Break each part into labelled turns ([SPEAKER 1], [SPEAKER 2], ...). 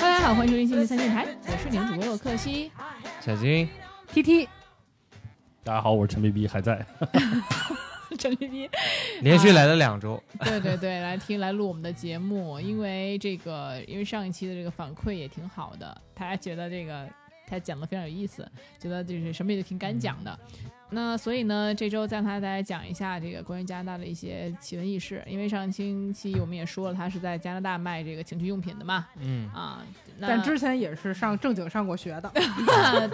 [SPEAKER 1] 好，欢迎收听星期三电台，我是你们主播洛克西。
[SPEAKER 2] 小金，
[SPEAKER 1] T T，
[SPEAKER 3] 大家好，我是陈 B B，还在。
[SPEAKER 1] 陈皮皮，
[SPEAKER 2] 连续来了两周，
[SPEAKER 1] 对对对，来听来录我们的节目，因为这个，因为上一期的这个反馈也挺好的，大家觉得这个他讲的非常有意思，觉得就是什么也就挺敢讲的。那所以呢，这周再和大家讲一下这个关于加拿大的一些奇闻异事，因为上星期我们也说了，他是在加拿大卖这个情趣用品的嘛，
[SPEAKER 2] 嗯，
[SPEAKER 1] 啊，那
[SPEAKER 4] 但之前也是上正经上过学的，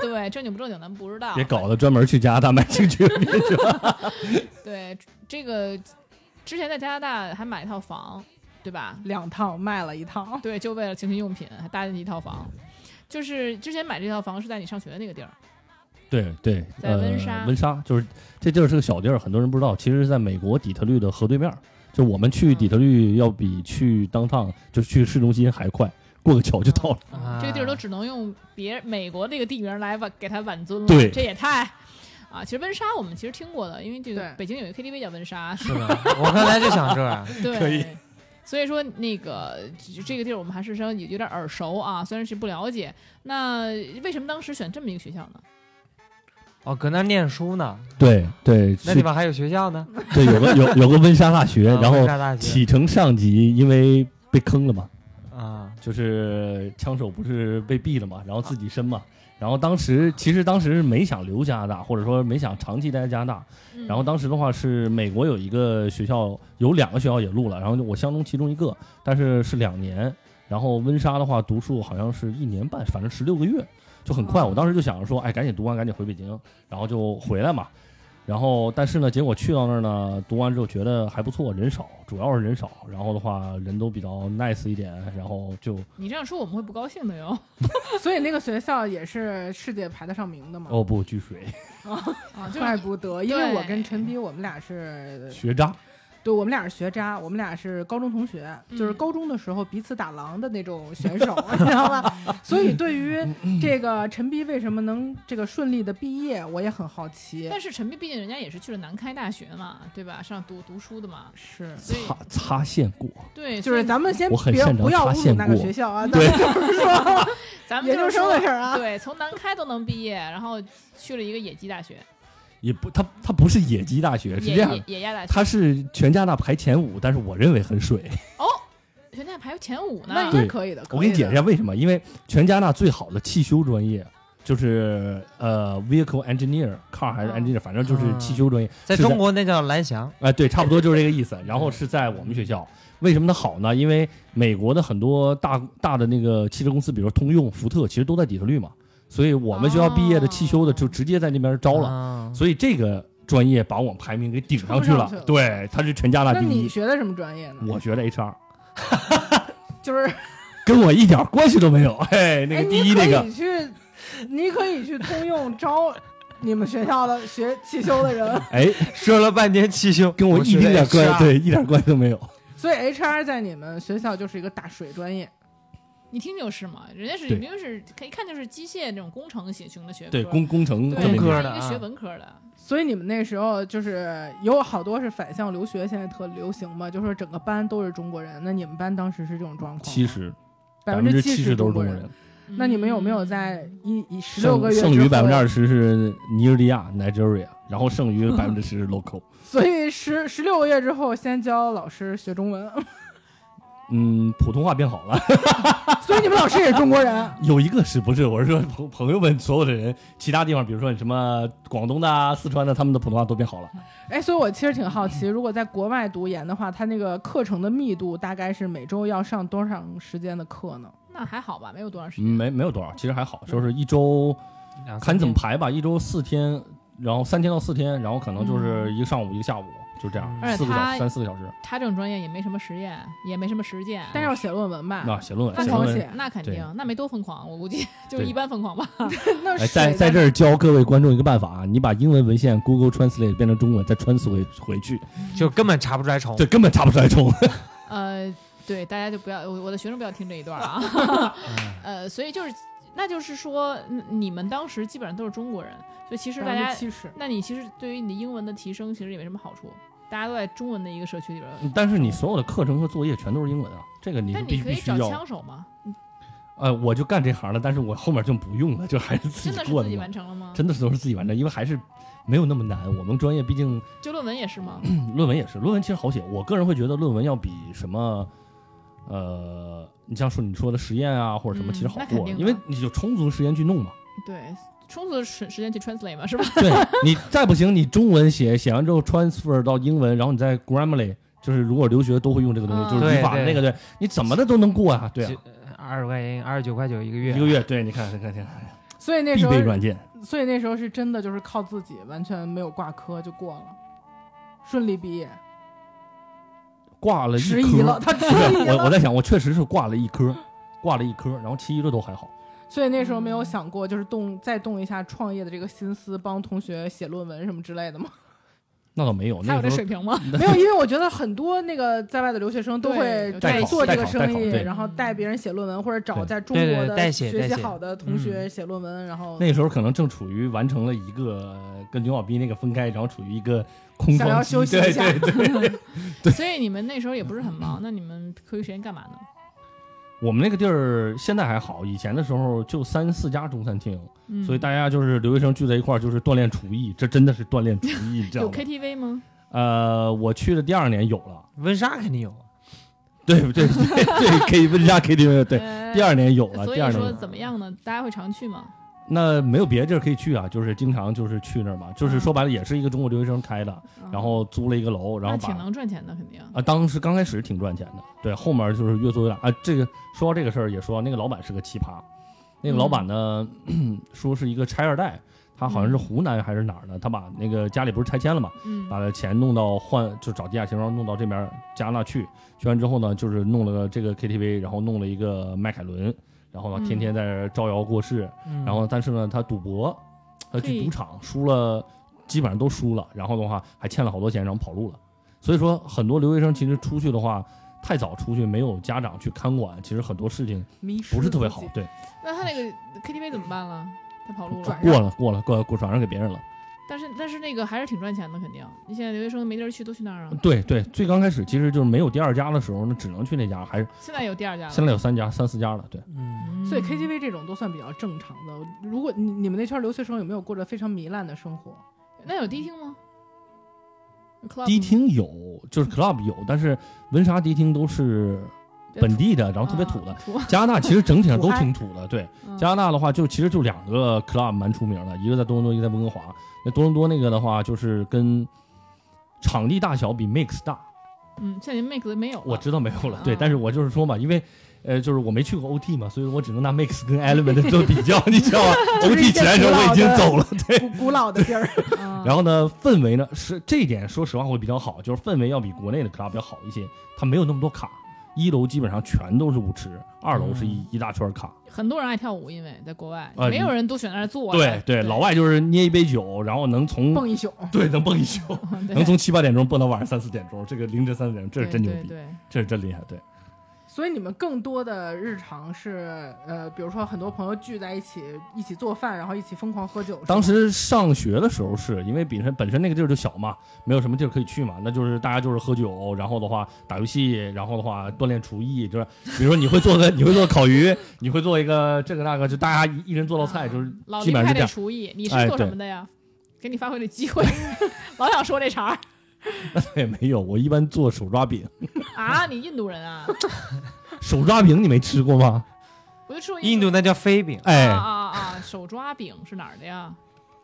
[SPEAKER 1] 对正经不正经咱们不知道，
[SPEAKER 3] 别搞得专门去加拿大买情 趣用品去了。
[SPEAKER 1] 对这个之前在加拿大还买一套房，对吧？
[SPEAKER 4] 两套卖了一套，
[SPEAKER 1] 对，就为了情趣用品还搭进去一套房。就是之前买这套房是在你上学的那个地儿，
[SPEAKER 3] 对对，
[SPEAKER 1] 在温莎
[SPEAKER 3] 呃、温莎就是这地儿是个小地儿，很多人不知道，其实是在美国底特律的河对面儿。就我们
[SPEAKER 1] 嗯
[SPEAKER 3] 去底特律要比去当趟，就是去市中心还快，过个桥就到了。
[SPEAKER 1] 嗯这个地儿都只能用别美国这个地名来挽给它挽尊了。
[SPEAKER 3] 对
[SPEAKER 1] 这也太啊！其实温莎我们其实听过的，因为这个
[SPEAKER 4] 对
[SPEAKER 1] 北京有一个 KTV 叫温莎，
[SPEAKER 2] 是吗？我刚才就想这儿，啊
[SPEAKER 1] 对。
[SPEAKER 3] 可以
[SPEAKER 1] 所以说，那个这这个地儿我们还是稍微有有点耳熟啊，虽然是不了解。那为什么当时选这么一个学校呢？
[SPEAKER 2] 哦，搁那儿念书呢，
[SPEAKER 3] 对对，
[SPEAKER 2] 嗯那
[SPEAKER 3] 是
[SPEAKER 2] 地，方还有学校呢，
[SPEAKER 3] 对，有个有有个温莎大学，
[SPEAKER 2] 啊
[SPEAKER 3] 然
[SPEAKER 2] 温
[SPEAKER 3] 后
[SPEAKER 2] 莎大学
[SPEAKER 3] 启程上级因为被坑了嘛，
[SPEAKER 2] 啊，
[SPEAKER 3] 就是枪手不是被毙了嘛，然后自己伸嘛。然后当时其实当时是没想留加拿大，或者说没想长期待在加拿大。
[SPEAKER 1] 嗯
[SPEAKER 3] 然后当时的话是美国有一个学校，有两个学校也录了，然后我相中其中一个，但是是两年。然后温莎的话，读书好像是一年半，反正十六个月，就很快。
[SPEAKER 1] 哦
[SPEAKER 3] 我当时就想着说，哎，赶紧读完，赶紧回北京，然后就回来嘛。然后，但是呢，结果去到那儿呢，读完之后觉得还不错，人少，主要是人少。然后的话，人都比较 nice 一点，然后就
[SPEAKER 1] 你这样说我们会不高兴的哟。
[SPEAKER 4] 所以那个学校也是世界排得上名的嘛。
[SPEAKER 3] 哦不，巨水
[SPEAKER 1] 啊，就是
[SPEAKER 4] 怪不得，因
[SPEAKER 1] 对
[SPEAKER 4] 为我跟陈斌，我们俩是，
[SPEAKER 3] 学渣，
[SPEAKER 4] 对我们俩是学渣，我们俩是高中同学，
[SPEAKER 1] 嗯
[SPEAKER 4] 就是高中的时候彼此打狼的那种选手，你知道吧？所以对于这个陈斌为什么能这个顺利的毕业，我也很好奇。
[SPEAKER 1] 但是陈斌毕竟人家也是去了南开大学嘛，对吧？上读读书的嘛，
[SPEAKER 4] 是，
[SPEAKER 1] 所以
[SPEAKER 3] 擦擦线过，
[SPEAKER 1] 对，
[SPEAKER 4] 就是咱们先
[SPEAKER 3] 我很
[SPEAKER 4] 别
[SPEAKER 3] 擅长
[SPEAKER 4] 不要
[SPEAKER 3] 发
[SPEAKER 4] 侮辱
[SPEAKER 3] 现
[SPEAKER 4] 那个
[SPEAKER 3] 过
[SPEAKER 4] 学校啊，
[SPEAKER 3] 对
[SPEAKER 4] 咱们就是说
[SPEAKER 1] 咱们
[SPEAKER 4] 研
[SPEAKER 1] 就
[SPEAKER 4] 究
[SPEAKER 1] 是
[SPEAKER 4] 生的事
[SPEAKER 1] 说，
[SPEAKER 4] 儿啊。
[SPEAKER 1] 对，从南开都能毕业，然后去了一个野鸡大学，
[SPEAKER 3] 也不，他他不是野鸡大学，是
[SPEAKER 1] 野
[SPEAKER 3] 这样的
[SPEAKER 1] 野。野鸭大学，
[SPEAKER 3] 它是全加拿大排前五，但是我认为很 水。
[SPEAKER 1] 人家排前五
[SPEAKER 4] 那
[SPEAKER 1] 呢
[SPEAKER 4] 应。该
[SPEAKER 3] 对
[SPEAKER 4] 可以的。可
[SPEAKER 3] 我给你
[SPEAKER 4] 以
[SPEAKER 3] 解释
[SPEAKER 4] 的
[SPEAKER 3] 一下为什么，因为全加拿大最好的汽修专业就是呃 vehicle engineer car 还是
[SPEAKER 1] 哦
[SPEAKER 3] engineer，、反正就是
[SPEAKER 2] 啊
[SPEAKER 3] 汽修专业。
[SPEAKER 2] 在
[SPEAKER 3] 是在
[SPEAKER 2] 中国那叫蓝翔，
[SPEAKER 3] 哎、对，差不多就是这个意思。然后是在我们学校，为什么它好呢？因为美国的很多大大的那个汽车公司，比如说通用、福特，其实都在底特律嘛，所以我们学校毕业的汽修
[SPEAKER 4] 哦
[SPEAKER 3] 的就直接在那边招了，
[SPEAKER 4] 啊
[SPEAKER 2] 了，
[SPEAKER 3] 所以这个专业把我们排名给顶上去
[SPEAKER 4] 冲
[SPEAKER 3] 了。
[SPEAKER 4] 上去了
[SPEAKER 3] 对，它是全加拿大
[SPEAKER 4] 那
[SPEAKER 3] 第
[SPEAKER 4] 你
[SPEAKER 3] 一。
[SPEAKER 4] 学的什么专业呢？
[SPEAKER 3] 我学的 HR。
[SPEAKER 4] 就是
[SPEAKER 3] 跟我一点关系都没 有。嘿，那
[SPEAKER 4] 哎
[SPEAKER 3] 个第一那个，
[SPEAKER 4] 你可以去，你可以去通用招你们学校的学汽修的人。
[SPEAKER 3] 哎，
[SPEAKER 2] 说了半天汽修，
[SPEAKER 3] 跟我一丁点关系，对，一点关系都没有。
[SPEAKER 4] 所以 HR 在你们学校就是一个大水专业，
[SPEAKER 1] 你听就是嘛，人家是
[SPEAKER 3] 对
[SPEAKER 1] 明明是可一看就是机械这种工程型型的学科，
[SPEAKER 3] 对，工工程
[SPEAKER 1] 对
[SPEAKER 3] 特别
[SPEAKER 2] 工科
[SPEAKER 3] 牛
[SPEAKER 1] 人家一
[SPEAKER 2] 的
[SPEAKER 1] 个
[SPEAKER 2] 啊
[SPEAKER 1] 学文科的，
[SPEAKER 4] 所以你们那时候就是有好多是反向留学，现在特流行嘛，就是整个班都是中国人。那你们班当时是这种状况吗？
[SPEAKER 3] 七十，
[SPEAKER 4] 百
[SPEAKER 3] 分之
[SPEAKER 4] 七
[SPEAKER 3] 十都是
[SPEAKER 4] 国
[SPEAKER 3] 中国人，，
[SPEAKER 4] 那你们有
[SPEAKER 1] 嗯
[SPEAKER 4] 没有在一一十六个月
[SPEAKER 3] 剩余百分之二
[SPEAKER 4] 十？
[SPEAKER 3] 十是尼日利亚 Nigeria，然后剩余百分之十 local。
[SPEAKER 4] 所以十十六个月之后，先教老师学中文，
[SPEAKER 3] 嗯，普通话变好了，
[SPEAKER 4] 所以你们老师也是中国人。
[SPEAKER 3] 有一个是不是？我是说朋朋友们所有的人，其他地方，比如说你什么广东的、啊、四川的，他们的普通话都变好了。
[SPEAKER 4] 哎，所以我其实挺好奇，如果在国外读研的话，它那个课程的密度大概是每周要上多长时间的课呢？
[SPEAKER 1] 那还好吧，没有多长时
[SPEAKER 3] 嗯
[SPEAKER 1] 间。
[SPEAKER 3] 没没有多少，其实还好，就是一周
[SPEAKER 1] 啊
[SPEAKER 3] 看你怎么排吧，一周四天，然后三天到四天，然后可能就是一个上午一个下午，就这样，
[SPEAKER 1] 嗯
[SPEAKER 3] 四个
[SPEAKER 1] 而
[SPEAKER 3] 小
[SPEAKER 1] 且他
[SPEAKER 3] 三四个小时。
[SPEAKER 1] 他这种专业也没什么实验，也没什么实践，
[SPEAKER 4] 但是要写论文吧？
[SPEAKER 3] 那写论文，
[SPEAKER 4] 疯
[SPEAKER 3] 写
[SPEAKER 4] 狂
[SPEAKER 3] 论
[SPEAKER 4] 写
[SPEAKER 3] 文。，
[SPEAKER 1] 那肯定
[SPEAKER 3] 对，
[SPEAKER 1] 那没多疯狂，我估计就是
[SPEAKER 3] 对
[SPEAKER 1] 一般疯狂吧。
[SPEAKER 4] 那
[SPEAKER 3] 哎，
[SPEAKER 4] 水
[SPEAKER 3] 在在这儿教各位观众一个办法啊，你把英文文献 Google Translate 变成中文，再穿梭回回去，
[SPEAKER 1] 哦
[SPEAKER 2] 就根本查不出来虫
[SPEAKER 3] 这，根本查不出来 虫。
[SPEAKER 1] 呃，对，大家就不要我我的学生不要听这一段啊。
[SPEAKER 2] 嗯
[SPEAKER 1] 呃，所以就是，那就是说，嗯你们当时基本上都是中国人，所以其实大家，
[SPEAKER 4] 七十，
[SPEAKER 1] 那你其实对于你的英文的提升其实也没什么好处，大家都在中文的一个社区里边儿。
[SPEAKER 3] 嗯但是你所有的课程和作业全都是英文啊，这个你
[SPEAKER 1] 但
[SPEAKER 3] 是
[SPEAKER 1] 你
[SPEAKER 3] 必
[SPEAKER 1] 可
[SPEAKER 3] 必
[SPEAKER 1] 以
[SPEAKER 3] 须
[SPEAKER 1] 找
[SPEAKER 3] 要。
[SPEAKER 1] 枪手嘛？
[SPEAKER 3] 呃，我就干这行了，但是我后面就不用了，就还是自
[SPEAKER 1] 真
[SPEAKER 3] 己
[SPEAKER 1] 的是
[SPEAKER 3] 做
[SPEAKER 1] 自己
[SPEAKER 3] 嘛
[SPEAKER 1] 完成了吗？
[SPEAKER 3] 真的是都是自己完成，因为还是没有那么难。我们专业毕竟
[SPEAKER 1] 就论文也是吗？
[SPEAKER 3] 论文也是，论文其实好写。我个人会觉得论文要比什么，呃，你像说你说的实验啊或者什么，
[SPEAKER 1] 嗯
[SPEAKER 3] 其实好
[SPEAKER 1] 那肯
[SPEAKER 3] 过，
[SPEAKER 1] 定的
[SPEAKER 3] 因为你就充足时间去弄嘛。
[SPEAKER 1] 对，充足的时时间去 translate 嘛，是吧？
[SPEAKER 3] 对你再不行，你中文写写完之后 transfer 到英文，然后你在 Grammarly，就是如果留学都会用这个东西，
[SPEAKER 1] 嗯
[SPEAKER 3] 就是语法
[SPEAKER 2] 对对
[SPEAKER 3] 那个对，你怎么的都能过啊，对啊，
[SPEAKER 2] 二十块钱，二十九块九一个月，
[SPEAKER 3] 一个月，对，你看，你看，你看，
[SPEAKER 4] 所以那
[SPEAKER 3] 必
[SPEAKER 4] 时候
[SPEAKER 3] 备软件，
[SPEAKER 4] 所以那时候是真的就是靠自己，完全没有挂科就过了，顺利毕业。
[SPEAKER 3] 挂呃了一
[SPEAKER 4] 迟疑
[SPEAKER 3] 科
[SPEAKER 4] 了，他迟疑
[SPEAKER 3] 我我
[SPEAKER 4] 了。
[SPEAKER 3] 在想，我确实是挂了一科，挂了一科，然后其余的都还好。
[SPEAKER 4] 所以那时候没有想过，就是动再动一下创业的这个心思，帮同学写论文什么之类的吗？
[SPEAKER 3] 那倒没有，
[SPEAKER 1] 还
[SPEAKER 3] 那
[SPEAKER 1] 有
[SPEAKER 3] 个
[SPEAKER 1] 这
[SPEAKER 3] 时候
[SPEAKER 1] 水平吗？
[SPEAKER 4] 没有，因为我觉得很多那个在外的留学生都
[SPEAKER 1] 对
[SPEAKER 4] 会
[SPEAKER 1] 有
[SPEAKER 3] 代考
[SPEAKER 4] 做这个
[SPEAKER 3] 代
[SPEAKER 4] 生
[SPEAKER 3] 考
[SPEAKER 4] 意，
[SPEAKER 3] 代考
[SPEAKER 4] 然后带别人写论文，或者找
[SPEAKER 3] 对
[SPEAKER 4] 在中
[SPEAKER 2] 对对
[SPEAKER 4] 国
[SPEAKER 2] 对
[SPEAKER 4] 的
[SPEAKER 2] 代写
[SPEAKER 4] 学
[SPEAKER 2] 代
[SPEAKER 4] 习
[SPEAKER 2] 写
[SPEAKER 4] 好的同
[SPEAKER 3] 嗯
[SPEAKER 4] 学写论文，然后
[SPEAKER 3] 那时候可能正处于完成了一个跟牛小逼那个分开，然后处于一个空
[SPEAKER 4] 想要
[SPEAKER 3] 窗期，
[SPEAKER 4] 休息一下
[SPEAKER 3] 对对对，
[SPEAKER 1] 所以你们那时候也不是很 忙，那你们课余时间干嘛呢？
[SPEAKER 3] 我们那个地儿现在还好，以前的时候就三四家中餐厅，
[SPEAKER 1] 嗯，
[SPEAKER 3] 所以大家就是留学生聚在一块儿，就是锻炼厨艺，这真的是锻炼厨艺，你知道
[SPEAKER 1] 有
[SPEAKER 3] 吗？
[SPEAKER 1] KTV 吗？
[SPEAKER 3] 呃，我去的第二年有了，
[SPEAKER 2] 温莎肯定有，
[SPEAKER 3] 对对对对，可以问一下 KTV，对，
[SPEAKER 1] 哎
[SPEAKER 3] 第二年有了，
[SPEAKER 1] 所
[SPEAKER 3] 第二
[SPEAKER 1] 以
[SPEAKER 3] 年有
[SPEAKER 1] 说
[SPEAKER 3] 了
[SPEAKER 1] 怎么样呢？大家会常去吗？
[SPEAKER 3] 那没有别的地儿可以去啊，就是经常就是去那儿嘛，就是说白了也是一个中国留学生开的，
[SPEAKER 1] 嗯
[SPEAKER 3] 然后租了一个楼，然
[SPEAKER 1] 那
[SPEAKER 3] 后
[SPEAKER 1] 挺
[SPEAKER 3] 把
[SPEAKER 1] 能赚钱的，肯定。
[SPEAKER 3] 啊，当时刚开始挺赚钱的，对，后面就是越做越大啊。这个说到这个事儿，也说到那个老板是个奇葩，那个老板呢、 说是一个拆二代，他好像是湖南还是哪儿的，他把那个家里不是拆迁了嘛，
[SPEAKER 1] 嗯，
[SPEAKER 3] 把钱弄到换就找地下钱庄弄到这边加拿大去，去完之后呢，就是弄了个这个 KTV，然后弄了一个迈凯伦，然后呢天天在这儿招摇过市，
[SPEAKER 2] 嗯
[SPEAKER 3] 然后但是呢，他赌博，他去
[SPEAKER 1] 嘿
[SPEAKER 3] 赌场输了，基本上都输了，然后的话还欠了好多钱，然后跑路了。所以说，很多留学生其实出去的话，太早出去没有家长去看管，其实很多事情
[SPEAKER 4] 迷失
[SPEAKER 3] 不是特别
[SPEAKER 4] 自
[SPEAKER 3] 好
[SPEAKER 4] 己。
[SPEAKER 3] 对，
[SPEAKER 1] 那他那个 KTV 怎么办了？他跑路了，
[SPEAKER 3] 过了过了过过转让给别人了。
[SPEAKER 1] 但是但是那个还是挺赚钱的，肯定。你现在留学生没地儿去，都去那儿啊？
[SPEAKER 3] 对对，最刚开始其实就是没有第二家的时候，那只能去那家，还是
[SPEAKER 1] 现在有第二家了。
[SPEAKER 3] 现在有三家三四家了。对，
[SPEAKER 2] 嗯，
[SPEAKER 1] 嗯
[SPEAKER 4] 所以 KTV 这种都算比较正常的。如果你你们那圈留学生有没有过着非常糜烂的生活？
[SPEAKER 1] 那有迪厅吗？club 吗
[SPEAKER 3] 迪厅有，就是 club 有，但是温莎迪厅都是本地的，然后特别土的
[SPEAKER 1] 啊。土
[SPEAKER 3] 加拿大其实整体上都
[SPEAKER 4] 土嗨
[SPEAKER 3] 挺土的，对。
[SPEAKER 1] 嗯
[SPEAKER 3] 加拿大的话，就其实就两个 club 蛮出名的，一个在多伦多，一个在温哥华。那多伦多那个的话，就是跟场地大小比 Mix 大，
[SPEAKER 1] 嗯，现在连 Make 都没有了。
[SPEAKER 3] 我知道没有了
[SPEAKER 1] 啊，
[SPEAKER 4] 嗯
[SPEAKER 3] 对。但是我就是说嘛，因为呃，就是我没去过 OT 嘛，所以我只能拿 Mix 跟 Element 做比较，你知道吗
[SPEAKER 4] 就是一些
[SPEAKER 3] ？OT 起来的时候我已经走了，对。
[SPEAKER 4] 古古老的地 儿，
[SPEAKER 1] 嗯。
[SPEAKER 3] 然后呢，氛围呢是这一点，说实话会比较好，就是氛围要比国内的 club 要好一些，它没有那么多卡。一楼基本上全都是舞池，二楼
[SPEAKER 4] 嗯
[SPEAKER 3] 是一、一大圈卡。
[SPEAKER 1] 很多人爱跳舞，因为在国外，
[SPEAKER 3] 啊
[SPEAKER 1] 没有人都选在那儿坐着。
[SPEAKER 3] 对对，老外就是捏一杯酒，然后能从
[SPEAKER 4] 蹦一宿。
[SPEAKER 3] 对，能蹦一宿，
[SPEAKER 1] 对
[SPEAKER 3] 能从七八点钟蹦到晚上三四点钟，这个凌晨三四点钟，这是真牛
[SPEAKER 1] 对
[SPEAKER 3] 逼，
[SPEAKER 1] 对
[SPEAKER 3] 这是真厉害。对，
[SPEAKER 4] 所以你们更多的日常是呃，比如说很多朋友聚在一起，一起做饭，然后一起疯狂喝酒。是吗
[SPEAKER 3] 当时上学的时候是因为本身本身那个地儿就小嘛，没有什么地儿可以去嘛，那就是大家就是喝酒，然后的话打游戏，然后的话锻炼厨艺，就是比如说你会做个 你会做烤鱼，你会做一个这个那个，就大家一一人做道菜，就是
[SPEAKER 1] 啊老
[SPEAKER 3] 基
[SPEAKER 1] 林
[SPEAKER 3] 本
[SPEAKER 1] 派
[SPEAKER 3] 上是这
[SPEAKER 1] 这
[SPEAKER 3] 样。
[SPEAKER 1] 厨艺，你是
[SPEAKER 3] 哎
[SPEAKER 1] 做什
[SPEAKER 3] 对
[SPEAKER 1] 么的呀？给你发挥的机 会，老想说这茬儿
[SPEAKER 3] 也没有，我一般做手抓饼，
[SPEAKER 1] 啊！你印度人啊？
[SPEAKER 3] 手抓饼你没吃过吗？
[SPEAKER 1] 我就吃过
[SPEAKER 2] 印度那叫飞饼，
[SPEAKER 1] 啊
[SPEAKER 3] 哎，
[SPEAKER 1] 啊啊啊！手抓饼是哪儿的呀？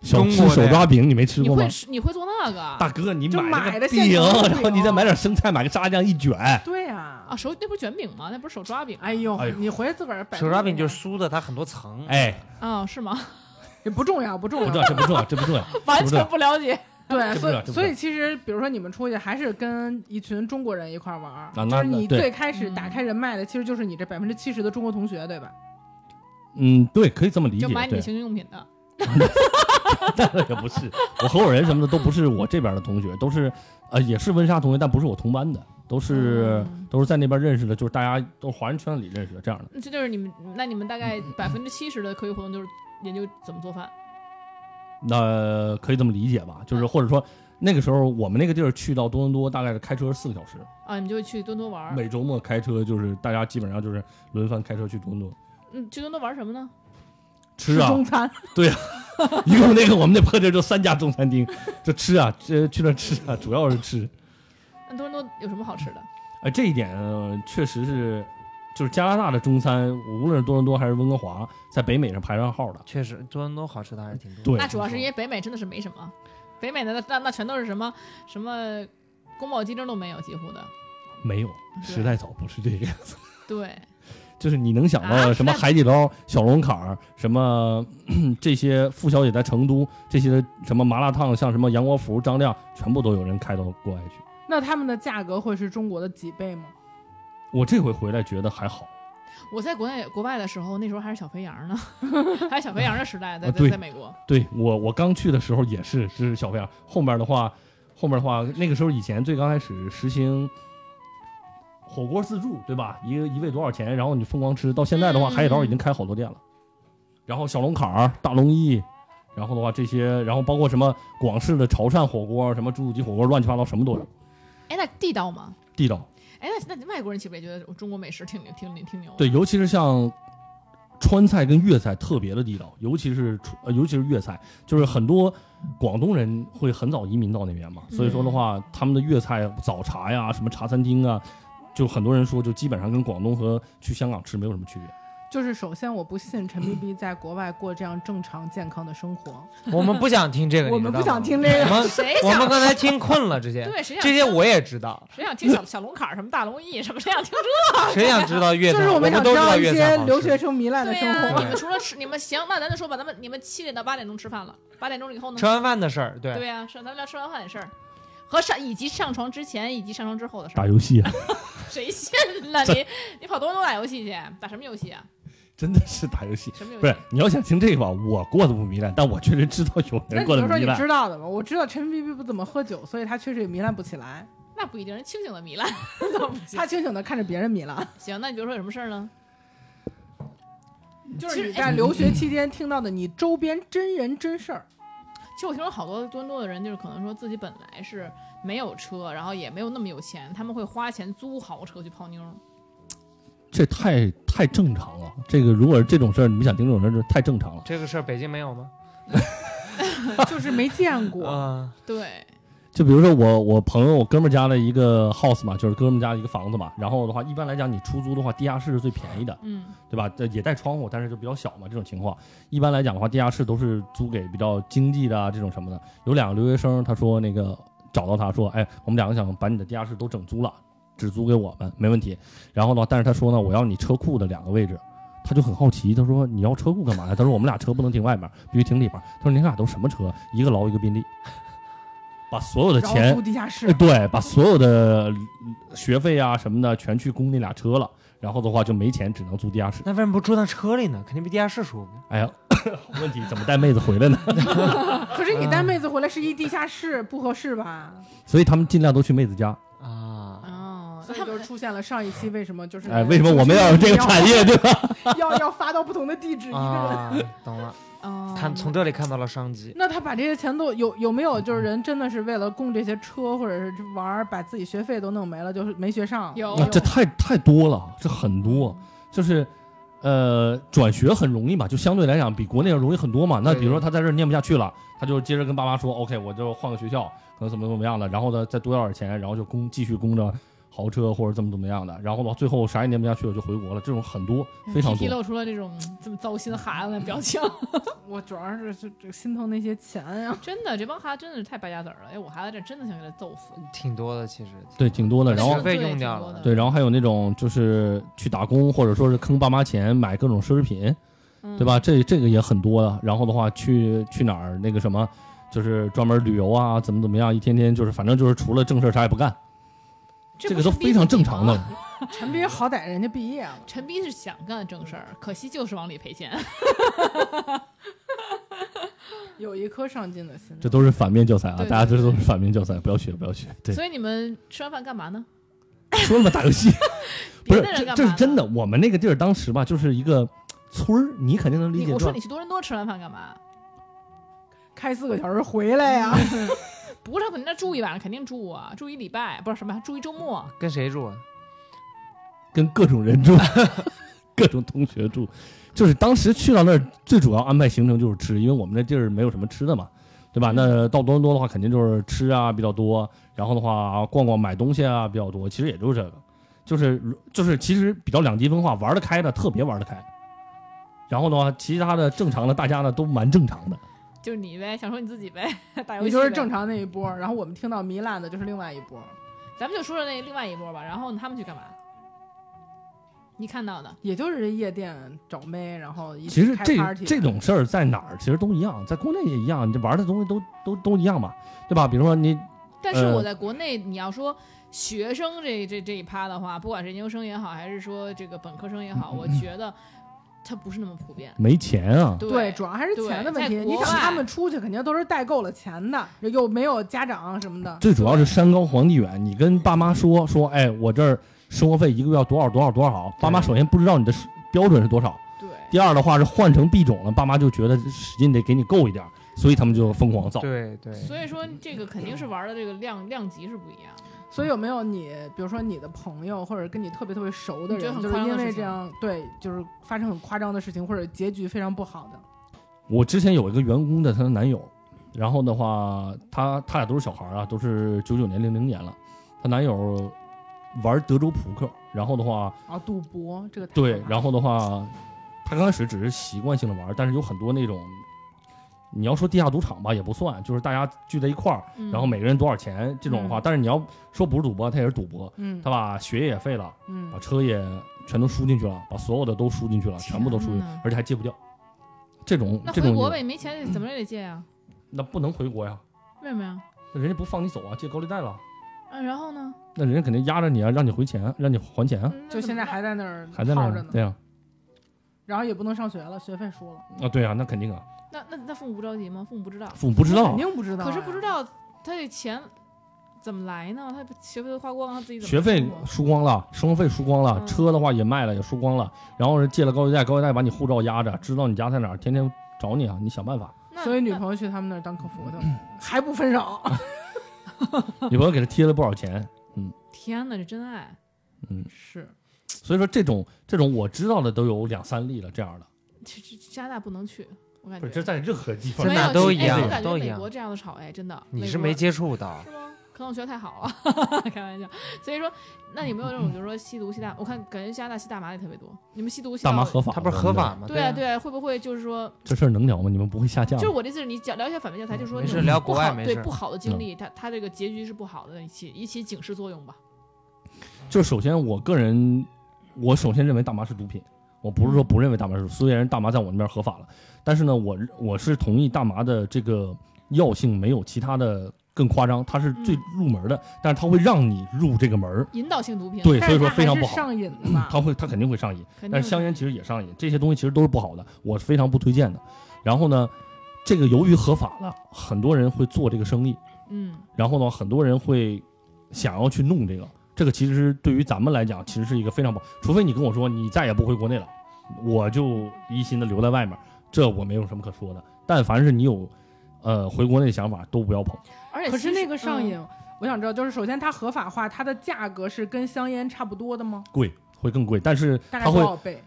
[SPEAKER 3] 小
[SPEAKER 2] 中
[SPEAKER 3] 吃
[SPEAKER 2] 国的
[SPEAKER 3] 手
[SPEAKER 2] 呀
[SPEAKER 3] 抓饼你没吃
[SPEAKER 1] 你
[SPEAKER 3] 过吗
[SPEAKER 1] 会？吃？你会做那个啊？
[SPEAKER 3] 大哥，你
[SPEAKER 4] 就
[SPEAKER 3] 买
[SPEAKER 4] 买
[SPEAKER 3] 那
[SPEAKER 4] 的
[SPEAKER 3] 个
[SPEAKER 4] 现
[SPEAKER 3] 饼，
[SPEAKER 4] 成的
[SPEAKER 3] 然后你再
[SPEAKER 4] 饼
[SPEAKER 3] 买点生菜，买个炸酱一卷，
[SPEAKER 4] 对啊，
[SPEAKER 1] 手那不是卷饼吗？那不是手抓饼？
[SPEAKER 4] 哎呦，
[SPEAKER 3] 哎呦
[SPEAKER 4] 你回来自个儿摆
[SPEAKER 2] 手抓饼就是
[SPEAKER 4] 是
[SPEAKER 2] 酥的，它很多层，
[SPEAKER 3] 哎，
[SPEAKER 1] 啊，是吗？
[SPEAKER 4] 也不重要，不重
[SPEAKER 3] 不
[SPEAKER 4] 要。
[SPEAKER 3] 重要，这不重要，这不重要。
[SPEAKER 1] 完
[SPEAKER 3] 是不是
[SPEAKER 1] 全不了解。
[SPEAKER 4] 对，
[SPEAKER 3] 这不
[SPEAKER 4] 所
[SPEAKER 3] 重要
[SPEAKER 4] 以
[SPEAKER 3] 这不重要
[SPEAKER 4] 所以其实比如说你们出去还是跟一群中国人一块儿玩儿，
[SPEAKER 3] 啊那
[SPEAKER 4] 就是
[SPEAKER 3] 那
[SPEAKER 4] 你
[SPEAKER 3] 对
[SPEAKER 4] 最开始
[SPEAKER 1] 嗯
[SPEAKER 4] 打开人脉的，其实就是你这百分之七十的中国同学，对吧？
[SPEAKER 3] 嗯，对，可以这么理解。
[SPEAKER 1] 就买你
[SPEAKER 3] 对
[SPEAKER 1] 的，情趣用品的。
[SPEAKER 3] 那 也不是，我合伙人什么的都不是我这边的同学，都是呃也是温莎同学，但不是我同班的，都是、
[SPEAKER 1] 嗯
[SPEAKER 3] 都是在那边认识的，就是大家都是华人圈里认识的这样的。
[SPEAKER 1] 这就是你们，那你们大概百分之七十的科学活动就是研究怎么做饭。
[SPEAKER 3] 那、可以这么理解吧？就是或者说那个时候我们那个地儿去到多伦多，大概是开车四个小时，
[SPEAKER 1] 啊，你就去多多玩儿。
[SPEAKER 3] 每周末开车就是大家基本上就是轮番开车去多伦多。
[SPEAKER 1] 嗯，最多能玩什么呢？
[SPEAKER 3] 吃啊，
[SPEAKER 4] 中餐，
[SPEAKER 3] 一共那个我们那破地儿就三家中餐厅，就吃啊，这去那儿吃啊，主要是吃。
[SPEAKER 1] 那多伦多有什么好吃的？
[SPEAKER 3] 呃，这一点、呃、确实是，就是加拿大的中餐，无论是多伦多还是温哥华，在北美上排上号的。
[SPEAKER 2] 确实多伦多好吃的还是挺多。
[SPEAKER 3] 对
[SPEAKER 1] 那主要是因为北美真的是没什么，北美的那那那全都是什么什么宫保鸡丁都没有，几乎的。
[SPEAKER 3] 没有，时代早不是这个样子。
[SPEAKER 1] 对，
[SPEAKER 3] 就是你能想到的
[SPEAKER 1] 啊
[SPEAKER 3] 什么
[SPEAKER 1] 那
[SPEAKER 3] 海底捞、小龙坎儿，什么 咳这些付小姐在成都这些什么麻辣烫，像什么杨国福、张亮，全部都有人开到国外去。
[SPEAKER 4] 那他们的价格会是中国的几倍吗？
[SPEAKER 3] 我这回回来觉得还好，
[SPEAKER 1] 我在国内国外的时候，那时候还是小肥羊呢， 还是小肥羊的时代，在
[SPEAKER 3] 啊
[SPEAKER 1] 在
[SPEAKER 3] 对
[SPEAKER 1] 在美国，
[SPEAKER 3] 对我我刚去的时候也是是小费啊，后面的话，后面的话，那个时候以前最刚开始实行火锅自助，对吧？一个一位多少钱，然后你疯狂吃。到现在的话，
[SPEAKER 1] 嗯
[SPEAKER 3] 海底捞已经开好多店了，然后小龙坎儿、大龙燚，然后的话这些，然后包括什么广式的潮汕火锅、什么猪肚鸡火锅，乱七八糟什么都有，
[SPEAKER 1] 哎，那地道吗？
[SPEAKER 3] 地道。
[SPEAKER 1] 哎，那那外国人岂不是也觉得中国美食挺牛挺牛挺牛的？
[SPEAKER 3] 对，尤其是像川菜跟粤菜特别的地道，尤其是川呃，尤其是粤菜，就是很多广东人会很早移民到那边嘛，所以说的
[SPEAKER 4] 嗯
[SPEAKER 3] 话，他们的粤菜早茶呀，什么茶餐厅啊，就很多人说，就基本上跟广东和去香港吃没有什么区别。
[SPEAKER 4] 就是首先我不信陈 B B 在国外过这样正常健康的生活，
[SPEAKER 2] 我们不想听这 个，
[SPEAKER 4] 我
[SPEAKER 2] 你
[SPEAKER 4] 们
[SPEAKER 2] 知道
[SPEAKER 4] 不想
[SPEAKER 2] 吗
[SPEAKER 4] 听这
[SPEAKER 2] 我
[SPEAKER 4] 个。
[SPEAKER 2] 们
[SPEAKER 1] 谁
[SPEAKER 2] 我们
[SPEAKER 1] 想
[SPEAKER 2] 刚才听困了这些，
[SPEAKER 1] 哎对谁想
[SPEAKER 2] 这些我也知道，
[SPEAKER 1] 谁想听小小龙坎儿什么大龙燚什么谁想听这
[SPEAKER 2] 谁想知道粤
[SPEAKER 4] 就
[SPEAKER 2] 菜？
[SPEAKER 4] 是
[SPEAKER 2] 我
[SPEAKER 4] 们想
[SPEAKER 2] 都
[SPEAKER 4] 知
[SPEAKER 2] 知道
[SPEAKER 4] 一
[SPEAKER 2] 粤
[SPEAKER 4] 些
[SPEAKER 2] 菜好
[SPEAKER 4] 留
[SPEAKER 2] 吃
[SPEAKER 4] 学生糜烂的
[SPEAKER 1] 对啊
[SPEAKER 4] 生
[SPEAKER 1] 呀、
[SPEAKER 4] 活。
[SPEAKER 1] 你
[SPEAKER 3] 啊
[SPEAKER 1] 们除了吃，你们行，那咱就说吧，咱们你们七点到八点钟吃饭了，八点钟以后呢
[SPEAKER 2] 吃？完饭的事儿，
[SPEAKER 1] 对呀、是咱们俩吃完饭的事儿，和上以及上床之前以及上床之后的事
[SPEAKER 3] 打
[SPEAKER 1] 儿，
[SPEAKER 3] 游戏啊，
[SPEAKER 1] 谁信了你？ 你跑多伦多打游戏去，打什么游戏啊？
[SPEAKER 3] 真的是打游戏。
[SPEAKER 1] 什么游
[SPEAKER 4] 嗯
[SPEAKER 3] 不
[SPEAKER 1] 戏
[SPEAKER 3] 是？，你要想听这个吧，我过得不糜烂，但我确实知道有
[SPEAKER 4] 那
[SPEAKER 3] 人
[SPEAKER 4] 你
[SPEAKER 3] 过得
[SPEAKER 4] 就说
[SPEAKER 3] 糜
[SPEAKER 4] 你
[SPEAKER 3] 烂。
[SPEAKER 4] 知道的吧？我知道陈 B B 不怎么喝酒，所以他确实也糜烂不起来。
[SPEAKER 1] 那不一定，人清醒的糜烂， 怎么不行
[SPEAKER 4] 他？清醒的看着别人糜烂，
[SPEAKER 1] 行，那你比如说有什么事儿呢？
[SPEAKER 4] 就
[SPEAKER 1] 其
[SPEAKER 4] 是
[SPEAKER 1] 实哎
[SPEAKER 4] 你在留学期间听到的你周边真人真事儿。
[SPEAKER 1] 其实我听说好多多伦多的人，就是可能说自己本来是没有车，然后也没有那么有钱，他们会花钱租豪车去泡妞儿。
[SPEAKER 3] 这太太正常了。这个如果是这种事儿，你们想听这种事儿，这太正常了。
[SPEAKER 2] 这个事儿北京没有吗？
[SPEAKER 4] 就是没见 过，
[SPEAKER 2] 啊，
[SPEAKER 1] 对，
[SPEAKER 3] 就比如说我我朋友我哥们儿家的一个 house 嘛，就是哥们儿家的一个房子嘛。然后的话，一般来讲你出租的话，地下室是最便宜的，
[SPEAKER 1] 嗯，
[SPEAKER 3] 对吧？呃也带窗户，但是就比较小嘛。这种情况，一般来讲的话，地下室都是租给比较经济的啊，这种什么的。有两个留学生，他说那个找到他说，哎，我们两个想把你的地下室都整租了，只租给我们，没问题。然后呢，但是他说呢，我要你车库的两个位置。他就很好奇，他说：“你要车库干嘛呀？”他说：“我们俩车不能停外面，必须停里边。”他说：“你俩都什么车？一个劳，一个宾利。”把所有的
[SPEAKER 4] 然
[SPEAKER 3] 钱
[SPEAKER 4] 后住地下室
[SPEAKER 3] 哎，，对，把所有的学费啊什么的全去供那俩车了，然后的话就没钱，只能租地下室。
[SPEAKER 2] 那为什么不住到车里呢？肯定比地下室舒服。
[SPEAKER 3] 哎呀， 问题怎么带妹子回来呢？
[SPEAKER 4] 可是你带妹子回来是一地下室，不合适吧？
[SPEAKER 3] 所以他们尽量都去妹子家。
[SPEAKER 2] 啊，
[SPEAKER 1] 哦，
[SPEAKER 4] 所
[SPEAKER 1] 那
[SPEAKER 4] 以
[SPEAKER 1] 他
[SPEAKER 4] 就
[SPEAKER 1] 们
[SPEAKER 4] 出现了上一期为什么嗯就是
[SPEAKER 3] 哎，为什么我们要有这个产业，对吧？
[SPEAKER 4] 要要发到不同的地址一个人？
[SPEAKER 2] 啊，懂了，
[SPEAKER 1] 哦，
[SPEAKER 2] 看从这里看到了商机。
[SPEAKER 4] 那他把这些钱都有有没有就是人真的是为了供这些车或者是玩儿，把自己学费都弄没了，就是没学上。
[SPEAKER 1] 有
[SPEAKER 3] 那啊这太太多了，这很多，就是。呃，转学很容易嘛，就相对来讲比国内要容易很多嘛。那比如说他在这儿念不下去了，他就接着跟爸妈说，OK，我就换个学校，可能怎么怎么样的，然后呢再多要点钱，然后就供继续供着豪车或者怎么怎么样的，然后吧最后啥也念不下去了就回国了，这种很多
[SPEAKER 4] 嗯
[SPEAKER 3] 非常
[SPEAKER 1] 皮
[SPEAKER 3] 多。
[SPEAKER 1] 露出了这种嗯这么糟心的孩子的 表情。
[SPEAKER 4] 我主要是这这心疼那些钱呀、
[SPEAKER 1] 真的，这帮孩子真的是太败家子儿了。哎，我孩子这真的想给他揍死。
[SPEAKER 2] 挺多的，其实。
[SPEAKER 3] 对，挺多
[SPEAKER 4] 嗯
[SPEAKER 3] 的。然后
[SPEAKER 2] 学费用掉
[SPEAKER 1] 嗯
[SPEAKER 2] 了
[SPEAKER 3] 对，然后还有那种就是去打工或者说是坑爸妈钱买各种奢侈品，
[SPEAKER 1] 嗯
[SPEAKER 3] 对吧？？这这个也很多的。然后的话，去去哪儿那个什么，就是专门旅游啊，怎么怎么样，一天天就是反正就是除了正事儿啥也不干，这
[SPEAKER 1] 不
[SPEAKER 3] 个
[SPEAKER 1] 是
[SPEAKER 3] 都
[SPEAKER 1] 逼
[SPEAKER 3] 非
[SPEAKER 1] 自
[SPEAKER 3] 常
[SPEAKER 1] 己
[SPEAKER 3] 正常
[SPEAKER 1] 吗。
[SPEAKER 3] 的了。
[SPEAKER 4] 陈斌好歹人家毕业了，
[SPEAKER 1] 陈斌是想干正事儿，可惜就是往里赔钱。
[SPEAKER 4] 有一颗上进的心。
[SPEAKER 3] 这都是反面教材啊，
[SPEAKER 1] 对对
[SPEAKER 3] 大家这
[SPEAKER 1] 对
[SPEAKER 3] 都是反面教材，不要学，不要学。对，
[SPEAKER 1] 所以你们吃完饭干嘛呢？
[SPEAKER 3] 说了嘛，打 游戏不
[SPEAKER 1] 别
[SPEAKER 3] 是
[SPEAKER 1] 的人
[SPEAKER 3] 这
[SPEAKER 1] 干嘛？
[SPEAKER 3] 这是真的。。我们那个地儿当时吧，就是一个村儿，你肯定能理
[SPEAKER 1] 你
[SPEAKER 3] 解
[SPEAKER 1] 我说
[SPEAKER 3] 到
[SPEAKER 1] 你。去多伦多吃完饭干嘛？
[SPEAKER 4] 开四个小时回来呀、
[SPEAKER 1] 不是，你那住一晚上肯定住啊，住一礼拜不是什么，住一周末。
[SPEAKER 2] 跟谁住啊？
[SPEAKER 3] 跟各种人住， 各种同学住，就是当时去到那儿最主要安排行程就是吃，因为我们那地儿没有什么吃的嘛，对吧？
[SPEAKER 4] 嗯
[SPEAKER 3] 那到多伦多的话，肯定就是吃啊比较多，然后的话逛逛买东西啊比较多，其实也就是这个，就是就是其实比较两极分化，玩得开的特别玩得开，然后的话其他的正常的大家呢都蛮正常的，
[SPEAKER 1] 就是你呗，想说你自己呗，打游戏
[SPEAKER 4] 你就是
[SPEAKER 1] 呗
[SPEAKER 4] 正常那一波，然后我们听到糜烂的就是另外一波，
[SPEAKER 1] 咱们就说说那另外一波吧。然后他们去干嘛？你看到的，
[SPEAKER 4] 也就是夜店找妹，然后一
[SPEAKER 3] 其
[SPEAKER 4] 起
[SPEAKER 3] 实
[SPEAKER 4] 开
[SPEAKER 3] 这
[SPEAKER 4] party
[SPEAKER 3] 这种事儿在哪儿其实都一样，在国内也一样，你这玩的东西都都都一样嘛，对吧？比如说你
[SPEAKER 1] 但是
[SPEAKER 3] 呃
[SPEAKER 1] 我在国内，你要说学生这这这一趴的话，不管是研究生也好，还是说这个本科生也好，我觉得它不是那么普遍。
[SPEAKER 3] 没钱啊，
[SPEAKER 4] 对，主要还是钱的问题。
[SPEAKER 1] 对在国
[SPEAKER 4] 你想
[SPEAKER 1] 外
[SPEAKER 4] 他们出去肯定都是代购了钱的，又没有家长什么的。
[SPEAKER 3] 最主要是山高皇帝远，你跟爸妈说说，哎，我这儿生活费一个月要多少多少多少，爸妈首先不知道你的是标准是多少，
[SPEAKER 1] 对，
[SPEAKER 3] 第二的话是换成币种了，爸妈就觉得使劲得给你够一点儿，所以他们就疯狂造。
[SPEAKER 2] 对对，
[SPEAKER 1] 所以说这个肯定是玩的这个量量级是不一样的。
[SPEAKER 4] 所以有没有你，比如说你的朋友或者跟你特别特别熟的
[SPEAKER 1] 你觉得
[SPEAKER 4] 人，
[SPEAKER 1] 很
[SPEAKER 4] 就是
[SPEAKER 1] 夸张的
[SPEAKER 4] 因为
[SPEAKER 1] 事
[SPEAKER 4] 这
[SPEAKER 1] 情
[SPEAKER 4] 样对，就是发生很夸张的事情或者结局非常不好的？
[SPEAKER 3] 我之前有一个员工的她的男友，然后的话，他他俩都是小孩儿啊，都是九九年零零年了，她男友玩德州扑克，然后的话，
[SPEAKER 4] 啊，赌博这个太
[SPEAKER 3] 对
[SPEAKER 4] 可，怕了
[SPEAKER 3] 然后的话，他刚开始只是习惯性的玩，但是有很多那种，你要说地下赌场吧，也不算，就是大家聚在一块儿，
[SPEAKER 1] 嗯、
[SPEAKER 3] 然后每个人多少钱这种的话，
[SPEAKER 4] 嗯
[SPEAKER 3] 但是你要说不是赌博，他也是赌博，
[SPEAKER 4] 嗯
[SPEAKER 3] 他把学也废了，把
[SPEAKER 4] 嗯，
[SPEAKER 3] 车也全都输进去了，把所有的都输进去了，全部都输进去
[SPEAKER 1] 天哪，
[SPEAKER 3] 而且还戒不掉。这种
[SPEAKER 1] 那
[SPEAKER 3] 这
[SPEAKER 1] 回
[SPEAKER 3] 种嗯
[SPEAKER 1] 国呗，
[SPEAKER 3] 也
[SPEAKER 1] 没钱怎么也得借啊？
[SPEAKER 3] 那不能回国呀，
[SPEAKER 1] 为什么呀？
[SPEAKER 3] 那人家不放你走啊，借高利贷了，
[SPEAKER 1] 嗯，然后呢？
[SPEAKER 3] 那人家肯定压着你啊，让你回钱啊，让你还钱啊，
[SPEAKER 1] 嗯那
[SPEAKER 4] 就
[SPEAKER 1] 怎
[SPEAKER 4] 现
[SPEAKER 1] 么
[SPEAKER 4] 在
[SPEAKER 1] 办
[SPEAKER 4] 还在那儿
[SPEAKER 3] 还在那
[SPEAKER 4] 耗
[SPEAKER 3] 儿
[SPEAKER 4] 着
[SPEAKER 3] 呢
[SPEAKER 4] 呢，
[SPEAKER 3] 对呀，
[SPEAKER 4] 然后也不能上学了，学费输了，
[SPEAKER 3] 啊对啊，那肯定啊，
[SPEAKER 1] 那那那父母不着急吗？父母不知道，
[SPEAKER 3] 父母不知道啊
[SPEAKER 4] 肯，定不知道啊呀，
[SPEAKER 1] 可是不知道他这钱怎么来呢？他学费都花光了，他自己怎么
[SPEAKER 3] 学费
[SPEAKER 1] 生活
[SPEAKER 3] 输光了，生活费输光了，
[SPEAKER 1] 嗯
[SPEAKER 3] 车的话也卖了，也输光了，然后是借了高利贷，高利贷把你护照压着，知道你家在哪儿，天天找你啊，你想 办法。
[SPEAKER 1] 那
[SPEAKER 4] 所以女
[SPEAKER 1] 那
[SPEAKER 4] 朋友去他们那儿当客服的，
[SPEAKER 3] 嗯
[SPEAKER 4] 还不分 手。
[SPEAKER 3] 女朋友给他贴了不少钱，
[SPEAKER 1] 天哪，这真爱！
[SPEAKER 4] 是，
[SPEAKER 3] 所以说这种这种我知道的都有两三例了，这样的，
[SPEAKER 1] 这这加拿大不能去，我感
[SPEAKER 3] 不
[SPEAKER 1] 觉
[SPEAKER 3] 是这在任何地方
[SPEAKER 2] 在
[SPEAKER 1] 没
[SPEAKER 2] 哪
[SPEAKER 1] 有
[SPEAKER 2] 都
[SPEAKER 1] 哎
[SPEAKER 2] 一样
[SPEAKER 1] 我感觉
[SPEAKER 2] 都一
[SPEAKER 1] 美
[SPEAKER 2] 样
[SPEAKER 1] 国这样的吵，哎，真的，
[SPEAKER 2] 你
[SPEAKER 1] 美
[SPEAKER 2] 是
[SPEAKER 1] 国
[SPEAKER 2] 没接触到
[SPEAKER 1] 是，吗？可能我学的太好了， 开玩笑。所以说，那有没有那种，就是说吸毒、吸大？我看感觉加拿大吸大麻也特别多。你们吸毒吸
[SPEAKER 3] 大麻
[SPEAKER 1] 到
[SPEAKER 3] 合法，
[SPEAKER 2] 它不是合法？吗？
[SPEAKER 1] 对啊，对啊，会不会就是说，
[SPEAKER 3] 这事儿能聊吗？你们不会下架
[SPEAKER 1] 就
[SPEAKER 3] 吗
[SPEAKER 1] 是？我的意思是你讲聊一下反面教材，就是说
[SPEAKER 2] 没
[SPEAKER 1] 那
[SPEAKER 2] 事
[SPEAKER 1] 种
[SPEAKER 2] 聊
[SPEAKER 1] 不
[SPEAKER 2] 国外
[SPEAKER 1] 好
[SPEAKER 2] 没
[SPEAKER 1] 对
[SPEAKER 2] 事
[SPEAKER 1] 不好的经历，它它这个结局是不好的，一起一起警示作用吧。
[SPEAKER 3] 就是首先我个人，我首先认为大麻是毒品，我不是说不认为大麻是毒，虽然大麻在我那边合法了，但是呢，我我是同意大麻的这个药性没有其他的更夸张，它是
[SPEAKER 4] 嗯
[SPEAKER 3] 最入门的，但是它会让你入这个门儿，
[SPEAKER 1] 引导性毒品，
[SPEAKER 3] 对，
[SPEAKER 4] 但
[SPEAKER 3] 所
[SPEAKER 4] 是
[SPEAKER 3] 以说
[SPEAKER 4] 他
[SPEAKER 3] 非常
[SPEAKER 4] 还
[SPEAKER 3] 不
[SPEAKER 4] 是
[SPEAKER 3] 好，嗯
[SPEAKER 4] 上瘾的吧？
[SPEAKER 3] 它会它肯定会上瘾，
[SPEAKER 1] 肯定
[SPEAKER 3] 但是香烟其实也上瘾，这些东西其实都是不好的，我是非常不推荐的。然后呢，这个由于合法了，很多人会做这个生意，
[SPEAKER 1] 嗯，
[SPEAKER 3] 然后呢，很多人会想要去弄这个，这个其实对于咱们来讲，其实是一个非常不，除非你跟我说你再也不回国内了，我就一心的留在外面，这我没有什么可说的。但凡是你有，呃，回国内的想法，都不要碰。
[SPEAKER 1] 而且
[SPEAKER 4] 可
[SPEAKER 1] 其
[SPEAKER 4] 是
[SPEAKER 1] 实
[SPEAKER 4] 那个上
[SPEAKER 1] 嗯
[SPEAKER 4] 瘾，我想知道，就是首先它合法化，它的价格是跟香烟差不多的吗？
[SPEAKER 3] 贵会更贵，但是
[SPEAKER 4] 大
[SPEAKER 3] 它
[SPEAKER 4] 概多
[SPEAKER 3] 会
[SPEAKER 4] 少倍？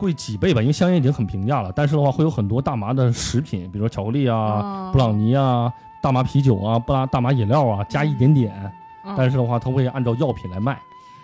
[SPEAKER 3] 贵几倍吧，因为香烟已经很平价了。但是的话，会有很多大麻的食品，比如说巧克力啊、
[SPEAKER 4] 啊
[SPEAKER 3] 布朗尼啊、大麻啤酒啊、不拉大麻饮料啊，加一点点。
[SPEAKER 4] 嗯
[SPEAKER 3] 但是的话，它会按照药品来卖。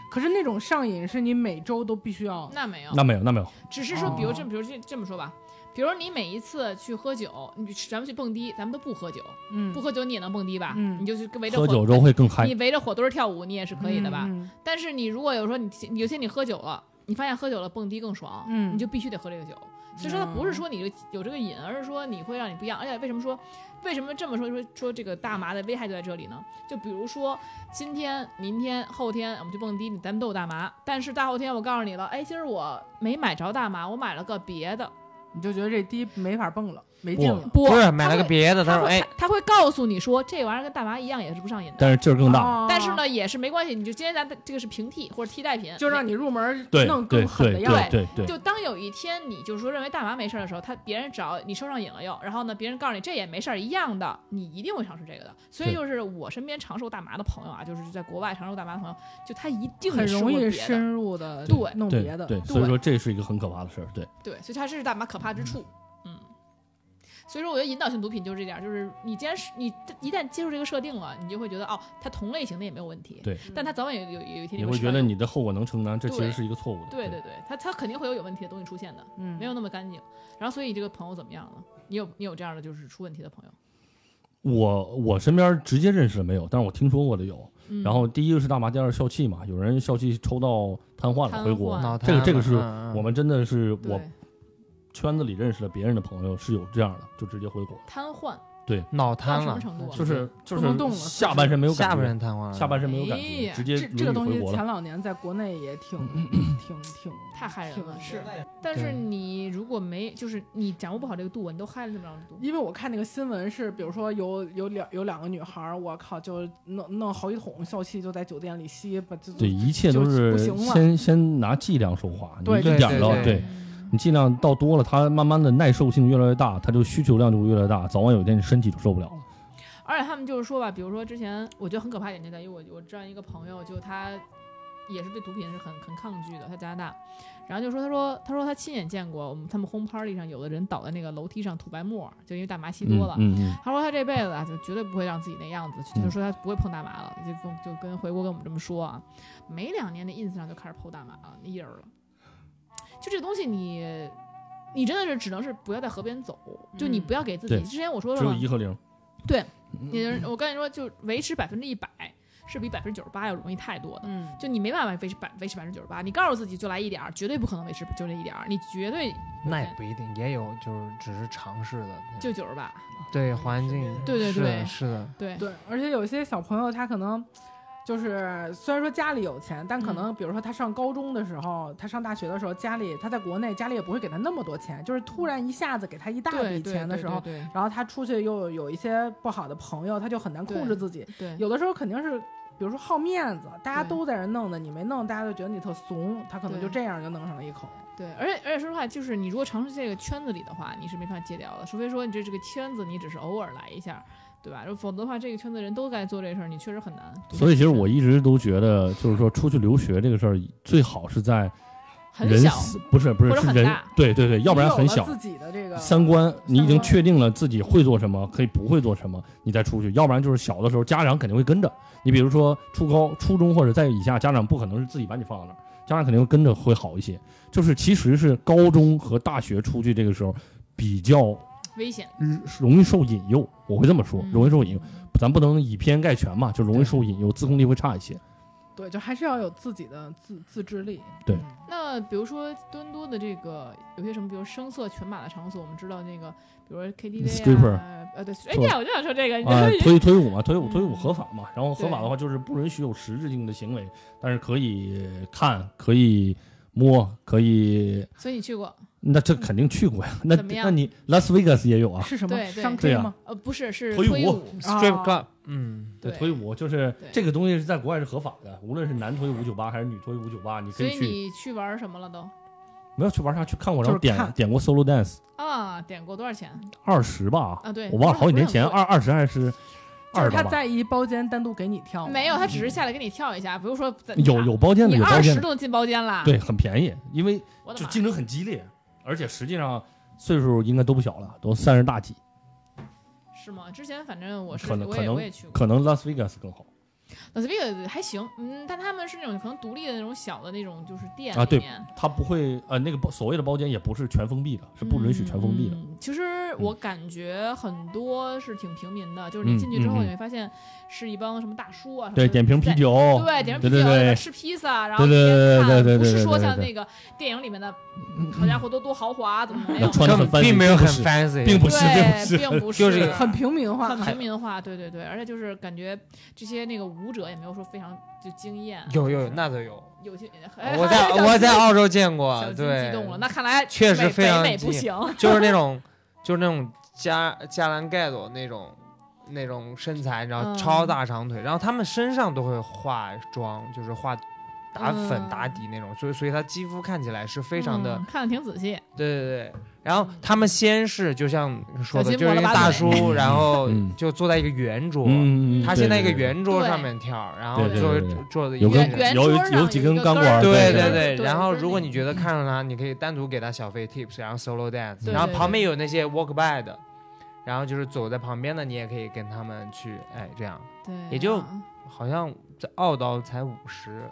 [SPEAKER 4] 可是那种上瘾是你每周都必须要，
[SPEAKER 1] 那没有，
[SPEAKER 3] 那没有，那没有，
[SPEAKER 1] 只是说，比如这，
[SPEAKER 4] 哦
[SPEAKER 1] 比如这这么说吧，比如你每一次去喝酒，你去咱们去蹦迪，咱们都不喝酒，
[SPEAKER 4] 嗯，
[SPEAKER 1] 不喝酒你也能蹦迪吧？
[SPEAKER 4] 嗯
[SPEAKER 1] 你就去跟围着
[SPEAKER 3] 喝
[SPEAKER 1] 火
[SPEAKER 3] 酒之后会更嗨。
[SPEAKER 1] 你围着火堆儿跳舞，你也是可以的吧？
[SPEAKER 4] 嗯
[SPEAKER 1] 但是你如果有时候你你尤其你喝酒了，你发现喝酒了蹦迪更爽，
[SPEAKER 4] 嗯
[SPEAKER 1] 你就必须得喝这个酒。所以说它不是说你就有这个瘾，而是说你会让你不一样。而且为什么说，为什么这么说说说这个大麻的危害就在这里呢？就比如说今天、明天、后天我们去蹦迪，咱们都有大麻，但是大后天我告诉你了，哎，今儿我没买着大麻，我买了个别的，
[SPEAKER 4] 你就觉得这低没法蹦了，没劲了。
[SPEAKER 1] 不
[SPEAKER 2] 不是啊买了
[SPEAKER 1] 他
[SPEAKER 2] 个
[SPEAKER 1] 会
[SPEAKER 2] 别的，他
[SPEAKER 1] 他
[SPEAKER 2] 说
[SPEAKER 1] 会
[SPEAKER 2] 哎
[SPEAKER 1] 他，他会告诉你说这玩意儿跟大麻一样也是不上瘾的，
[SPEAKER 3] 但是劲儿更大。
[SPEAKER 4] 哦
[SPEAKER 1] 但是，呢也是没关系，你就今天咱这个是平替或者替代品，
[SPEAKER 4] 就让你入门
[SPEAKER 3] 对
[SPEAKER 4] 弄
[SPEAKER 3] 对
[SPEAKER 4] 更狠的
[SPEAKER 3] 对
[SPEAKER 4] 样
[SPEAKER 1] 子
[SPEAKER 3] 对对对，
[SPEAKER 1] 就当有一天你就说认为大麻没事儿的时候，他别人只要你受上瘾了又，然后呢，别人告诉你这也没事儿一样的，你一定会尝试这个的。所以
[SPEAKER 3] 对
[SPEAKER 1] 就是我身边常受大麻的朋友啊，就是在国外常受大麻的朋友，就他一定
[SPEAKER 4] 很
[SPEAKER 1] 也试
[SPEAKER 4] 容
[SPEAKER 1] 过别
[SPEAKER 4] 易
[SPEAKER 1] 的
[SPEAKER 4] 深入的
[SPEAKER 1] 对
[SPEAKER 4] 弄
[SPEAKER 3] 对
[SPEAKER 4] 别的。
[SPEAKER 3] 对，
[SPEAKER 1] 对
[SPEAKER 3] 所以说这是一个很可怕的事儿。对，
[SPEAKER 1] 对，所以它这是大麻可怕之处，嗯。所以说，我觉得引导性毒品就是这点儿，就是你既然是你一旦接受这个设定了，你就会觉得哦，它同类型的也没有问题，
[SPEAKER 3] 对
[SPEAKER 1] 但它早晚有有有一天
[SPEAKER 3] 你
[SPEAKER 1] 就
[SPEAKER 3] 会觉
[SPEAKER 1] 上
[SPEAKER 3] 得
[SPEAKER 1] 瘾
[SPEAKER 3] 你的后果能承担，这其
[SPEAKER 1] 对
[SPEAKER 3] 实是一个错误的。
[SPEAKER 1] 对对对，它它肯定会有有问题的东西出现的，
[SPEAKER 4] 嗯，
[SPEAKER 1] 没有那么干净。然后，所以这个朋友怎么样了？你有你有这样的就是出问题的朋友？
[SPEAKER 3] 我我身边直接认识的没有，但是我听说过的有。
[SPEAKER 1] 嗯、
[SPEAKER 3] 然后第一个是大麻，第二是笑气嘛，有人笑气抽到瘫痪了
[SPEAKER 1] 瘫
[SPEAKER 3] 回国
[SPEAKER 1] 痪，
[SPEAKER 2] 脑
[SPEAKER 3] 这个
[SPEAKER 2] 瘫
[SPEAKER 3] 这个
[SPEAKER 2] 了
[SPEAKER 3] 是
[SPEAKER 2] 嗯嗯
[SPEAKER 3] 我们真的是
[SPEAKER 1] 对
[SPEAKER 3] 我圈子里认识的别人的朋友是有这样的，就直接回国，
[SPEAKER 1] 瘫痪到
[SPEAKER 2] 脑瘫
[SPEAKER 1] 什
[SPEAKER 2] 了
[SPEAKER 1] 么，程度啊？
[SPEAKER 3] 就是就
[SPEAKER 4] 不能嗯动
[SPEAKER 3] 是
[SPEAKER 4] 了
[SPEAKER 3] 下半身没有感
[SPEAKER 2] 下
[SPEAKER 3] 觉，
[SPEAKER 2] 半身瘫痪了，
[SPEAKER 3] 下半身没有感
[SPEAKER 1] 哎
[SPEAKER 3] 觉，
[SPEAKER 1] 呀
[SPEAKER 3] 直接
[SPEAKER 4] 这这个
[SPEAKER 3] 轮
[SPEAKER 4] 东
[SPEAKER 3] 椅回
[SPEAKER 4] 西
[SPEAKER 3] 国
[SPEAKER 4] 前
[SPEAKER 3] 了。嗯
[SPEAKER 4] 两年在国内也挺挺挺
[SPEAKER 1] 太害人了，
[SPEAKER 4] 挺
[SPEAKER 1] 是。但是你如果没就是你掌握不好这个度啊，你都嗨了这么长的度，
[SPEAKER 4] 因为我看那个新闻是，比如说有有两有两个女孩儿，我靠，就弄弄好几桶笑气，就在酒店里吸，把就
[SPEAKER 3] 对，一切都
[SPEAKER 4] 就是不行了
[SPEAKER 3] 先先拿剂量说话，你
[SPEAKER 4] 对
[SPEAKER 3] 一
[SPEAKER 4] 对
[SPEAKER 3] 点
[SPEAKER 2] 对
[SPEAKER 3] 到
[SPEAKER 2] 对
[SPEAKER 3] 对，
[SPEAKER 1] 嗯
[SPEAKER 3] 你剂量到多了，它慢慢的耐受性越来越大，它就需求量就越来越大，早晚有一天你身体就受不了了。
[SPEAKER 1] 而且他们就是说吧，比如说之前我觉得很可怕一点就在于我我这样一个朋友，就他也是对毒品是很很抗拒的，他加拿大，然后就说他说他说他亲眼见过我们他们轰 party 上有的人倒在那个楼梯上吐白沫，就因为大麻吸多了。
[SPEAKER 3] 嗯嗯嗯，
[SPEAKER 1] 他说他这辈子啊，就绝对不会让自己那样子，他就说他不会碰大麻了，就跟就跟回国跟我们这么说啊。没两年，那 ins 上就开始碰大麻了，那印儿了。就这东西你，你真的是只能是不要在河边走，就
[SPEAKER 4] 嗯
[SPEAKER 1] 你不要给自己。
[SPEAKER 3] 对
[SPEAKER 1] 之前我说了
[SPEAKER 3] 只有
[SPEAKER 1] 嘛，
[SPEAKER 3] 一和零。
[SPEAKER 1] 你就是我跟你说，就维持百分之一百是比百分之九十八要容易太多的。
[SPEAKER 4] 嗯，
[SPEAKER 1] 就你没办法维持百维持百分之九十八，你告诉自己就来一点儿，绝对不可能维持就这一点儿，你绝对
[SPEAKER 2] 那也不一定，也有就是只是尝试的，
[SPEAKER 1] 就九十八。
[SPEAKER 2] 对环境，
[SPEAKER 1] 对对
[SPEAKER 2] 是的
[SPEAKER 1] 对哦
[SPEAKER 2] 是的，
[SPEAKER 1] 对，
[SPEAKER 4] 对，而且有些小朋友他可能。就是虽然说家里有钱，但可
[SPEAKER 1] 嗯
[SPEAKER 4] 能比如说他上高中的时候，他上大学的时候，家里他在国内家里也不会给他那么多钱，就是突然一下子给他一大
[SPEAKER 1] 对
[SPEAKER 4] 笔
[SPEAKER 1] 对
[SPEAKER 4] 钱的
[SPEAKER 1] 对
[SPEAKER 4] 时候，
[SPEAKER 1] 对
[SPEAKER 4] 然后他出去又有有一些不好的朋友，他就很难控
[SPEAKER 1] 对
[SPEAKER 4] 制自己，
[SPEAKER 1] 对对
[SPEAKER 4] 有的时候肯定是，比如说好面子，大家
[SPEAKER 1] 对
[SPEAKER 4] 都在这弄的，你没弄，大家就觉得你特怂，他可能
[SPEAKER 1] 对
[SPEAKER 4] 就这样就弄上了一口。
[SPEAKER 1] 对，而且而且说实话，就是你如果尝试这个圈子里的话，你是没法戒掉的，除非说你这这个圈子你只是偶尔来一下，对吧？否则的话，这个圈子人都该做这事儿，你确实很难。
[SPEAKER 3] 所以其实我一直都觉得，就是说出去留学这个事儿，最好是在
[SPEAKER 1] 很
[SPEAKER 3] 人
[SPEAKER 1] 小，
[SPEAKER 3] 死不是不是
[SPEAKER 1] 或者
[SPEAKER 3] 是
[SPEAKER 1] 很
[SPEAKER 3] 人
[SPEAKER 1] 大
[SPEAKER 3] 对对对，要不然很
[SPEAKER 4] 你有
[SPEAKER 3] 小
[SPEAKER 4] 了。自己的这个
[SPEAKER 3] 三观你已经
[SPEAKER 4] 观
[SPEAKER 3] 确定了自己会做什么，可以不会做什么，你再出去。要不然就是小的时候家长肯定会跟着你，比如说初高、初中或者在以下，家长不可能是自己把你放到那儿，家长肯定会跟着会好一些。就是其实是高中和大学出去这个时候比较
[SPEAKER 1] 危险，
[SPEAKER 3] 嗯容易受引诱，我会这么说，
[SPEAKER 1] 嗯
[SPEAKER 3] 容易受引诱。咱不能以偏概全嘛，就容易受引诱，自控力会差一些。
[SPEAKER 4] 对，就还是要有自己的自自制力。
[SPEAKER 3] 对
[SPEAKER 4] 嗯
[SPEAKER 1] 那比如说多伦多的这个有些什么，比如声色犬马的场所，我们知道那个，比如说 KTV 啊
[SPEAKER 3] Stripper，
[SPEAKER 1] 呃对，哎对啊，我就想说这 个，你
[SPEAKER 3] 啊，
[SPEAKER 1] 这
[SPEAKER 3] 推推舞嘛，推舞
[SPEAKER 1] 嗯
[SPEAKER 3] 推舞合法嘛，然后合法的话就是不允许有实质性的行为，但是可以看，可以摸，可以，
[SPEAKER 1] 所以你去过？
[SPEAKER 3] 那这肯定去过呀。那
[SPEAKER 1] 怎么样
[SPEAKER 3] 那你拉斯维加斯也有啊，
[SPEAKER 4] 是什么
[SPEAKER 1] 对对
[SPEAKER 4] 商
[SPEAKER 3] 对
[SPEAKER 4] K
[SPEAKER 3] 啊
[SPEAKER 4] 吗？
[SPEAKER 1] 呃，不是，是
[SPEAKER 3] 推舞
[SPEAKER 1] 推舞，
[SPEAKER 2] strip
[SPEAKER 4] 啊
[SPEAKER 2] club，嗯，
[SPEAKER 1] 对
[SPEAKER 3] 推舞就是
[SPEAKER 1] 对
[SPEAKER 3] 这个东西是在国外是合法的，无论是男推舞酒吧还是女推舞酒吧，你可
[SPEAKER 1] 所以
[SPEAKER 3] 去，
[SPEAKER 1] 你去玩什么了都？
[SPEAKER 3] 没有去玩啥，去看过，然后
[SPEAKER 4] 就是
[SPEAKER 3] 点
[SPEAKER 4] 看
[SPEAKER 3] 点过 solo dance
[SPEAKER 1] 啊，点过多少钱
[SPEAKER 3] 二十吧，
[SPEAKER 1] 啊？对，
[SPEAKER 3] 我忘了好几年前
[SPEAKER 1] 不是很贵
[SPEAKER 3] 二二十还是
[SPEAKER 4] 就
[SPEAKER 3] 二
[SPEAKER 4] 是
[SPEAKER 3] 十
[SPEAKER 4] 他
[SPEAKER 3] 吧，
[SPEAKER 4] 在一包间单独给你
[SPEAKER 3] 哦
[SPEAKER 4] 跳吗，
[SPEAKER 1] 没有，他只是下来给你跳一下，不用说在
[SPEAKER 3] 有有包间的，
[SPEAKER 1] 你
[SPEAKER 3] 有包
[SPEAKER 1] 二
[SPEAKER 3] 间
[SPEAKER 1] 十
[SPEAKER 3] 的，
[SPEAKER 1] 都进包间了，，
[SPEAKER 3] 对，很便宜，因为
[SPEAKER 1] 我的嗯
[SPEAKER 3] 就
[SPEAKER 1] 妈！
[SPEAKER 3] 竞争很激烈，而且实际上岁数应该都不小了，都三十大几，
[SPEAKER 1] 是吗？之前反正我是
[SPEAKER 3] 可能
[SPEAKER 1] 我
[SPEAKER 3] 可
[SPEAKER 1] 也
[SPEAKER 3] 能
[SPEAKER 1] 我也去过，
[SPEAKER 3] 可能拉斯维加斯更好
[SPEAKER 1] 拉斯维加还行，嗯，但他们是那种可能独立的那种小的那种就是店
[SPEAKER 3] 啊
[SPEAKER 1] 里
[SPEAKER 3] 对
[SPEAKER 1] 面，
[SPEAKER 3] 它不会呃那个包所谓的包间也不是全封闭的，是不允许全封闭的。
[SPEAKER 1] 嗯其实我感觉很多是挺平民的，就是你进去之后
[SPEAKER 3] 嗯嗯嗯
[SPEAKER 1] 你会发现是一帮什么大叔啊，什么
[SPEAKER 3] 对，点瓶啤，酒，
[SPEAKER 1] 对，点瓶
[SPEAKER 3] 对
[SPEAKER 1] 啤酒，
[SPEAKER 3] 对对
[SPEAKER 1] 然后吃披萨，然后
[SPEAKER 3] 对对对
[SPEAKER 1] 边看
[SPEAKER 3] 对对对
[SPEAKER 1] 不是说
[SPEAKER 3] 对对
[SPEAKER 1] 像
[SPEAKER 3] 对嗯
[SPEAKER 1] 那个电影里面的，好家伙，都多豪华，啊怎么没有
[SPEAKER 3] 那？穿的
[SPEAKER 2] 根
[SPEAKER 3] 很
[SPEAKER 2] 本
[SPEAKER 3] fancy，
[SPEAKER 2] 并没有很
[SPEAKER 3] 不是
[SPEAKER 2] fancy，
[SPEAKER 3] 并不是
[SPEAKER 1] 对，
[SPEAKER 3] 是
[SPEAKER 1] 并不
[SPEAKER 2] 就是
[SPEAKER 1] 是
[SPEAKER 4] 很平民化
[SPEAKER 1] 很。平民化，对对对，而且就是感觉这些那个舞者也没有说非常就惊艳，啊
[SPEAKER 2] 有有有那都有，
[SPEAKER 1] 有些哎
[SPEAKER 2] 我
[SPEAKER 1] 还
[SPEAKER 2] 在
[SPEAKER 1] 有小
[SPEAKER 2] 我
[SPEAKER 1] 金
[SPEAKER 2] 在澳洲见
[SPEAKER 1] 小
[SPEAKER 2] 过，
[SPEAKER 1] 金
[SPEAKER 2] 对
[SPEAKER 1] 激，动了，那看来
[SPEAKER 2] 确实
[SPEAKER 1] 美
[SPEAKER 2] 非常
[SPEAKER 1] 北美不
[SPEAKER 2] 激
[SPEAKER 1] 行，
[SPEAKER 2] 就是那种就是那种加加兰盖朵那种那种身材，你知道、
[SPEAKER 1] 嗯
[SPEAKER 2] 超大长腿，然后他们身上都会化妆，就是化打粉
[SPEAKER 1] 嗯
[SPEAKER 2] 打底那种，所以所以他肌肤看起来是非常的，
[SPEAKER 1] 嗯看的挺仔细，
[SPEAKER 2] 对对对。然后他们先是就像说
[SPEAKER 1] 小
[SPEAKER 2] 的，
[SPEAKER 1] 心
[SPEAKER 2] 就是
[SPEAKER 1] 抹了
[SPEAKER 2] 一个
[SPEAKER 1] 把
[SPEAKER 2] 大
[SPEAKER 1] 嘴
[SPEAKER 2] 叔， 然后
[SPEAKER 3] 嗯
[SPEAKER 2] 就坐在一个圆桌，
[SPEAKER 3] 嗯，嗯
[SPEAKER 2] 他现在一个，
[SPEAKER 3] 对对对
[SPEAKER 2] 圆桌
[SPEAKER 1] 对
[SPEAKER 2] 上面跳，然后
[SPEAKER 3] 对对
[SPEAKER 2] 坐
[SPEAKER 3] 对对
[SPEAKER 2] 坐的一
[SPEAKER 3] 有
[SPEAKER 2] 个
[SPEAKER 3] 根
[SPEAKER 2] 人
[SPEAKER 1] 圆
[SPEAKER 3] 有
[SPEAKER 1] 桌上
[SPEAKER 3] 有几
[SPEAKER 1] 有
[SPEAKER 3] 根
[SPEAKER 1] 一个
[SPEAKER 3] 钢
[SPEAKER 1] 根儿
[SPEAKER 3] 管儿，
[SPEAKER 2] 对
[SPEAKER 1] 对
[SPEAKER 2] 对
[SPEAKER 1] 对
[SPEAKER 2] 然后
[SPEAKER 1] 就是
[SPEAKER 2] 如果
[SPEAKER 1] 那
[SPEAKER 2] 你觉得看上他，你可以单独给他小费 tips，然后 solo
[SPEAKER 1] 对
[SPEAKER 2] dance，然后
[SPEAKER 1] 对
[SPEAKER 2] 旁边
[SPEAKER 1] 对
[SPEAKER 2] 有那些 walk by 的，然后就是走在旁边的，你也可以跟他们去，哎，这样
[SPEAKER 1] 对啊，
[SPEAKER 2] 也就好像在澳岛才五十，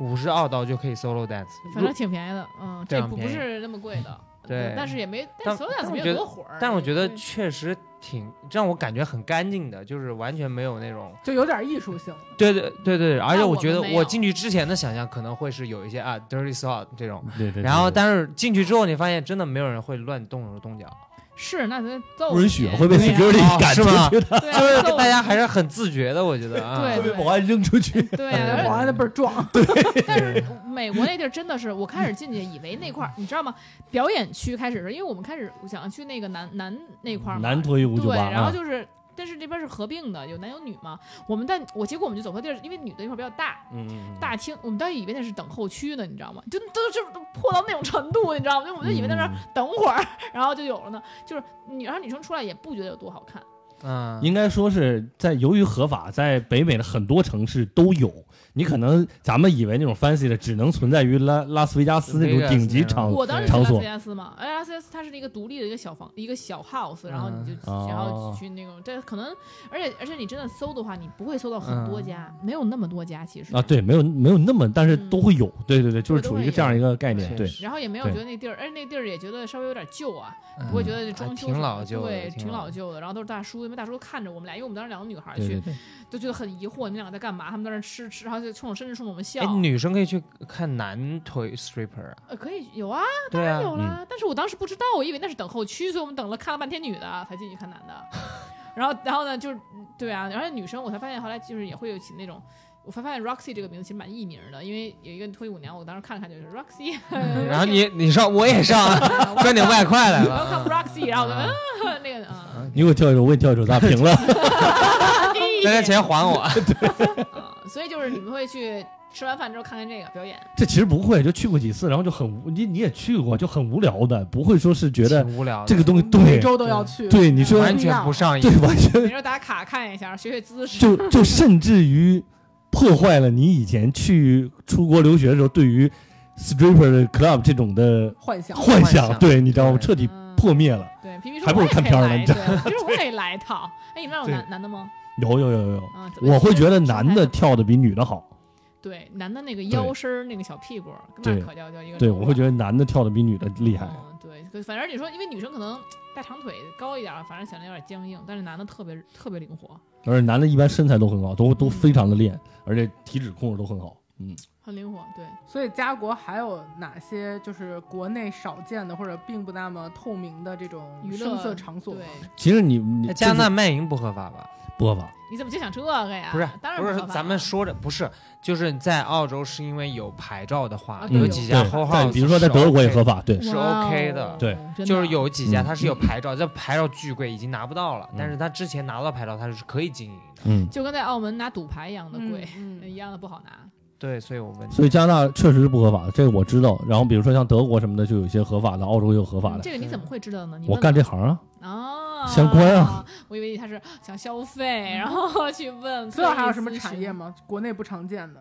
[SPEAKER 2] 五十澳岛就可以 solo dance，
[SPEAKER 1] 反正挺便宜的，嗯，
[SPEAKER 2] 这
[SPEAKER 1] 这
[SPEAKER 2] 样
[SPEAKER 1] 不不
[SPEAKER 2] 便宜
[SPEAKER 1] 是那么贵的，
[SPEAKER 2] 对
[SPEAKER 1] 但是也没，
[SPEAKER 2] 但
[SPEAKER 1] 所有
[SPEAKER 2] 但
[SPEAKER 1] 怎
[SPEAKER 2] 我
[SPEAKER 1] 么有
[SPEAKER 2] 觉
[SPEAKER 1] 多
[SPEAKER 2] 得
[SPEAKER 1] 火儿，
[SPEAKER 2] 但我觉得
[SPEAKER 1] 啊对
[SPEAKER 2] 确实挺让我感觉很干净的，就是完全没有那种，
[SPEAKER 4] 就有点艺术性。
[SPEAKER 2] 对对对对，而且
[SPEAKER 1] 嗯那我
[SPEAKER 2] 我
[SPEAKER 1] 们
[SPEAKER 2] 觉得
[SPEAKER 1] 没
[SPEAKER 2] 我
[SPEAKER 1] 有
[SPEAKER 2] 进去之前的想象可能会是有一些啊 dirty thought 这种。
[SPEAKER 3] 对嗯对对。
[SPEAKER 2] 然后，
[SPEAKER 3] 但
[SPEAKER 2] 但是进去之后，你发现真的没有人会乱动手动脚，
[SPEAKER 1] 是那咱揍
[SPEAKER 3] 不允许会被
[SPEAKER 1] 对呀
[SPEAKER 3] security 赶出
[SPEAKER 2] 哦
[SPEAKER 3] 去的，
[SPEAKER 1] 对 啊
[SPEAKER 2] 就是
[SPEAKER 1] 揍
[SPEAKER 2] 大家
[SPEAKER 1] 你
[SPEAKER 2] 还是很自觉的，我觉得啊。
[SPEAKER 1] 对
[SPEAKER 3] 会被保安扔出去。
[SPEAKER 1] 对
[SPEAKER 2] 对
[SPEAKER 1] 啊
[SPEAKER 4] 保安的倍儿壮，
[SPEAKER 1] 但
[SPEAKER 3] 嗯
[SPEAKER 2] 嗯
[SPEAKER 1] 是美国那地儿真的是，我开始进去以为那块儿，你知道吗？表演区开始是因为我们开始想去那个南南那块儿嘛，
[SPEAKER 3] 南脱衣舞酒
[SPEAKER 1] 对，
[SPEAKER 3] 吧
[SPEAKER 1] 然后
[SPEAKER 3] 啊，
[SPEAKER 1] 就是。但是这边是合并的，有男有女嘛。我们但我结果我们就走错地儿，因为女的一块儿比较大，
[SPEAKER 3] 嗯，
[SPEAKER 1] 大厅，我们当时以为那是等候区呢，你知道吗？就都就都破到那种程度，你知道吗？就我们就以为在那儿
[SPEAKER 3] 嗯
[SPEAKER 2] 嗯
[SPEAKER 1] 等会儿， 然后就有了呢。就是女，然后女生出来也不觉得有多好看，
[SPEAKER 2] 嗯，
[SPEAKER 3] 应该说是在由于合法，在北美的很多城市都有。你可能咱们以为那种 fancy 的只能存在于拉拉斯维加斯那种顶
[SPEAKER 2] 嗯
[SPEAKER 3] 级场
[SPEAKER 1] 我当时去
[SPEAKER 3] 哦场
[SPEAKER 1] 拉斯
[SPEAKER 3] 所
[SPEAKER 1] 维，加斯嘛，哎拉斯维加斯它是一个独立的一个小房，一个小 house，然后你就、
[SPEAKER 3] 嗯
[SPEAKER 1] 然
[SPEAKER 3] 哦
[SPEAKER 1] 后去那种，这可能，而且而且你真的搜的话，你不会搜到很
[SPEAKER 2] 嗯
[SPEAKER 1] 多家，没有那么多家其实
[SPEAKER 3] 啊，。对，没有没有那么，但是都会有，对对对，就是
[SPEAKER 1] 对
[SPEAKER 3] 处
[SPEAKER 1] 嗯都会
[SPEAKER 3] 于一个
[SPEAKER 1] 有
[SPEAKER 3] 这样一个概念，
[SPEAKER 2] 确
[SPEAKER 3] 对，
[SPEAKER 2] 实
[SPEAKER 1] 然后也没有
[SPEAKER 3] 对
[SPEAKER 1] 觉得那地儿，而且那地儿也觉得稍微有点旧啊，
[SPEAKER 2] 嗯
[SPEAKER 1] 不会觉得这装
[SPEAKER 2] 还
[SPEAKER 1] 修
[SPEAKER 2] 挺
[SPEAKER 1] 什么
[SPEAKER 2] 老旧的
[SPEAKER 1] 对，
[SPEAKER 2] 挺
[SPEAKER 1] 挺
[SPEAKER 2] 老
[SPEAKER 1] 老旧的。然后都是大叔，因为大叔都看着我们俩，因为我们当时两个女孩
[SPEAKER 3] 对
[SPEAKER 1] 去
[SPEAKER 3] 对，对，
[SPEAKER 1] 都觉得很疑惑，你们两个在干嘛？他们在那吃吃，然后就冲我甚至冲我们笑
[SPEAKER 2] 哎，。女生可以去看男腿 stripper 啊。
[SPEAKER 1] 呃，可以有啊，
[SPEAKER 2] 对啊，
[SPEAKER 1] 有啦，但是我当时不知道，我以为那是等候区，所以我们等了看了半天女 的才进去看男的。然后，然后呢，就是对啊，然后女生我才发现，后来就是也会有起那种，我才发现 Roxy 这个名字其实蛮艺名的，因为有一个脱衣舞娘，我当时看了看就是 Roxy，
[SPEAKER 2] 然后你你上我也上，啊 赚点外快来了。
[SPEAKER 1] Welcome Roxy，然后我就、
[SPEAKER 2] 啊
[SPEAKER 1] 嗯那个啊，
[SPEAKER 3] 你给我跳一首，我也跳一首，咱俩平了，
[SPEAKER 2] 大家钱还我。
[SPEAKER 1] 啊，所以就是你们会去吃完饭之后看看这个表 演，
[SPEAKER 3] 这其实不会，就去过几次，然后就很无，你你也去过，就很无聊的，不会说是 觉得
[SPEAKER 2] 挺无聊的，
[SPEAKER 3] 这个东西
[SPEAKER 4] 每
[SPEAKER 3] 对
[SPEAKER 4] 周都要去。
[SPEAKER 3] 对，你说
[SPEAKER 2] 完全不上
[SPEAKER 3] 对
[SPEAKER 2] 瘾。
[SPEAKER 3] 完
[SPEAKER 1] 没
[SPEAKER 3] 全
[SPEAKER 1] 事儿打卡看一下，学学姿势。
[SPEAKER 3] 就就甚至于破坏了你以前去出国留学的时候对于 stripper 的 club 这种的
[SPEAKER 4] 幻想，
[SPEAKER 3] 幻
[SPEAKER 2] 幻
[SPEAKER 3] 想，
[SPEAKER 2] 想
[SPEAKER 3] 对你知道吗？
[SPEAKER 2] 对
[SPEAKER 3] 彻底
[SPEAKER 1] 嗯
[SPEAKER 3] 破灭了。
[SPEAKER 1] 对皮皮说
[SPEAKER 3] 还不
[SPEAKER 1] 我
[SPEAKER 3] 如
[SPEAKER 1] 也
[SPEAKER 3] 看
[SPEAKER 1] 可以
[SPEAKER 3] 片儿呢
[SPEAKER 1] 来
[SPEAKER 3] 你
[SPEAKER 1] 一
[SPEAKER 3] 知
[SPEAKER 1] 对，皮皮说我也来一套。哎，你们那有
[SPEAKER 2] 对
[SPEAKER 1] 男男的吗？
[SPEAKER 3] 有有有有有，
[SPEAKER 1] 啊，怎么
[SPEAKER 3] 我会觉得
[SPEAKER 1] 身材
[SPEAKER 3] 男的
[SPEAKER 1] 怎么
[SPEAKER 3] 跳的比女的好，
[SPEAKER 1] 对，男的那个腰身儿，那个小屁股儿，那
[SPEAKER 3] 对
[SPEAKER 1] 可叫叫一个。
[SPEAKER 3] 对我会觉得男的跳的比女的厉害。
[SPEAKER 1] 嗯，对，可反正你说，因为女生可能大长腿高一点儿，反正显得有点僵硬，但是男的特别特别灵活，
[SPEAKER 3] 而且男的一般身材都很好，都都非常的练，而且体脂控制都很好。嗯，
[SPEAKER 1] 很灵活。对，
[SPEAKER 4] 所以家国还有哪些就是国内少见的或者并不那么透明的这种
[SPEAKER 1] 娱乐
[SPEAKER 4] 声色场所吗？
[SPEAKER 1] 对，
[SPEAKER 3] 其实你你
[SPEAKER 2] 加拿
[SPEAKER 3] 就是
[SPEAKER 2] 大卖淫不合法吧？
[SPEAKER 3] 不合法，
[SPEAKER 1] 你怎么就想这个呀？
[SPEAKER 2] 不是，
[SPEAKER 1] 当然
[SPEAKER 2] 啊不是
[SPEAKER 1] 合，法
[SPEAKER 2] 咱们
[SPEAKER 1] 了
[SPEAKER 2] 说着不是，就是在澳洲是因为有牌照的话
[SPEAKER 1] 啊，对
[SPEAKER 2] 有
[SPEAKER 1] 有
[SPEAKER 2] 几
[SPEAKER 3] 嗯对
[SPEAKER 2] 家 whole
[SPEAKER 3] 在
[SPEAKER 2] house，
[SPEAKER 3] 比如说在德国也合
[SPEAKER 2] 法，
[SPEAKER 3] 法，对
[SPEAKER 2] 是
[SPEAKER 1] 哇
[SPEAKER 2] OK 的
[SPEAKER 1] 哦
[SPEAKER 3] 对，
[SPEAKER 1] 真
[SPEAKER 2] 就是
[SPEAKER 1] 的
[SPEAKER 2] 有几家
[SPEAKER 3] 嗯
[SPEAKER 2] 它是有牌照，这牌照巨贵，已经拿不到了，但是他之前拿到牌照，他是可以经营的。
[SPEAKER 3] 嗯，
[SPEAKER 1] 就跟在澳门拿赌牌一样的
[SPEAKER 4] 嗯
[SPEAKER 1] 贵，
[SPEAKER 4] 嗯
[SPEAKER 1] 一样的不好拿。
[SPEAKER 2] 对，所以我问你，
[SPEAKER 3] 所以加拿大确实是不合法的，这个我知道。然后比如说像德国什么的，就有一些合法的，澳洲也有合
[SPEAKER 1] 嗯
[SPEAKER 3] 法的。
[SPEAKER 1] 这个你怎么会知道呢？你
[SPEAKER 3] 我
[SPEAKER 1] 问
[SPEAKER 3] 干
[SPEAKER 1] 了
[SPEAKER 3] 这行啊，
[SPEAKER 1] 啊，
[SPEAKER 3] 相关啊。
[SPEAKER 1] 我以为他是想消费，然后去问。
[SPEAKER 4] 知道还有什么产业？吗？国内不常见的，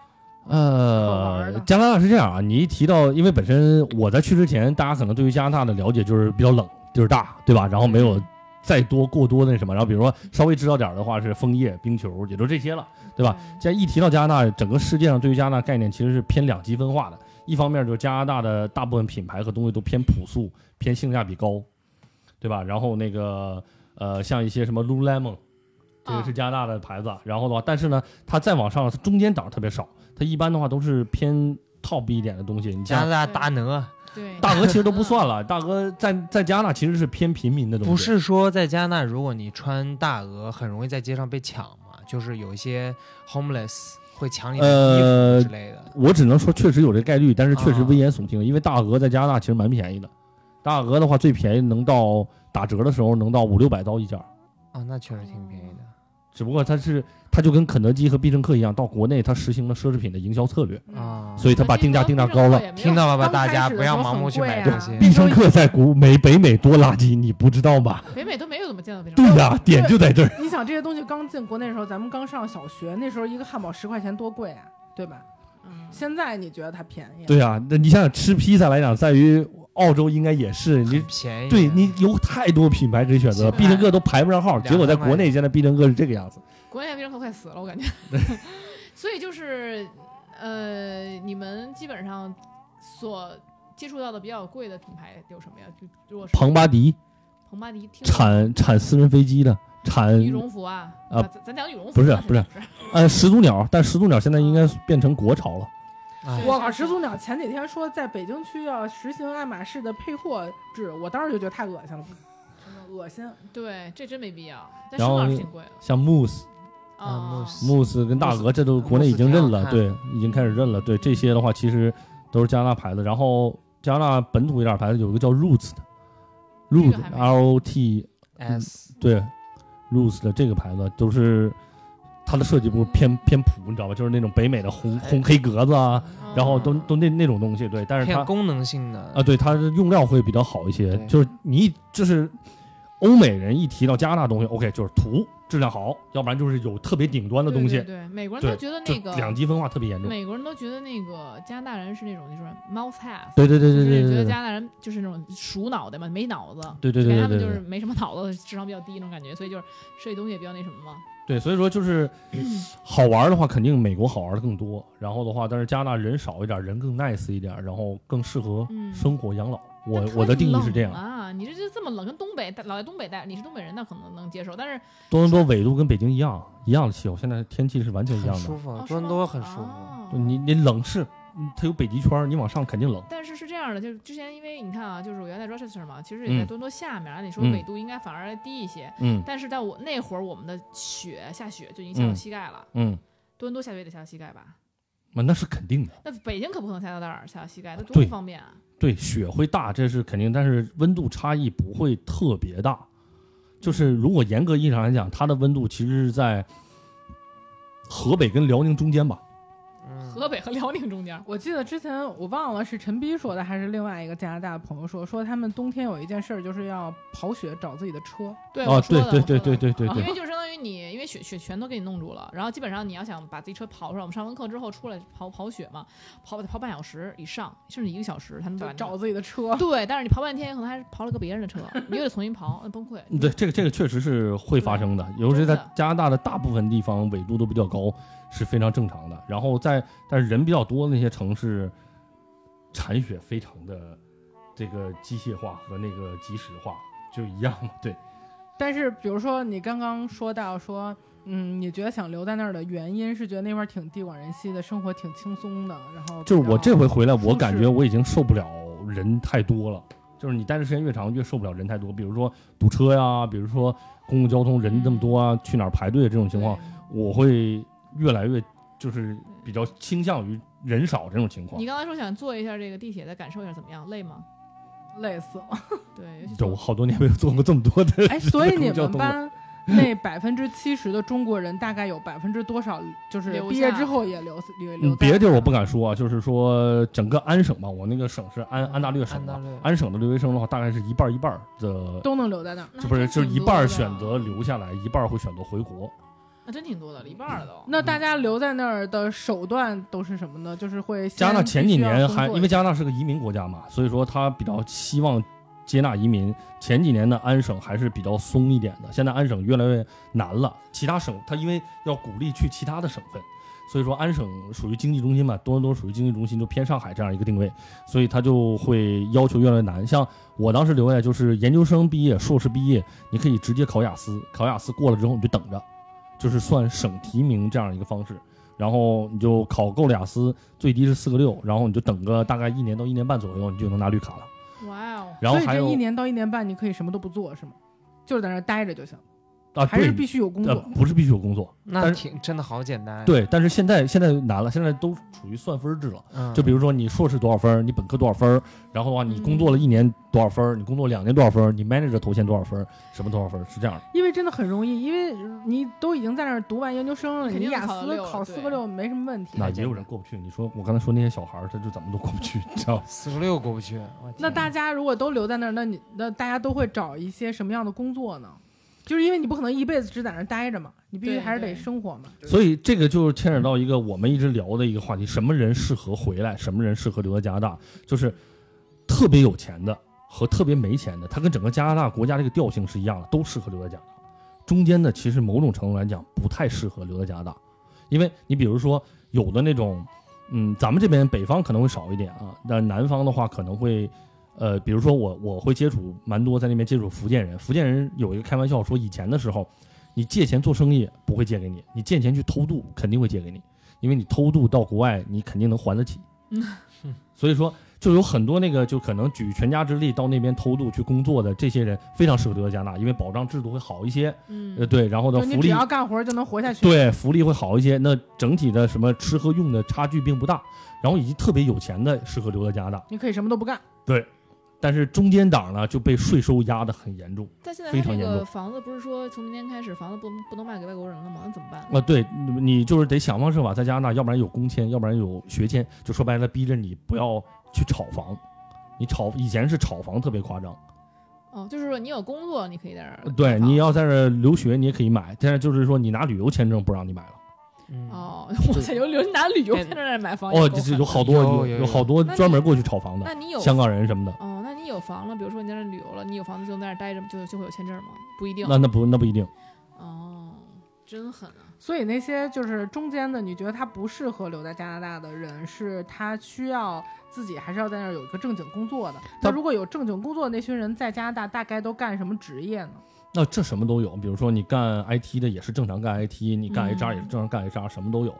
[SPEAKER 4] 好玩
[SPEAKER 3] 呃
[SPEAKER 4] 的，
[SPEAKER 3] 加拿大是这样啊，你一提到，因为本身我在去之前，大家可能对于加拿大的了解就是比较冷，就是大，对吧？然后没有再多过多那什么，然后比如说稍微知道点儿的话是枫叶、冰球，也就这些了，对吧？
[SPEAKER 1] 嗯
[SPEAKER 3] 现在一提到加拿大，整个世界上对于加拿大概念其实是偏两极分化的。一方面就是加拿大的大部分品牌和东西都偏朴素，偏性价比高，对吧？然后那个呃，像一些什么 Lululemon，这个
[SPEAKER 1] 啊
[SPEAKER 2] 嗯
[SPEAKER 3] 是加拿大的牌子啊。然后的话，但是呢，它再往上，它中间档特别少，它一般的话都是偏 top 一点的东西。你
[SPEAKER 2] 加
[SPEAKER 3] 像
[SPEAKER 2] 拿大大鹅，
[SPEAKER 1] 对，
[SPEAKER 3] 大鹅其实都不算了，大鹅在在加拿大其实是偏平民的东西，
[SPEAKER 2] 不是说在加拿大，如果你穿大鹅，很容易在街上被抢嘛？就是有一些 homeless 会抢你
[SPEAKER 3] 呃
[SPEAKER 2] 的衣服之类的。
[SPEAKER 3] 我只能说确实有这概率，但是确实
[SPEAKER 2] 啊
[SPEAKER 3] 危言耸听，因为大鹅在加拿大其实蛮便宜的，大鹅的话最便宜能到打折的时候能到五六百刀一件儿，
[SPEAKER 2] 哦，那确实挺便宜的
[SPEAKER 3] 只不过它是它就跟肯德基和必胜客一样，到国内它实行了奢侈品的营销策略，
[SPEAKER 4] 嗯，
[SPEAKER 2] 啊。
[SPEAKER 3] 所以它把定价定价高了。
[SPEAKER 2] 听到了吧，
[SPEAKER 4] 刚
[SPEAKER 2] 大
[SPEAKER 4] 开
[SPEAKER 2] 家
[SPEAKER 4] 始
[SPEAKER 2] 不
[SPEAKER 4] 的
[SPEAKER 2] 要
[SPEAKER 4] 时候
[SPEAKER 2] 盲
[SPEAKER 4] 很
[SPEAKER 2] 目去
[SPEAKER 4] 贵
[SPEAKER 2] 买
[SPEAKER 4] 啊
[SPEAKER 2] 这些。
[SPEAKER 3] 必胜客在国美北美多垃圾，你不知 道吧？
[SPEAKER 1] 北美都没有怎么见到非常
[SPEAKER 3] 对呀、点就在这儿。
[SPEAKER 4] 你想这些东西刚进国内的时候，咱们刚上小学，那时候一个汉堡十块钱多贵啊，对吧？
[SPEAKER 1] 嗯
[SPEAKER 4] 现在你觉得它便宜？
[SPEAKER 3] 对呀、那你想想吃披萨来讲，在于澳洲应该也是你
[SPEAKER 2] 很便宜，
[SPEAKER 3] 对你有太多品牌可以选择，
[SPEAKER 2] 是
[SPEAKER 3] 必胜客都排不上号，结果在国内现在必胜客是这个样子。
[SPEAKER 1] 国内必胜客快死了，我感觉。 所以就是，呃，你们基本上所接触到的比较贵的品牌有什么呀？就如果是
[SPEAKER 3] 庞巴迪
[SPEAKER 1] 庞巴迪听过
[SPEAKER 3] 产产私人飞机的，产
[SPEAKER 1] 羽绒服啊，
[SPEAKER 3] 啊
[SPEAKER 1] 咱咱讲羽绒服嗯
[SPEAKER 3] 不是
[SPEAKER 1] 吧
[SPEAKER 3] 不是呃始祖鸟，但始祖鸟现在应该变成国潮了。
[SPEAKER 2] 哎
[SPEAKER 4] 我靠！始祖鸟前几天说在北京区要实行爱马仕的配货制，我当时就觉得太恶心了，真的恶心。
[SPEAKER 1] 对，这真没必要。但是
[SPEAKER 3] 然后呃
[SPEAKER 1] 老师挺贵
[SPEAKER 3] 像 Moose
[SPEAKER 4] 哦
[SPEAKER 1] 啊
[SPEAKER 2] 啊
[SPEAKER 1] 啊
[SPEAKER 2] Moose
[SPEAKER 3] Moose 跟大鹅，这都国内已经认了，对，已经开始认了。对这些的话，其实都是加拿大牌子，然后加拿大本土一点牌子有一个叫 Roots 的
[SPEAKER 1] 这
[SPEAKER 3] ，Roots
[SPEAKER 1] 个还没
[SPEAKER 3] R O T
[SPEAKER 2] S
[SPEAKER 3] 对，Roots 的这个牌子都是它的设计部偏偏普，你知道吧？就是那种北美的红红黑格子啊，
[SPEAKER 1] 哎嗯
[SPEAKER 3] 然后都都那那种东西，对，但是它
[SPEAKER 2] 偏功能性的
[SPEAKER 3] 啊，对，它的用料会比较好一些
[SPEAKER 2] 对。
[SPEAKER 3] 就是你一就是欧美人一提到加拿大东西，OK，就是图质量好，要不然就是有特别顶端的
[SPEAKER 1] 对
[SPEAKER 3] 东西
[SPEAKER 1] 对，对，美国人都
[SPEAKER 3] 对
[SPEAKER 1] 觉得那
[SPEAKER 3] 就两
[SPEAKER 1] 个
[SPEAKER 3] 极分化特别严重。
[SPEAKER 1] 美国人都觉得那个加拿大人是那种就是 mouth half，
[SPEAKER 3] 对对对
[SPEAKER 1] 就
[SPEAKER 3] 对
[SPEAKER 1] 是
[SPEAKER 3] 对
[SPEAKER 1] 觉
[SPEAKER 3] 对
[SPEAKER 1] 得
[SPEAKER 3] 对
[SPEAKER 1] 加拿大人就是那种鼠脑袋嘛，没脑子。
[SPEAKER 3] 对对
[SPEAKER 1] 就
[SPEAKER 3] 对
[SPEAKER 1] 感觉他们
[SPEAKER 3] 对
[SPEAKER 1] 就
[SPEAKER 3] 对
[SPEAKER 1] 是
[SPEAKER 3] 对
[SPEAKER 1] 没什么脑子，智商比较低那种感觉，所以就是设计东西也比较那什么嘛。
[SPEAKER 3] 对，所以说就是 好玩的话，肯定美国好玩的更多。然后的话，但是加拿大人少一点，人更 nice 一点，然后更适合
[SPEAKER 1] 嗯
[SPEAKER 3] 生活养老。我
[SPEAKER 1] 但特别
[SPEAKER 3] 我的定义是这
[SPEAKER 1] 冷
[SPEAKER 3] 样：
[SPEAKER 1] 啊，你这这这么冷，跟东北老在东北待，你是东北人，那可能能接受，但是
[SPEAKER 3] 多伦多纬度跟北京一样，一样的气候，现在天气是完全一
[SPEAKER 2] 很
[SPEAKER 3] 样
[SPEAKER 2] 舒
[SPEAKER 3] 的。
[SPEAKER 2] 服
[SPEAKER 1] 哦，
[SPEAKER 2] 多伦多很舒。
[SPEAKER 1] 是
[SPEAKER 2] 服。
[SPEAKER 1] 吗
[SPEAKER 3] 对
[SPEAKER 1] 哦
[SPEAKER 3] 你你冷是，嗯它有北极圈，你往上肯定冷。
[SPEAKER 1] 但是是这样的，就是之前因为你看啊，就是我原来在 Rochester 嘛，其实也在
[SPEAKER 3] 嗯
[SPEAKER 1] 多伦多下面，按理说
[SPEAKER 3] 嗯
[SPEAKER 1] 纬度应该反而低一些，
[SPEAKER 3] 嗯
[SPEAKER 1] 但是到我那会儿我们的雪下雪就已经下到
[SPEAKER 3] 嗯
[SPEAKER 1] 膝盖了，
[SPEAKER 3] 嗯，
[SPEAKER 1] 多伦多下雪也得下到膝盖吧？
[SPEAKER 3] 啊那那是肯定的。
[SPEAKER 1] 那北京可不可能下到那儿下到膝盖？那多
[SPEAKER 3] 对
[SPEAKER 1] 不方便啊！
[SPEAKER 3] 对，雪会大，这是肯定，但是温度差异不会特别大。就是如果严格意义上来讲，它的温度其实是在河北跟辽宁中间吧。
[SPEAKER 2] 嗯
[SPEAKER 1] 河北和辽宁中间，
[SPEAKER 4] 我记得之前我忘了是陈斌说的还是另外一个加拿大朋友说，说他们冬天有一件事儿就是要刨雪找自己的车，
[SPEAKER 1] 对，
[SPEAKER 3] 哦
[SPEAKER 1] 我说的，我
[SPEAKER 3] 对
[SPEAKER 1] 说
[SPEAKER 3] 对
[SPEAKER 1] 的
[SPEAKER 3] 对对对
[SPEAKER 1] 啊
[SPEAKER 3] 对
[SPEAKER 1] 因为就相当于你，因为雪雪全都给你弄住了，然后基本上你要想把自己车刨出来，我们上完课之后出来刨刨雪嘛，刨刨半小时以上，甚至一个小时才能把
[SPEAKER 4] 就
[SPEAKER 1] 那
[SPEAKER 4] 找自己的车。
[SPEAKER 1] 对，但是你刨半天，可能还是刨了个别人的车，你又得重新刨，那崩溃。
[SPEAKER 3] 嗯对，这个这个确实是会发生的，
[SPEAKER 1] 嗯
[SPEAKER 3] 尤其是在加拿大的大部分地方纬度都比较高，是非常正常的。然后在但是人比较多的那些城市，铲雪非常的这个机械化和那个即时化就一样嘛。对，
[SPEAKER 4] 但是比如说你刚刚说到说，嗯，你觉得想留在那儿的原因是觉得那边儿挺地广人稀的，生活挺轻松的，然后
[SPEAKER 3] 就是我
[SPEAKER 4] 比较
[SPEAKER 3] 这回回来，我
[SPEAKER 4] 舒
[SPEAKER 3] 感
[SPEAKER 4] 适
[SPEAKER 3] 觉我已经受不了人太多了。就是你待的时间越长，越受不了人太多。比如说堵车呀，比如说公共交通人这么多啊，去哪儿排队这种情况，我会越来越就是比较倾向于人少这种情
[SPEAKER 1] 对
[SPEAKER 3] 况
[SPEAKER 1] 你。刚才说想坐一下这个地铁，再感受一下怎么样？累吗？
[SPEAKER 4] 累死了。
[SPEAKER 1] 对，尤其
[SPEAKER 3] 有
[SPEAKER 1] 坐
[SPEAKER 3] 好多年没有坐过这么多的
[SPEAKER 4] 哎，所以你
[SPEAKER 3] 公交
[SPEAKER 4] 们
[SPEAKER 3] 动了
[SPEAKER 4] 班那百分之七十的中国人，大概有百分之多少就是
[SPEAKER 1] 留
[SPEAKER 4] 毕业
[SPEAKER 1] 下
[SPEAKER 4] 之后也留留留在？
[SPEAKER 3] 嗯别的地儿我不敢说啊，就是说整个安省吧，我那个省是安安大略省
[SPEAKER 2] 安大
[SPEAKER 3] 嘛，
[SPEAKER 2] 略
[SPEAKER 3] 安省的留学生的话，大概是一半儿一半儿的，
[SPEAKER 4] 都能留在那儿。
[SPEAKER 1] 那
[SPEAKER 3] 这不是
[SPEAKER 1] 还
[SPEAKER 3] 就
[SPEAKER 1] 真
[SPEAKER 3] 是
[SPEAKER 1] 挺
[SPEAKER 3] 一
[SPEAKER 1] 多
[SPEAKER 3] 半儿
[SPEAKER 1] 的
[SPEAKER 3] 选择，留下来，一半儿会选择回国。
[SPEAKER 1] 那真挺多的，了，一半儿了都。
[SPEAKER 4] 那大家留在那儿的手段都是什么呢？就是会
[SPEAKER 3] 加拿大
[SPEAKER 4] 先
[SPEAKER 3] 前
[SPEAKER 4] 必
[SPEAKER 3] 几
[SPEAKER 4] 须要
[SPEAKER 3] 年
[SPEAKER 4] 工
[SPEAKER 3] 还
[SPEAKER 4] 作
[SPEAKER 3] 因为
[SPEAKER 4] 一下
[SPEAKER 3] 加拿大是个移民国家嘛，所以说他比较希望接纳移民。前几年的安省还是比较松一点的，现在安省越来越难了。其他省他因为要鼓励去其他的省份，所以说安省属于经济中心嘛，多伦多属于经济中心，就偏上海这样一个定位，所以他就会要求越来越难。像我当时留下来就是研究生毕业、硕士毕业，你可以直接考雅思，考雅思过了之后你就等着，就是算省提名这样一个方式。然后你就考够了雅思，最低是四个六，然后你就等个大概一年到一年半左右，你就能拿绿卡了。
[SPEAKER 1] 哇哦，
[SPEAKER 3] 然后
[SPEAKER 4] 所以
[SPEAKER 3] 还
[SPEAKER 4] 这
[SPEAKER 3] 有
[SPEAKER 4] 一年到一年半，你可以什么都不做是吗？就是在那儿待着就行。
[SPEAKER 3] 啊，
[SPEAKER 4] 还是
[SPEAKER 3] 对，
[SPEAKER 4] 必须有工
[SPEAKER 3] 呃，
[SPEAKER 4] 作。哎
[SPEAKER 3] 不是必须有工作，
[SPEAKER 2] 那
[SPEAKER 3] 但
[SPEAKER 2] 挺真的好简单。，
[SPEAKER 3] 对，但是现在现在难了，现在都处于算分制了。
[SPEAKER 2] 嗯，
[SPEAKER 3] 就比如说你硕士多少分儿，你本科多少分儿，然后啊，你工
[SPEAKER 4] 嗯
[SPEAKER 3] 作了一年多少分儿，你工作两年多少分儿，你 manager 头衔多少分儿，什么多少分儿，是这样的。
[SPEAKER 4] 因为真的很容易，因为你都已经在那儿读完研究生了，
[SPEAKER 1] 肯
[SPEAKER 4] 你
[SPEAKER 1] 定
[SPEAKER 4] 雅
[SPEAKER 1] 考
[SPEAKER 4] 思
[SPEAKER 1] 了六
[SPEAKER 4] 考
[SPEAKER 1] 对
[SPEAKER 4] 四个六没什么问题。
[SPEAKER 3] 那也有人过不去。你说我刚才说那些小孩儿，他就怎么都过不去，你知道吗？
[SPEAKER 2] 四十六过不去，我
[SPEAKER 4] 那
[SPEAKER 1] 嗯
[SPEAKER 2] 天
[SPEAKER 4] 大家如果都留在那儿，那你那大家都会找一些什么样的工作呢？就是因为你不可能一辈子只在那儿待着嘛，你必须
[SPEAKER 1] 对
[SPEAKER 4] 还是得
[SPEAKER 1] 对
[SPEAKER 4] 生活嘛。
[SPEAKER 3] 所以这个就是牵扯到一个我们一直聊的一个话题：什么人适合回来，什么人适合留在加拿大？就是特别有钱的和特别没钱的，他跟整个加拿大国家这个调性是一样的，都适合留在加拿大。中间的其实某种程度来讲不太适合留在加拿大，因为你比如说有的那种，嗯，咱们这边北方可能会少一点啊，但南方的话可能会。呃，比如说我我会接触蛮多在那边接触福建人，福建人有一个开玩笑说，以前的时候你借钱做生意不会借给你，你借钱去偷渡肯定会借给你，因为你偷渡到国外，你肯定能还 得起。
[SPEAKER 1] 嗯
[SPEAKER 3] 所以说就有很多那个就可能举全家之力到那边偷渡去工作的这些人，非常适合留在加拿大，因为保障制度会好一些。呃，
[SPEAKER 1] 嗯，
[SPEAKER 3] 对，然后呢，
[SPEAKER 4] 就你
[SPEAKER 3] 福
[SPEAKER 4] 只
[SPEAKER 3] 利
[SPEAKER 4] 要干活就能活下去。
[SPEAKER 3] 对福利会好一些。那整体的什么吃和用的差距并不大，然后以及特别有钱的适合留在加拿大，
[SPEAKER 4] 你可以什么都不干。
[SPEAKER 3] 但是中间档呢就被税收压得很严重。
[SPEAKER 1] 但现在
[SPEAKER 3] 非
[SPEAKER 1] 他
[SPEAKER 3] 常
[SPEAKER 1] 这
[SPEAKER 3] 严
[SPEAKER 1] 个
[SPEAKER 3] 重
[SPEAKER 1] 房子不是说从明天开始房子不能不能卖给外国人了吗？那怎么办？
[SPEAKER 3] 啊，对你你就是得想方设法在加拿大，要不然有工签，要不然有学签，就说白了，逼着你不要去炒房。你炒以前是炒房特别夸张，
[SPEAKER 1] 哦，就是说你有工作，你可以在这儿买
[SPEAKER 3] 对，
[SPEAKER 1] 房
[SPEAKER 3] 你要在这儿留学你也可以买，但是就是说你拿旅游签证不让你买了。
[SPEAKER 2] 嗯
[SPEAKER 1] 哦，我在有留拿旅游签证在买房也
[SPEAKER 3] 哦，
[SPEAKER 1] 够
[SPEAKER 3] 这这
[SPEAKER 1] 狠
[SPEAKER 3] 有
[SPEAKER 1] 的
[SPEAKER 3] 好多
[SPEAKER 2] 有
[SPEAKER 3] 有
[SPEAKER 2] 有
[SPEAKER 3] 有好多
[SPEAKER 1] 那你
[SPEAKER 3] 专门过去炒房
[SPEAKER 1] 那
[SPEAKER 3] 的
[SPEAKER 1] 你有
[SPEAKER 3] 香港人什么的，
[SPEAKER 1] 哦，那你有房了，比如说你在这旅游了，你有房子就在那儿待着，就就会有签证吗？不一定。
[SPEAKER 3] 那那不那不一定。
[SPEAKER 1] 哦，真狠啊！
[SPEAKER 4] 所以那些就是中间的，你觉得他不适合留在加拿大的人，是他需要自己还是要在那儿有一个正经工作的？那如果有正经工作的那群人在加拿大，大概都干什么职业呢？
[SPEAKER 3] 那这什么都有，比如说你干 IT 的也是正常干 IT，你干
[SPEAKER 1] 嗯
[SPEAKER 3] HR 也是正常干 HR，、什么都有。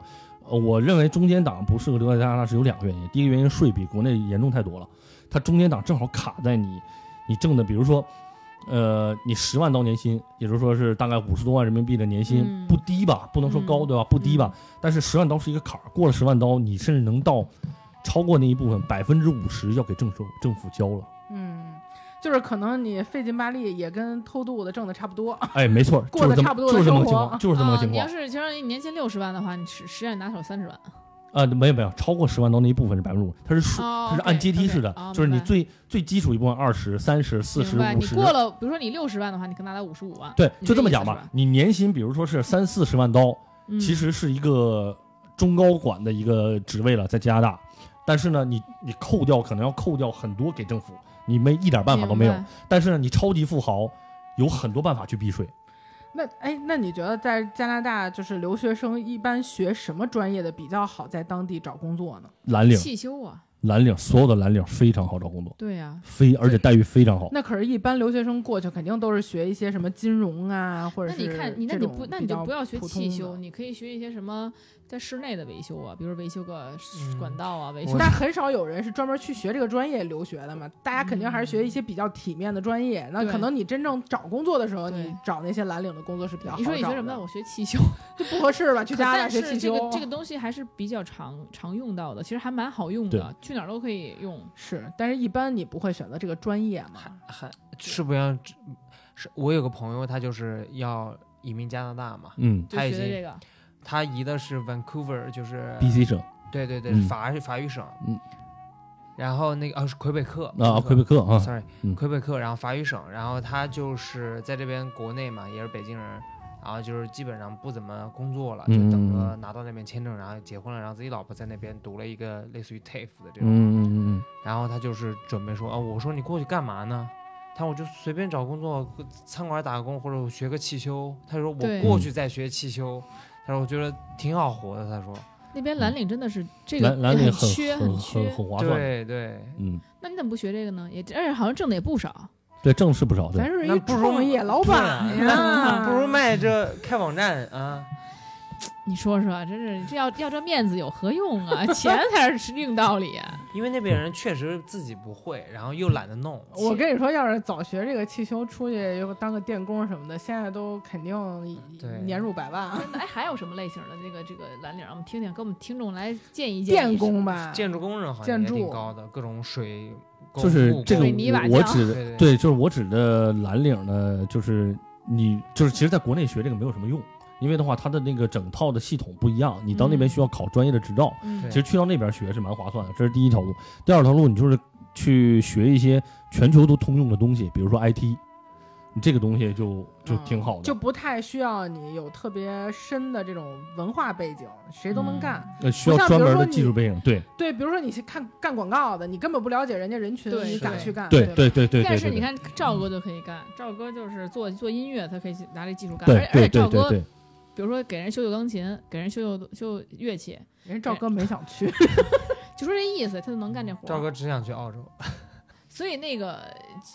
[SPEAKER 3] 呃，我认为中间档不适合留在加拿大是有两个原因，第一个原因是税比国内严重太多了，它中间档正好卡在你你挣的，比如说，呃，你十万刀年薪，也就是说是大概五十多万人民币的年薪，
[SPEAKER 1] 嗯
[SPEAKER 3] 不低吧？不能说高
[SPEAKER 1] 嗯
[SPEAKER 3] 对吧？不低吧？但是十万刀是一个坎儿，过了十万刀，你甚至能到超过那一部分百分之五十要给政府政府交了。
[SPEAKER 4] 嗯，就是可能你费劲巴力也跟偷渡的挣的差不多，
[SPEAKER 3] 哎，没错，
[SPEAKER 4] 过
[SPEAKER 3] 就是
[SPEAKER 4] 得
[SPEAKER 3] 这
[SPEAKER 4] 差
[SPEAKER 3] 么
[SPEAKER 4] 不多
[SPEAKER 3] 就是这么个
[SPEAKER 4] 的
[SPEAKER 3] 情
[SPEAKER 4] 生活啊
[SPEAKER 3] 况，就是这么个
[SPEAKER 1] 哦
[SPEAKER 3] 情
[SPEAKER 1] 你
[SPEAKER 3] 况
[SPEAKER 1] 要。是就让你年薪六十万的话，你实实际上拿手三十万。
[SPEAKER 3] 啊，没有没有，超过十万刀那一部分是百分之五，它是数，
[SPEAKER 1] 哦
[SPEAKER 3] 它是按阶梯式的
[SPEAKER 1] OK，OK，哦
[SPEAKER 3] 就是你
[SPEAKER 1] 明白
[SPEAKER 3] 最最基础一部分二十三十四十
[SPEAKER 1] 明白？
[SPEAKER 3] 五
[SPEAKER 1] 你
[SPEAKER 3] 十，
[SPEAKER 1] 过了，比如说你六十万的话，你可拿到五十五万。
[SPEAKER 3] 对，
[SPEAKER 1] 你
[SPEAKER 3] 就
[SPEAKER 1] 这
[SPEAKER 3] 这么
[SPEAKER 1] 意思
[SPEAKER 3] 讲
[SPEAKER 1] 是
[SPEAKER 3] 吧
[SPEAKER 1] 吧。
[SPEAKER 3] 你年薪比如说是三四十万刀，
[SPEAKER 1] 嗯
[SPEAKER 3] 其实是一个中高管的一个职位了，在加拿大，但是呢，你你扣掉可能要扣掉很多给政府，你没一点办法都没有。
[SPEAKER 1] 明白
[SPEAKER 3] 但是呢，你超级富豪有很多办法去避税。
[SPEAKER 4] 那哎，那你觉得在加拿大就是留学生一般学什么专业的比较好在当地找工作呢？
[SPEAKER 3] 蓝领，
[SPEAKER 1] 汽修啊，
[SPEAKER 3] 蓝领，所有的蓝领非常好找工作，
[SPEAKER 1] 对呀、
[SPEAKER 3] 非而且待遇非常好。
[SPEAKER 4] 那可是，一般留学生过去肯定都是学一些什么金融啊，或者
[SPEAKER 1] 那
[SPEAKER 4] 是
[SPEAKER 1] 你看，你那
[SPEAKER 4] 这
[SPEAKER 1] 你
[SPEAKER 4] 种
[SPEAKER 1] 不，那你
[SPEAKER 4] 比
[SPEAKER 1] 就
[SPEAKER 4] 较
[SPEAKER 1] 不要学
[SPEAKER 4] 普
[SPEAKER 1] 汽
[SPEAKER 4] 通
[SPEAKER 1] 修，
[SPEAKER 4] 的
[SPEAKER 1] 你可以学一些什么在室内的维修啊，比如维修个
[SPEAKER 2] 嗯
[SPEAKER 1] 管道啊，维修
[SPEAKER 2] 我
[SPEAKER 4] 但很少有人是专门去学这个专业留学的嘛，大家肯定还是学一些比较体面的专业。那
[SPEAKER 1] 对
[SPEAKER 4] 可能你真正找工作的时候，
[SPEAKER 1] 对
[SPEAKER 4] 你找那些蓝领的工作是比较好
[SPEAKER 1] 你
[SPEAKER 4] 找
[SPEAKER 1] 说
[SPEAKER 4] 的。
[SPEAKER 1] 你学什么呢？我学汽修，
[SPEAKER 4] 就不合适吧？去
[SPEAKER 1] 可
[SPEAKER 4] 加拿大
[SPEAKER 1] 但
[SPEAKER 4] 学
[SPEAKER 1] 是
[SPEAKER 4] 汽
[SPEAKER 1] 这
[SPEAKER 4] 修
[SPEAKER 1] 个，这个东西还是比较常常用到的，其实还蛮好用的，去哪儿都可以用。
[SPEAKER 4] 是，但是一般你不会选择这个专业嘛？
[SPEAKER 2] 还是不一样。是我有个朋友，他就是要移民加拿大嘛，
[SPEAKER 3] 嗯
[SPEAKER 1] 就
[SPEAKER 2] 他已
[SPEAKER 1] 学的
[SPEAKER 2] 经
[SPEAKER 1] 这个，
[SPEAKER 2] 他移的是 Vancouver，就是
[SPEAKER 3] ，BC 省
[SPEAKER 2] 对对对，
[SPEAKER 3] 嗯
[SPEAKER 2] 法法语省，
[SPEAKER 3] 嗯，
[SPEAKER 2] 然后那个啊是魁北克
[SPEAKER 3] 啊，魁北克啊，
[SPEAKER 2] ，sorry，
[SPEAKER 3] 嗯
[SPEAKER 2] 魁北克，然后法语省，然后他就是在这边国内嘛，也是北京人，然后就是基本上不怎么工作了，就等着
[SPEAKER 3] 嗯
[SPEAKER 2] 拿到那边签证，然后结婚了，然后自己老婆在那边读了一个类似于 TAFE 的这种，
[SPEAKER 3] 嗯嗯嗯嗯。
[SPEAKER 2] 然后他就是准备说啊，我说你过去干嘛呢？他说我就随便找工作，餐馆打个工或者我学个汽修。他说
[SPEAKER 1] 对
[SPEAKER 2] 我过去再学汽修，他说我觉得挺好活的。他说
[SPEAKER 1] 那边蓝领真的是这个
[SPEAKER 3] 蓝蓝领
[SPEAKER 1] 很缺
[SPEAKER 3] 很
[SPEAKER 1] 缺
[SPEAKER 3] 很。很划算，
[SPEAKER 2] 对对，
[SPEAKER 3] 嗯，
[SPEAKER 1] 那你怎么不学这个呢？也而且好像挣的也不少。
[SPEAKER 3] 对，挣是不少，
[SPEAKER 4] 咱
[SPEAKER 3] 对，
[SPEAKER 4] 是
[SPEAKER 2] 那
[SPEAKER 4] 一
[SPEAKER 2] 不如
[SPEAKER 4] 创业老板
[SPEAKER 2] 对啊
[SPEAKER 4] 呀，
[SPEAKER 2] 不如卖这开网站啊。
[SPEAKER 1] 你说说，真是这要要这面子有何用啊？ 钱才是硬道理、啊。
[SPEAKER 2] 因为那边人确实自己不会，然后又懒得弄。
[SPEAKER 4] 我跟你说，要是早学这个汽修，出去又当个电工什么的，现在都肯定
[SPEAKER 3] 嗯
[SPEAKER 2] 对
[SPEAKER 4] 年入百万。
[SPEAKER 1] 哎，还有什么类型的这个这个蓝领儿？我们听听，给我们听众来建议建议。
[SPEAKER 4] 电工吧，
[SPEAKER 2] 建筑工人好像也
[SPEAKER 4] 建
[SPEAKER 2] 挺
[SPEAKER 4] 筑
[SPEAKER 2] 高的，各种水工
[SPEAKER 3] 就是
[SPEAKER 2] 木
[SPEAKER 3] 这个
[SPEAKER 2] 工
[SPEAKER 1] 水泥瓦
[SPEAKER 3] 我，我
[SPEAKER 1] 匠
[SPEAKER 3] 指
[SPEAKER 2] 对
[SPEAKER 3] 的
[SPEAKER 2] 对
[SPEAKER 3] 对，就是我指的蓝领呢，就是你就是其实在国内学这个没有什么用，因为的话它的那个整套的系统不一样，你到那边需要考专业的执照，
[SPEAKER 1] 嗯
[SPEAKER 2] 对
[SPEAKER 3] 其实去到那边学是蛮划算的，这是第一条路。第二条路你就是去学一些全球都通用的东西，比如说 IT，你这个东西就就
[SPEAKER 2] 嗯
[SPEAKER 3] 挺好的，
[SPEAKER 4] 嗯就不太需要你有特别深的这种文化背景，谁都能干。
[SPEAKER 3] 呃需要专门的技术背景，对
[SPEAKER 1] 啊
[SPEAKER 4] 对，比如说你是看干广告的，你根本不了解人家人群，
[SPEAKER 1] 对
[SPEAKER 4] 你咋
[SPEAKER 1] 对
[SPEAKER 4] 去干？
[SPEAKER 3] 对
[SPEAKER 4] 吧
[SPEAKER 3] 对对对对
[SPEAKER 1] 但是你
[SPEAKER 3] 对嗯
[SPEAKER 1] 看赵哥就可以干，赵哥就是做做音乐，他可以去拿这技术干。而
[SPEAKER 3] 对
[SPEAKER 1] 且而
[SPEAKER 3] 对
[SPEAKER 1] 且赵
[SPEAKER 3] 对对
[SPEAKER 1] 哥，
[SPEAKER 3] 对，
[SPEAKER 1] 比如说给人修修钢琴，给人修修修乐器，
[SPEAKER 4] 人家赵哥没想去，
[SPEAKER 1] 就说这意思，他就能干这活。
[SPEAKER 2] 赵哥只想去澳洲，
[SPEAKER 1] 所以那个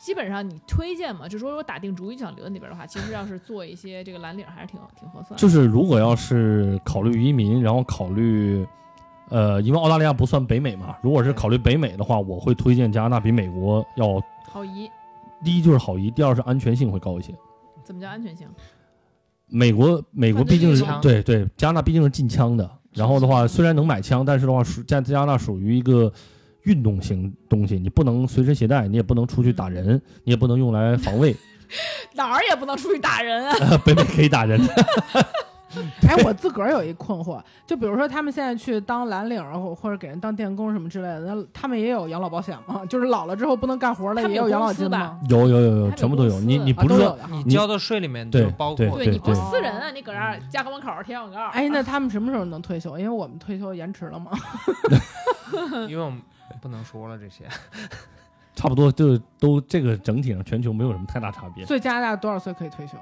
[SPEAKER 1] 基本上你推荐嘛，就说我打定主意想留在那边的话，其实要是做一些这个蓝领还是挺挺合算的。
[SPEAKER 3] 就是如果要是考虑移民，然后考虑，呃，因为澳大利亚不算北美嘛，如果是考虑北美的话，我会推荐加拿大比美国要，
[SPEAKER 1] 好移，
[SPEAKER 3] 第一就是好移，第二是安全性会高一些。
[SPEAKER 1] 怎么叫安全性？
[SPEAKER 3] 美国美国
[SPEAKER 1] 犯罪
[SPEAKER 3] 毕竟
[SPEAKER 1] 率
[SPEAKER 3] 是
[SPEAKER 2] 高
[SPEAKER 3] 对对，加拿大毕竟是禁枪的，然后的话
[SPEAKER 1] 是
[SPEAKER 3] 虽然能买枪，但是的话属在加拿大属于一个。运动型东西，你不能随身携带，你也不能出去打人，你也不能用来防 卫。
[SPEAKER 1] 哪儿也不能出去打人啊！
[SPEAKER 3] 北美可以 打人，
[SPEAKER 4] 哎，我自个儿有一困惑，就比如说他们现在去当蓝领儿，或或者给人当电工什么之类的，那他们也有养老保险吗？ 就是老了之后不能干活了，
[SPEAKER 1] 他们
[SPEAKER 4] 也
[SPEAKER 1] 有
[SPEAKER 4] 养
[SPEAKER 1] 公
[SPEAKER 4] 老
[SPEAKER 1] 司
[SPEAKER 4] 金
[SPEAKER 1] 吧
[SPEAKER 4] 吗？
[SPEAKER 3] 有有有有，
[SPEAKER 1] 还有
[SPEAKER 3] 全部都有。
[SPEAKER 1] 公司
[SPEAKER 3] 你你
[SPEAKER 4] 啊，
[SPEAKER 3] 不
[SPEAKER 4] 都
[SPEAKER 3] 是
[SPEAKER 4] 有
[SPEAKER 3] 说
[SPEAKER 4] 的哈。
[SPEAKER 2] 你交的税里面就
[SPEAKER 3] 对
[SPEAKER 2] 包括
[SPEAKER 3] 对
[SPEAKER 2] 的。
[SPEAKER 1] 对你不是
[SPEAKER 4] 对
[SPEAKER 1] 私人啊，你搁这儿家门口儿贴广告儿。
[SPEAKER 4] 哎，那他们什么时候能退休？因为我们退休延迟了嘛。
[SPEAKER 2] 因为我们不能说了这些，
[SPEAKER 3] 差不多就都这个整体上全球没有什么太大差别。
[SPEAKER 4] 所以加拿大多少岁可以退休？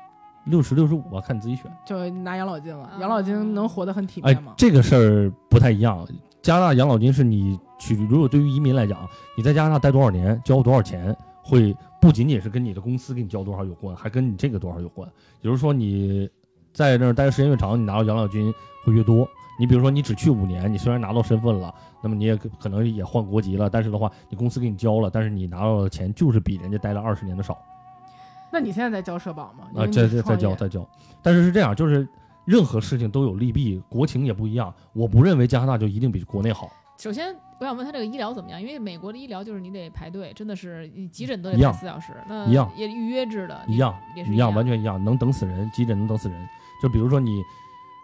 [SPEAKER 3] 六十六十五吧，看你自己选。
[SPEAKER 4] 就拿养老金了
[SPEAKER 1] 啊，
[SPEAKER 4] 养老金能活得很体
[SPEAKER 3] 哎
[SPEAKER 4] 面吗，？
[SPEAKER 3] 这个事儿不太一样。加拿大养老金是你去，如果对于移民来讲，你在加拿大待多少年，交多少钱，会不仅仅是跟你的公司给你交多少有关，还跟你这个多少有关。也就是说，你在那儿待的时间越长，你拿到养老金会越多。你比如说，你只去五年，你虽然拿到身份了，那么你也可可能也换国籍了，但是的话，你公司给你交了，但是你拿到的钱就是比人家待了二十年的少。
[SPEAKER 4] 那你现在在交社保吗？因
[SPEAKER 1] 嗯
[SPEAKER 3] 啊，
[SPEAKER 4] 为你
[SPEAKER 3] 再
[SPEAKER 4] 是
[SPEAKER 3] 再再
[SPEAKER 4] 创
[SPEAKER 3] 交
[SPEAKER 4] 业
[SPEAKER 3] 再交，但是是这样，就是任何事情都有利弊，国情也不一样。我不认为加拿大就一定比国内好，
[SPEAKER 1] 首先，我想问他这个医疗怎么样？因为美国的医疗就是你得排队，真的是你急诊都得
[SPEAKER 3] 一样
[SPEAKER 1] 排四小时，那
[SPEAKER 3] 一样
[SPEAKER 1] 也预约制的，
[SPEAKER 3] 一样
[SPEAKER 1] 也是
[SPEAKER 3] 一
[SPEAKER 1] 样，
[SPEAKER 3] 样，完全一样，能等死人，急诊能等死人。就比如说你，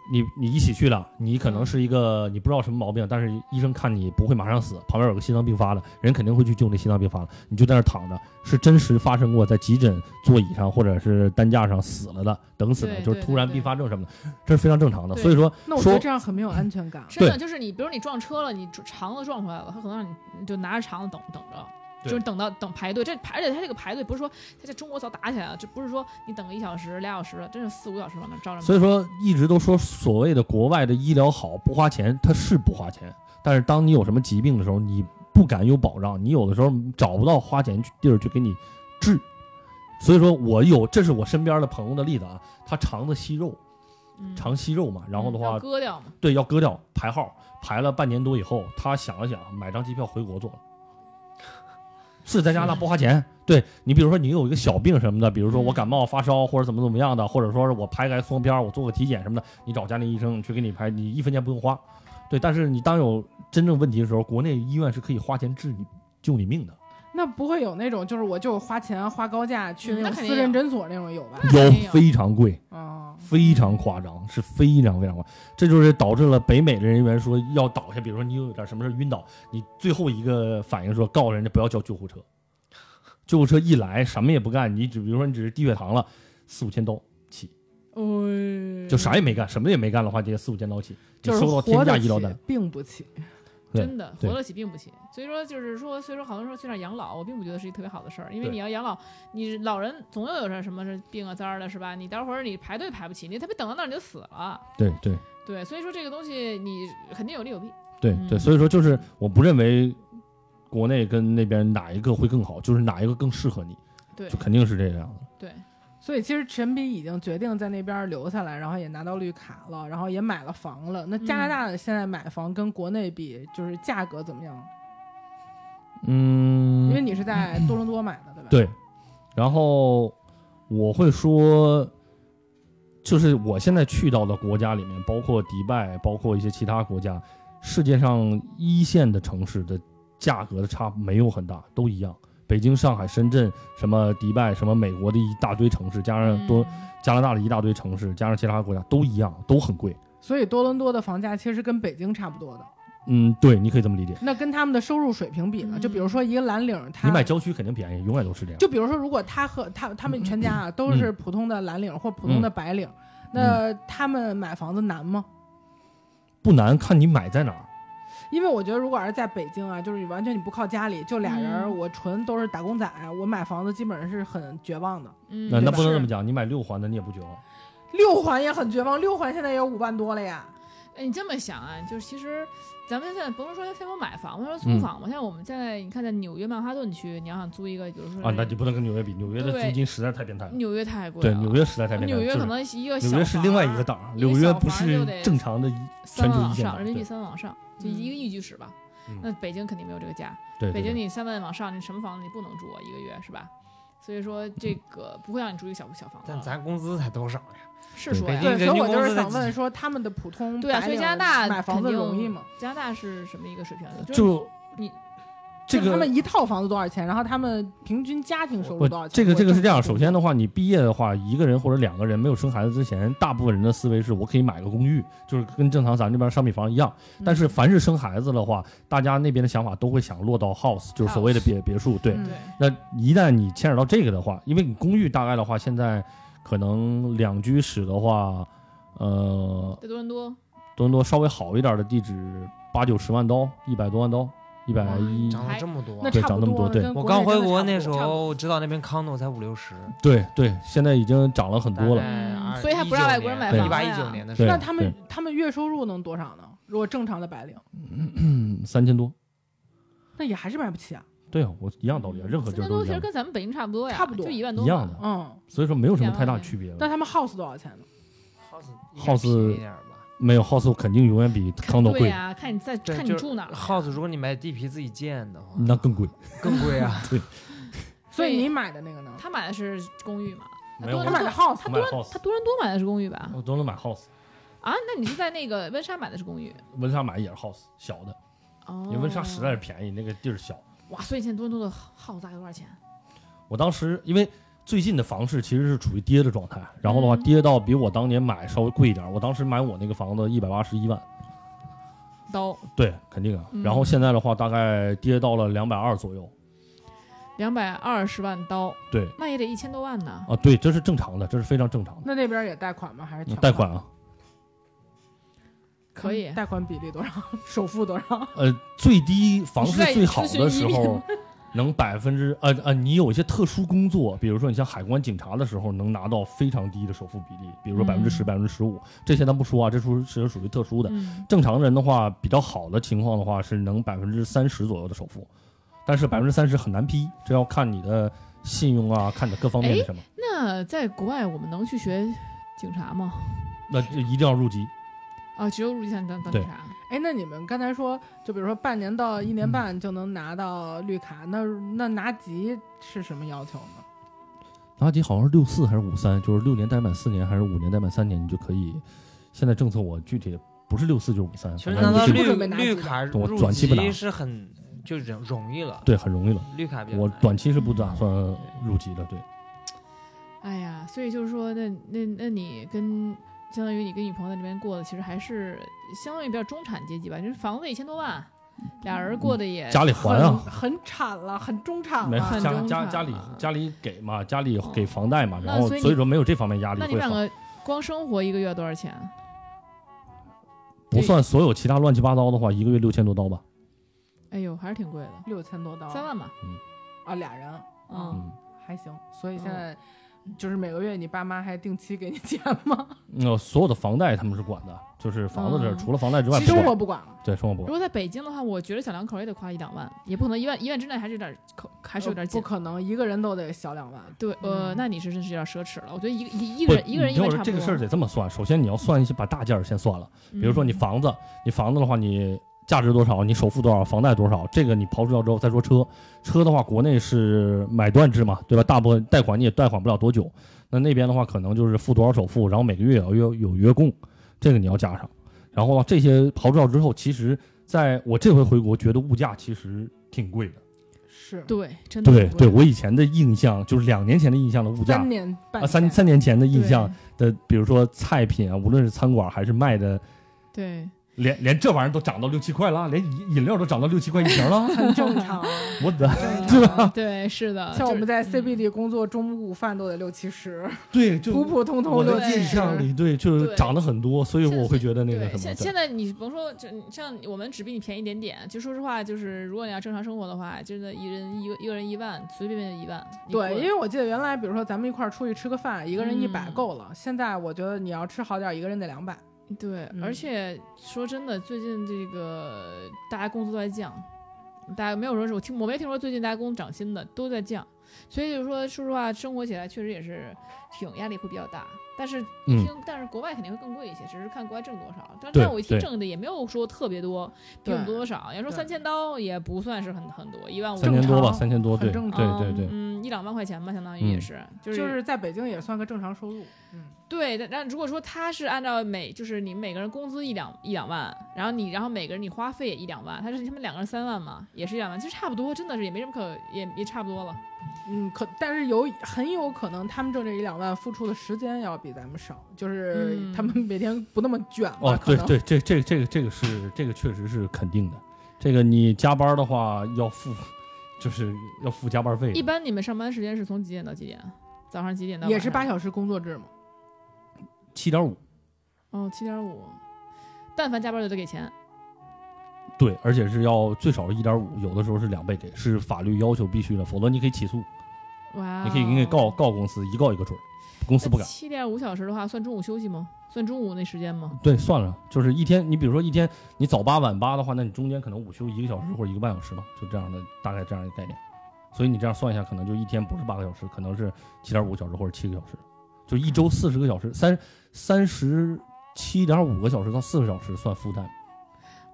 [SPEAKER 3] 你你一起去了，你可
[SPEAKER 1] 嗯
[SPEAKER 3] 能是一个你不知道什么毛病，但是医生看你不会马上死，旁边有个心脏病发的人肯定会去救那心脏病发的，你就在那儿躺着，是真实发生过在急诊座椅上或者是担架上死了的，等死的，
[SPEAKER 1] 对
[SPEAKER 3] 就是
[SPEAKER 1] 对
[SPEAKER 3] 突
[SPEAKER 1] 对
[SPEAKER 3] 然
[SPEAKER 1] 对
[SPEAKER 3] 并发症什么的，这是非常正常的。
[SPEAKER 1] 对
[SPEAKER 3] 所以说，
[SPEAKER 4] 那我觉得
[SPEAKER 3] 说
[SPEAKER 4] 这样很没有安全感。
[SPEAKER 1] 真的
[SPEAKER 3] 对
[SPEAKER 1] 就是你，比如你撞车了，你肠子撞出来了，他可能让你就拿着肠子等等着。
[SPEAKER 3] 对
[SPEAKER 1] 就是等到等排队，这排而且他这个排队不是说他在中国早打起来了，这不是说你等个一小时俩小时了，真是四五小时往那照着。
[SPEAKER 3] 所以说，一直都说所谓的国外的医疗好不花钱，它是不花钱，但是当你有什么疾病的时候，你不敢有保障，你有的时候找不到花钱去地儿去给你治。所以说我有，这是我身边的朋友的例子啊，他肠子息肉，
[SPEAKER 1] 嗯
[SPEAKER 3] 肠息肉嘛，然后的
[SPEAKER 1] 嗯要
[SPEAKER 3] 话，
[SPEAKER 1] 割掉嘛，
[SPEAKER 3] 对，要割掉排号，排了半年多以后，他想了想，买张机票回国做了。是在加拿大不花钱，对你，比如说你有一个小病什么的，比如说
[SPEAKER 1] 嗯
[SPEAKER 3] 我感冒发烧或者怎么怎么样的，或者说是我拍个 X 光片儿，我做个体检什么的，你找家庭医生去给你拍，你一分钱不用花。对，但是你当有真正问题的时候，国内医院是可以花钱治你救你命的。
[SPEAKER 4] 那不会有那种就是我就花钱花高价去那
[SPEAKER 1] 嗯那
[SPEAKER 4] 种
[SPEAKER 1] 肯
[SPEAKER 4] 私
[SPEAKER 1] 定
[SPEAKER 4] 人
[SPEAKER 1] 有
[SPEAKER 4] 诊所那种有吧？
[SPEAKER 1] 那
[SPEAKER 3] 有
[SPEAKER 1] 没有
[SPEAKER 3] 非常贵，
[SPEAKER 4] 啊，
[SPEAKER 3] 非常夸张，是非常非常夸张，这就是导致了北美的人员说要倒下，比如说你有点什么事晕倒，你最后一个反应说告诉人家不要叫救护车，救护车一来什么也不干，你只比如说你只是低血糖了，四五千刀
[SPEAKER 4] 嗯
[SPEAKER 3] 起，
[SPEAKER 4] 哦，
[SPEAKER 3] 就啥也没干，什么也没干的话，这四五千刀起，你
[SPEAKER 4] 就是
[SPEAKER 3] 收到天
[SPEAKER 4] 活
[SPEAKER 3] 价
[SPEAKER 4] 得
[SPEAKER 3] 医疗
[SPEAKER 4] 起
[SPEAKER 3] 单，
[SPEAKER 4] 病不起。
[SPEAKER 3] 对
[SPEAKER 1] 真的
[SPEAKER 3] 对
[SPEAKER 1] 活得起并不起。所以说就是说，所以说好像说去那儿养老，我并不觉得是一特别好的事儿，因为
[SPEAKER 3] 对
[SPEAKER 1] 你要养老，你老人总要有点什么是病啊灾儿的，是吧？你待会儿你排队排不起，你他别等到那儿你就死了。
[SPEAKER 3] 对对
[SPEAKER 1] 对，所以说这个东西你肯定有利有弊。
[SPEAKER 3] 对
[SPEAKER 1] 嗯
[SPEAKER 3] 对，所以说就是我不认为国内跟那边哪一个会更好，就是哪一个更适合你，
[SPEAKER 1] 对
[SPEAKER 3] 就肯定是这样的。
[SPEAKER 1] 对，
[SPEAKER 4] 所以其实陈比已经决定在那边留下来，然后也拿到绿卡了，然后也买了房了。那加拿大现在买房跟国内比，就是价格怎么样？因为
[SPEAKER 3] 嗯，
[SPEAKER 4] 你是在多伦多买的，对吧？
[SPEAKER 3] 对。然后我会说，就是我现在去到的国家里面，包括迪拜，包括一些其他国家，世界上一线的城市的价格的差没有很大，都一样。北京、上海、深圳，什么迪拜，什么美国的一大堆城市，加
[SPEAKER 1] 嗯
[SPEAKER 4] 嗯
[SPEAKER 3] 上多、加拿大的一大堆城市，加上其他国家都一样，都很贵。
[SPEAKER 4] 所以多伦多的房价其实跟北京差不多的。
[SPEAKER 3] 嗯，对，你可以这么理解。
[SPEAKER 4] 那跟他们的收入水平比呢？
[SPEAKER 1] 嗯
[SPEAKER 4] 就比如说一个蓝领，他
[SPEAKER 3] 你买郊区肯定便宜，永远都是这样。
[SPEAKER 4] 就比如说，如果他和他他们全家
[SPEAKER 3] 嗯
[SPEAKER 4] 啊都是普通的蓝领或普通的白领，那他们买房子难吗？
[SPEAKER 3] 不难，看你买在哪儿。
[SPEAKER 4] 因为我觉得，如果要是在北京啊，就是完全你不靠家里，就俩人，
[SPEAKER 1] 嗯
[SPEAKER 4] 我纯都是打工仔，我买房子基本上是很绝望的。
[SPEAKER 1] 嗯，
[SPEAKER 3] 那
[SPEAKER 4] 对
[SPEAKER 3] 那
[SPEAKER 4] 吧
[SPEAKER 3] 不能
[SPEAKER 4] 是
[SPEAKER 3] 这么讲，你买六环的你也不绝望。
[SPEAKER 4] 六环也很绝望，六环现在也有五万多了呀。
[SPEAKER 1] 哎，你这么想啊，就是其实咱们现在不能说先不买房，我说租
[SPEAKER 3] 嗯
[SPEAKER 1] 房嘛。像我们在你看，在纽约曼哈顿区，你要想租一个，比如说
[SPEAKER 3] 啊，那就不能跟纽约比，纽约的
[SPEAKER 1] 嗯对
[SPEAKER 3] 租金实在太变态了。
[SPEAKER 1] 纽约太贵
[SPEAKER 3] 对，
[SPEAKER 1] 了，啊
[SPEAKER 3] 纽约实在太变态
[SPEAKER 1] 纽
[SPEAKER 3] 了。
[SPEAKER 1] 约
[SPEAKER 3] 就
[SPEAKER 1] 可
[SPEAKER 3] 是
[SPEAKER 1] 能一个小
[SPEAKER 3] 纽约是另外一个
[SPEAKER 1] 房
[SPEAKER 3] 档儿，
[SPEAKER 1] 一个
[SPEAKER 3] 纽约
[SPEAKER 1] 小
[SPEAKER 3] 不
[SPEAKER 1] 房就得
[SPEAKER 3] 是正常的一，
[SPEAKER 1] 三万
[SPEAKER 3] 全球
[SPEAKER 1] 往
[SPEAKER 3] 一线
[SPEAKER 1] 上，
[SPEAKER 3] 的
[SPEAKER 1] 人民币
[SPEAKER 3] 对
[SPEAKER 1] 三万往上，就一个一居室吧。
[SPEAKER 3] 嗯
[SPEAKER 1] 那北京肯定没有这个价，
[SPEAKER 3] 对
[SPEAKER 1] 北
[SPEAKER 3] 对
[SPEAKER 1] 京
[SPEAKER 3] 对。
[SPEAKER 1] 你三万往上，你什么房子你不能住啊，一个月是吧？所以说这个不会让你住一个小小房子
[SPEAKER 2] 但
[SPEAKER 1] 了，
[SPEAKER 2] 咱工资才多少呀？
[SPEAKER 1] 是说
[SPEAKER 2] 北
[SPEAKER 3] 哎
[SPEAKER 1] 呀
[SPEAKER 2] 京，
[SPEAKER 4] 对，所
[SPEAKER 2] 人
[SPEAKER 4] 以我
[SPEAKER 2] 均
[SPEAKER 4] 就
[SPEAKER 2] 工
[SPEAKER 4] 是
[SPEAKER 2] 资才
[SPEAKER 4] 想
[SPEAKER 2] 几
[SPEAKER 4] 问说，他们的普通
[SPEAKER 1] 对啊，
[SPEAKER 4] 白
[SPEAKER 1] 所以
[SPEAKER 4] 领
[SPEAKER 1] 加拿大
[SPEAKER 4] 买房
[SPEAKER 1] 肯
[SPEAKER 4] 子
[SPEAKER 1] 定
[SPEAKER 4] 容易吗？？
[SPEAKER 1] 加拿大是什么一个水平啊？就是
[SPEAKER 3] 就
[SPEAKER 1] 你
[SPEAKER 3] 这
[SPEAKER 4] 就是他
[SPEAKER 3] 个
[SPEAKER 4] 们一套房子多少钱？然后他们平均家庭收入
[SPEAKER 3] 不
[SPEAKER 4] 多少，钱？
[SPEAKER 3] 这个这个是这样。
[SPEAKER 4] 我
[SPEAKER 3] 首先的话，你毕业的话，一个人或者两个人没有生孩子之前，大部分人的思维是我可以买个公寓，就是跟正常咱这边商品房一样。
[SPEAKER 1] 嗯
[SPEAKER 3] 但是凡是生孩子的话，大家那边的想法都会想落到 house，就是所谓的别别墅。对，
[SPEAKER 4] 嗯
[SPEAKER 1] 对，
[SPEAKER 3] 那一旦你牵扯到这个的话，因为你公寓大概的话，现在可能两居室的话，呃，
[SPEAKER 1] 在多伦多
[SPEAKER 3] 多伦多稍微好一点的地址八九十万刀，一百多万刀，一百一，
[SPEAKER 2] 涨
[SPEAKER 1] 还
[SPEAKER 2] 了这么多
[SPEAKER 4] 那
[SPEAKER 2] 啊。
[SPEAKER 3] 对
[SPEAKER 4] 差不
[SPEAKER 3] 嗯涨那么多对
[SPEAKER 4] 跟国
[SPEAKER 2] 我刚
[SPEAKER 4] 内
[SPEAKER 2] 回
[SPEAKER 4] 真的
[SPEAKER 2] 国
[SPEAKER 4] 差不
[SPEAKER 2] 那
[SPEAKER 4] 多
[SPEAKER 2] 时候，知道那边 condo 才五六十，
[SPEAKER 3] 对对，现在已经涨了很多了。
[SPEAKER 1] 嗯所以还不让外国人买
[SPEAKER 3] 房
[SPEAKER 2] 一
[SPEAKER 1] 呀
[SPEAKER 2] 八一九年的时
[SPEAKER 3] 对
[SPEAKER 2] 候
[SPEAKER 4] 那，他们他们月收入能多少呢？如果正常的白领，
[SPEAKER 3] 嗯，三千多。
[SPEAKER 4] 那也还是买不起啊。
[SPEAKER 3] 对啊，我一样道理啊，任何
[SPEAKER 1] 嗯
[SPEAKER 3] 地
[SPEAKER 1] 三
[SPEAKER 3] 儿
[SPEAKER 1] 千
[SPEAKER 3] 都
[SPEAKER 1] 多
[SPEAKER 3] 一
[SPEAKER 1] 其实
[SPEAKER 3] 样，
[SPEAKER 1] 跟咱们北京差不多呀，
[SPEAKER 4] 差不多
[SPEAKER 1] 就一万多
[SPEAKER 3] 一样的
[SPEAKER 1] 嘛。
[SPEAKER 4] 嗯，
[SPEAKER 3] 所以说没有什么太
[SPEAKER 1] 两万
[SPEAKER 3] 大
[SPEAKER 1] 元
[SPEAKER 3] 区别
[SPEAKER 4] 那
[SPEAKER 3] 了。
[SPEAKER 4] 他们 house 多少钱呢？
[SPEAKER 2] house 应该便宜一点吧。
[SPEAKER 3] 没有 house 肯定永远比 condo
[SPEAKER 1] 对啊
[SPEAKER 3] 贵，
[SPEAKER 1] 呀，看你在
[SPEAKER 2] 对
[SPEAKER 1] 看你
[SPEAKER 2] 就是
[SPEAKER 1] 住哪儿了
[SPEAKER 4] 啊
[SPEAKER 1] 呀
[SPEAKER 2] house 如果你买地皮自己建的话，
[SPEAKER 3] 那更贵。
[SPEAKER 2] 更贵 啊。
[SPEAKER 4] 所以你买的那个呢？
[SPEAKER 1] 他买的是公寓嘛？他
[SPEAKER 3] 没有哦
[SPEAKER 1] 多
[SPEAKER 4] 他
[SPEAKER 1] 伦
[SPEAKER 4] 买的
[SPEAKER 1] 多，
[SPEAKER 4] house，
[SPEAKER 1] 他
[SPEAKER 3] 我买
[SPEAKER 1] 多
[SPEAKER 3] house
[SPEAKER 1] 他多伦多买的是公寓吧？
[SPEAKER 3] 我都能买 house，
[SPEAKER 1] 啊，那你是在那个温莎买的是公寓？
[SPEAKER 3] 温莎买也是 house 小的，
[SPEAKER 1] 哦，
[SPEAKER 3] 因为温莎实在是便宜，那个地儿小。
[SPEAKER 1] 哇，所以现在多伦多的 house 大概多少钱？
[SPEAKER 3] 我当时因为最近的房市其实是处于跌的状态，然后的话
[SPEAKER 1] 嗯
[SPEAKER 3] 跌到比我当年买稍微贵一点儿。我当时买我那个房子一百八十一万，
[SPEAKER 1] 刀
[SPEAKER 3] 对，肯定啊
[SPEAKER 1] 嗯。
[SPEAKER 3] 然后现在的话大概跌到了两百二左右，
[SPEAKER 1] 两百二十万刀，
[SPEAKER 3] 对
[SPEAKER 1] 那也得一千多万呢。
[SPEAKER 3] 啊，对，这是正常的，这是非常正常的。
[SPEAKER 4] 那那边也贷款吗？还是全
[SPEAKER 3] 贷款啊，
[SPEAKER 1] 可
[SPEAKER 3] 嗯
[SPEAKER 1] 以嗯
[SPEAKER 4] 贷款比例多少？ 首付多少？
[SPEAKER 3] 呃，最低房
[SPEAKER 1] 你
[SPEAKER 3] 市
[SPEAKER 1] 是在
[SPEAKER 3] 最好的
[SPEAKER 1] 咨询
[SPEAKER 3] 时
[SPEAKER 1] 移民
[SPEAKER 3] 候
[SPEAKER 1] 吗，
[SPEAKER 3] 能百分之呃呃，你有一些特殊工作，比如说你像海关警察的时候，能拿到非常低的首付比例，比如说百分之十、
[SPEAKER 1] 嗯
[SPEAKER 3] 百分之十五，这些咱不说啊，这属是属于特殊的。
[SPEAKER 1] 嗯，
[SPEAKER 3] 正常人的话，比较好的情况的话是能百分之三十左右的首付，但是百分之三十很难批，这要看你的信用啊，看你各方面的什么。
[SPEAKER 1] 那在国外我们能去学警察吗？
[SPEAKER 3] 那就一定要入籍。
[SPEAKER 1] 啊，只有入籍才能当当警
[SPEAKER 3] 对
[SPEAKER 1] 察。
[SPEAKER 4] 哎，那你们刚才说，就比如说半年到一
[SPEAKER 3] 嗯
[SPEAKER 4] 年半就能拿到绿卡，那那拿级是什么要求呢？
[SPEAKER 3] 拿级好像是六四还是五三，就是六年待满四年还是五年待满三年，你就可以。现在政策我具体不是六四就是五三，
[SPEAKER 2] 其实
[SPEAKER 3] 反正
[SPEAKER 2] 拿到
[SPEAKER 3] 就
[SPEAKER 4] 不
[SPEAKER 2] 绿
[SPEAKER 3] 是
[SPEAKER 4] 准备拿
[SPEAKER 2] 绿
[SPEAKER 4] 几
[SPEAKER 2] 卡
[SPEAKER 3] 我
[SPEAKER 2] 入
[SPEAKER 3] 短期不拿
[SPEAKER 2] 籍是很就容容易了，
[SPEAKER 3] 对很容易了。
[SPEAKER 2] 绿卡比较
[SPEAKER 3] 我
[SPEAKER 2] 难
[SPEAKER 3] 短期是不打算入籍的，对，
[SPEAKER 1] 哎呀，所以就是说，那那那你跟相当于你跟女朋友在那边过的，其实还是相当于比较中产阶级吧，就是房子一千多万，俩人过得也、
[SPEAKER 3] 嗯家里还啊，
[SPEAKER 4] 很很惨了，很中产
[SPEAKER 3] 没
[SPEAKER 4] 了。
[SPEAKER 1] 啊很
[SPEAKER 3] 家
[SPEAKER 1] 中
[SPEAKER 3] 家
[SPEAKER 1] 产
[SPEAKER 3] 家里
[SPEAKER 1] 了
[SPEAKER 3] 家里给嘛，家里给房贷嘛，
[SPEAKER 1] 嗯
[SPEAKER 3] 然后
[SPEAKER 1] 那所以你
[SPEAKER 3] 所以说没有这方面压力
[SPEAKER 1] 那你
[SPEAKER 3] 会
[SPEAKER 1] 们两
[SPEAKER 3] 好。
[SPEAKER 1] 个光生活一个月多少钱？
[SPEAKER 3] 不算所有其他乱七八糟的话，一个月六千多刀吧。
[SPEAKER 1] 哎呦，还是挺贵的，
[SPEAKER 4] 六千多刀，
[SPEAKER 1] 三万吧。
[SPEAKER 4] 啊，俩人，
[SPEAKER 1] 嗯，
[SPEAKER 3] 嗯，
[SPEAKER 4] 还行。所以现在就是每个月你爸妈还定期给你钱吗？
[SPEAKER 3] 那呃所有的房贷他们是管的，就是房子这儿
[SPEAKER 1] 嗯
[SPEAKER 3] 除了房贷之外
[SPEAKER 4] 其
[SPEAKER 3] 不
[SPEAKER 4] 实
[SPEAKER 3] 管，
[SPEAKER 4] 我不管了，
[SPEAKER 3] 对生活不
[SPEAKER 1] 如
[SPEAKER 3] 管。
[SPEAKER 1] 果在北京的话，我觉得小两口也得花一两万，也不可能一万一万之内还是有点口，还
[SPEAKER 4] 还
[SPEAKER 1] 是
[SPEAKER 3] 呃
[SPEAKER 1] 有点紧
[SPEAKER 4] 不。可能，一个人都得小两万。
[SPEAKER 1] 对，呃，
[SPEAKER 4] 嗯
[SPEAKER 1] 那你是真是有点奢侈了。我觉得一个一一
[SPEAKER 3] 不
[SPEAKER 1] 个人一个人
[SPEAKER 3] 你
[SPEAKER 1] 一万
[SPEAKER 3] 就
[SPEAKER 1] 差
[SPEAKER 3] 是
[SPEAKER 1] 不多。
[SPEAKER 3] 这个事儿得这么算，首先你要算一些把大件儿先算了，比如说你
[SPEAKER 1] 嗯
[SPEAKER 3] 房子，你房子的话你。价值多少？你首付多少？房贷多少？这个你刨除掉之后再说车。车的话，国内是买断制嘛，对吧？大部分贷款你也贷款不了多久。那那边的话，可能就是付多少首付，然后每个月也要有有月供，这个你要加上。然后呢，这些刨除掉之后，其实在我这回回国，觉得物价其实挺贵的。
[SPEAKER 4] 是
[SPEAKER 1] 对，
[SPEAKER 4] 嗯
[SPEAKER 1] 真的
[SPEAKER 3] 对
[SPEAKER 1] 很
[SPEAKER 3] 对，
[SPEAKER 1] 贵
[SPEAKER 3] 我以前的印象就是两年前的印象的物价
[SPEAKER 4] 三年半
[SPEAKER 3] 啊，三
[SPEAKER 4] 前。
[SPEAKER 3] 三年前的印
[SPEAKER 1] 对
[SPEAKER 3] 象的，比如说菜品啊，无论是餐馆还是卖的，
[SPEAKER 1] 对，
[SPEAKER 3] 连连这玩意儿都涨到六七块了，连饮饮料都涨到六七块一瓶了
[SPEAKER 4] 很正 常，
[SPEAKER 3] 我的
[SPEAKER 4] 正
[SPEAKER 1] 对
[SPEAKER 3] 啊
[SPEAKER 4] 常。
[SPEAKER 1] 对，啊是嗯的，
[SPEAKER 4] 像我们
[SPEAKER 3] 嗯
[SPEAKER 4] 在
[SPEAKER 1] CBD，
[SPEAKER 4] CBD 工作，中午饭都得六七十，
[SPEAKER 3] 对，就
[SPEAKER 4] 普普通
[SPEAKER 3] 我
[SPEAKER 4] 通六
[SPEAKER 3] 的
[SPEAKER 1] 对
[SPEAKER 4] 七
[SPEAKER 3] 印
[SPEAKER 4] 十。
[SPEAKER 3] 象里，对，就是
[SPEAKER 1] 对
[SPEAKER 3] 涨了很多，所以
[SPEAKER 1] 现在
[SPEAKER 3] 我会觉得那个
[SPEAKER 1] 对，
[SPEAKER 3] 什么
[SPEAKER 1] 现
[SPEAKER 3] 对
[SPEAKER 1] 现在你甭说，就你像我们只比你便宜一点点。就说实话，就是如果你要正常生活的话，真的一人一个一个人一万，随随便便就一万。你
[SPEAKER 4] 对，
[SPEAKER 1] 过
[SPEAKER 4] 因为我记得原来，比如说咱们一块儿出去吃个饭，一个人一百
[SPEAKER 1] 嗯
[SPEAKER 4] 够了。现在我觉得你要吃好点儿，一个人得两百。
[SPEAKER 1] 对，而
[SPEAKER 4] 嗯
[SPEAKER 1] 且说真的，最近这个大家工资都在降，大家没有说是我听我没听说最近大家工资涨薪的都在降，所以就是说，说实话，生活起来确实也是挺压力会比较大。但是
[SPEAKER 3] 嗯
[SPEAKER 1] 听，但是国外肯定会更贵一些，只是看国外挣多少。但
[SPEAKER 3] 对
[SPEAKER 1] 但我一听
[SPEAKER 3] 对
[SPEAKER 1] 挣的也没有说特别多，比
[SPEAKER 4] 对
[SPEAKER 1] 我们多多少。要说
[SPEAKER 4] 对
[SPEAKER 1] 三千刀也不算是很很多，一万五
[SPEAKER 3] 三千多吧，
[SPEAKER 4] 正常
[SPEAKER 3] 三千多，对
[SPEAKER 4] 很
[SPEAKER 3] 对
[SPEAKER 4] 正
[SPEAKER 3] 对对，
[SPEAKER 1] 嗯，一两万块钱吧，相当于也
[SPEAKER 3] 嗯
[SPEAKER 1] 是，就
[SPEAKER 4] 就是是在北京也算个正常收入。嗯，
[SPEAKER 1] 对，但但如果说他是按照每就是你每个人工资一两一两万，然后你然后每个人你花费也一两万，他是他们两个人三万嘛，也是一两万，其实差不多，真的是也没什么可也也差不多了。
[SPEAKER 4] 嗯，可但是有很有可能他们挣这一两万付出的时间要比咱们少，就是
[SPEAKER 1] 嗯
[SPEAKER 4] 他们每天不那么卷吧？
[SPEAKER 3] 哦，对
[SPEAKER 4] 可能
[SPEAKER 3] 对，这这这个这个是这个确实是肯定的。这个你加班的话要付，就是要付加班费
[SPEAKER 1] 一
[SPEAKER 3] 的，
[SPEAKER 1] 般你们上班时间是从几点到几点？早上几点到晚上？
[SPEAKER 4] 也是八小时工作制嘛。
[SPEAKER 3] 七点五。
[SPEAKER 1] 哦，七点五。但凡加班就得给钱，
[SPEAKER 3] 对，而且是要最少是一点五，有的时候是两倍给，是法律要求必须的，否则你可以起诉，
[SPEAKER 1] 哇、哦
[SPEAKER 3] 你可以你可以告。告公司，一告一个准儿，公司不敢。
[SPEAKER 1] 七点五小时的话，算中午休息吗？算中午那时间吗？
[SPEAKER 3] 对，算了，就是一天，你比如说一天你早八晚八的话，那你中间可能午休一个小时或者一个半小时吧，就这样的大概这样一个概念。所以你这样算一下，可能就一天不是八个小时，可能是七点五小时或者七个小时，就一周四十个小时，三三十七点五个小时到四个小时算 full time。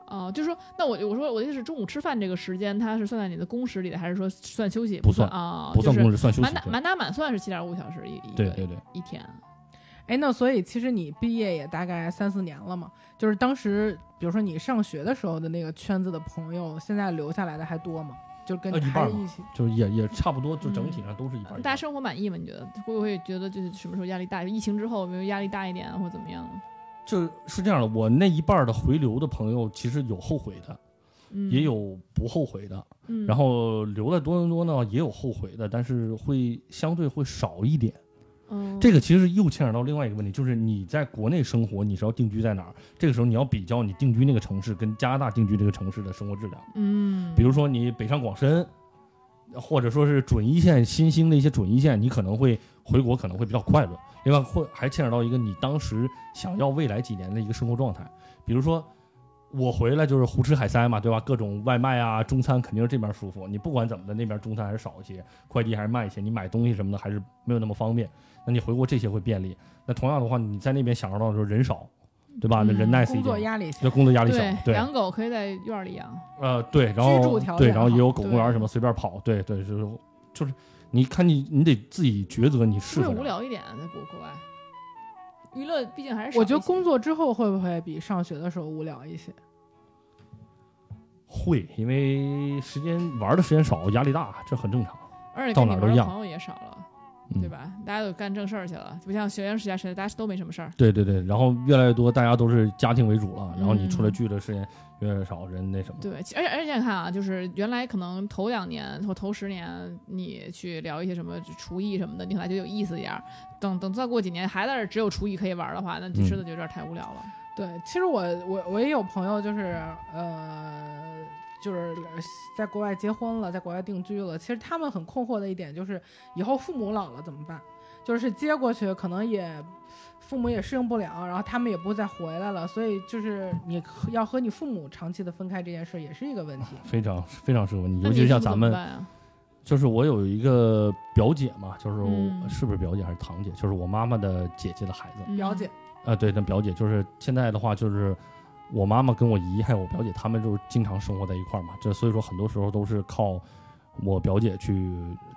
[SPEAKER 1] 哦、就是说，那我我说我的意思是中午吃饭这个时间，它是算在你的工时里的，还是说算休息？
[SPEAKER 3] 不
[SPEAKER 1] 算
[SPEAKER 3] 算
[SPEAKER 1] 啊，
[SPEAKER 3] 不算
[SPEAKER 1] 就是
[SPEAKER 3] 工时，算休息
[SPEAKER 1] 满。打满打满算是七点五小时一一
[SPEAKER 3] 对
[SPEAKER 1] 个
[SPEAKER 3] 对对
[SPEAKER 1] 一天，啊
[SPEAKER 4] 哎，那所以其实你毕业也大概三四年了嘛，就是当时比如说你上学的时候的那个圈子的朋友，现在留下来的还多吗？就跟
[SPEAKER 3] 呃
[SPEAKER 4] 你
[SPEAKER 3] 一半
[SPEAKER 4] 还
[SPEAKER 3] 儿吧
[SPEAKER 4] 一起，
[SPEAKER 3] 就是也也差不多，就整体上都是一半儿一半儿。
[SPEAKER 1] 大家生活满意吗？你觉得会不会觉得就是什么时候压力大？疫情之后有没有压力大一点啊或者怎么样？
[SPEAKER 3] 就是是这样的，我那一半儿的回流的朋友其实有后悔的，
[SPEAKER 1] 嗯，
[SPEAKER 3] 也，有不后悔的。
[SPEAKER 1] 嗯，
[SPEAKER 3] 然后留在多伦多呢，也有后悔的，但是会相对会少一点。
[SPEAKER 1] 嗯，
[SPEAKER 3] 这个其实又牵扯到另外一个问题，就是你在国内生活，你是要定居在哪儿？这个时候你要比较你定居那个城市跟加拿大定居这个城市的生活质量。
[SPEAKER 1] 嗯，
[SPEAKER 3] 比如说你北上广深，或者说是准一线新兴的一些准一线，你可能会回国可能会比较快乐。另外会还牵扯到一个你当时想要未来几年的一个生活状态，比如说。我回来就是胡吃海塞嘛，对吧？各种外卖啊，中餐肯定是这边舒服。你不管怎么的，那边中餐还是少一些，快递还是慢一些，你买东西什么的还是没有那么方便。那你回国这些会便利。那同样的话，你在那边享受到的时候人少，对吧？那人
[SPEAKER 1] 嗯
[SPEAKER 3] nice 一
[SPEAKER 4] 工作
[SPEAKER 3] 点，
[SPEAKER 4] 压力小
[SPEAKER 3] 那。工作压力小，
[SPEAKER 1] 对，
[SPEAKER 3] 对，
[SPEAKER 1] 养狗可以在院里养，
[SPEAKER 3] 呃，对，然后
[SPEAKER 4] 居住条
[SPEAKER 3] 对，
[SPEAKER 4] 件
[SPEAKER 3] 然后也
[SPEAKER 4] 好
[SPEAKER 3] 有狗公园儿什
[SPEAKER 1] 对
[SPEAKER 3] 么随便跑，对对，就是就是，你看你你得自己抉择你
[SPEAKER 1] 是
[SPEAKER 3] 适
[SPEAKER 1] 不是
[SPEAKER 3] 合
[SPEAKER 1] 无
[SPEAKER 3] 哪儿。
[SPEAKER 1] 聊一点啊在国国外？娱乐毕竟还是少
[SPEAKER 4] 我
[SPEAKER 1] 一
[SPEAKER 4] 觉得
[SPEAKER 1] 些
[SPEAKER 4] 工作之后会不会比上学的时候无聊一些？
[SPEAKER 3] 会，因为时间玩儿的时间少，压力大，这很正常。
[SPEAKER 1] 而且
[SPEAKER 3] 到
[SPEAKER 1] 跟
[SPEAKER 3] 哪
[SPEAKER 1] 你玩
[SPEAKER 3] 儿都
[SPEAKER 1] 的
[SPEAKER 3] 一样
[SPEAKER 1] 朋友也少了，
[SPEAKER 3] 嗯
[SPEAKER 1] 对吧？大家都干正事儿去了，不像学生时代时代大家都没什么事儿。
[SPEAKER 3] 对对对，然后越来越多，大家都是家庭为主了，然后你出来
[SPEAKER 1] 嗯
[SPEAKER 3] 聚的时间越来越少，人那什么。
[SPEAKER 1] 对，其而且而且你看啊，就是原来可能头两年或头十年，你去聊一些什么厨艺什么的，你可能还觉得有意思一点儿。等等再过几年，还在这儿只有厨艺可以玩儿的话，那就
[SPEAKER 3] 嗯
[SPEAKER 1] 真的就有点太无聊了。
[SPEAKER 4] 对，其实我我我也有朋友，就是呃，就是在国外结婚了，在国外定居了。其实他们很困惑的一点就是，以后父母老了怎么办？就是接过去可能也父母也适应不了，然后他们也不会再回来了，所以就是你和要和你父母长期的分开这件事也是一个问题。
[SPEAKER 3] 非常非常适合你，
[SPEAKER 1] 那
[SPEAKER 3] 尤
[SPEAKER 1] 你
[SPEAKER 3] 其是像
[SPEAKER 1] 父母
[SPEAKER 3] 咱
[SPEAKER 1] 怎么
[SPEAKER 3] 们
[SPEAKER 1] 办啊
[SPEAKER 3] 就是我有一个表姐嘛，就是我
[SPEAKER 1] 嗯
[SPEAKER 3] 是不是表姐还是堂姐？就是我妈妈的姐姐的孩子。
[SPEAKER 1] 嗯
[SPEAKER 4] 了解，
[SPEAKER 3] 啊，对，那表姐就是现在的话，就是我妈妈跟我姨还有我表姐，她们就是经常生活在一块儿嘛。这所以说很多时候都是靠我表姐去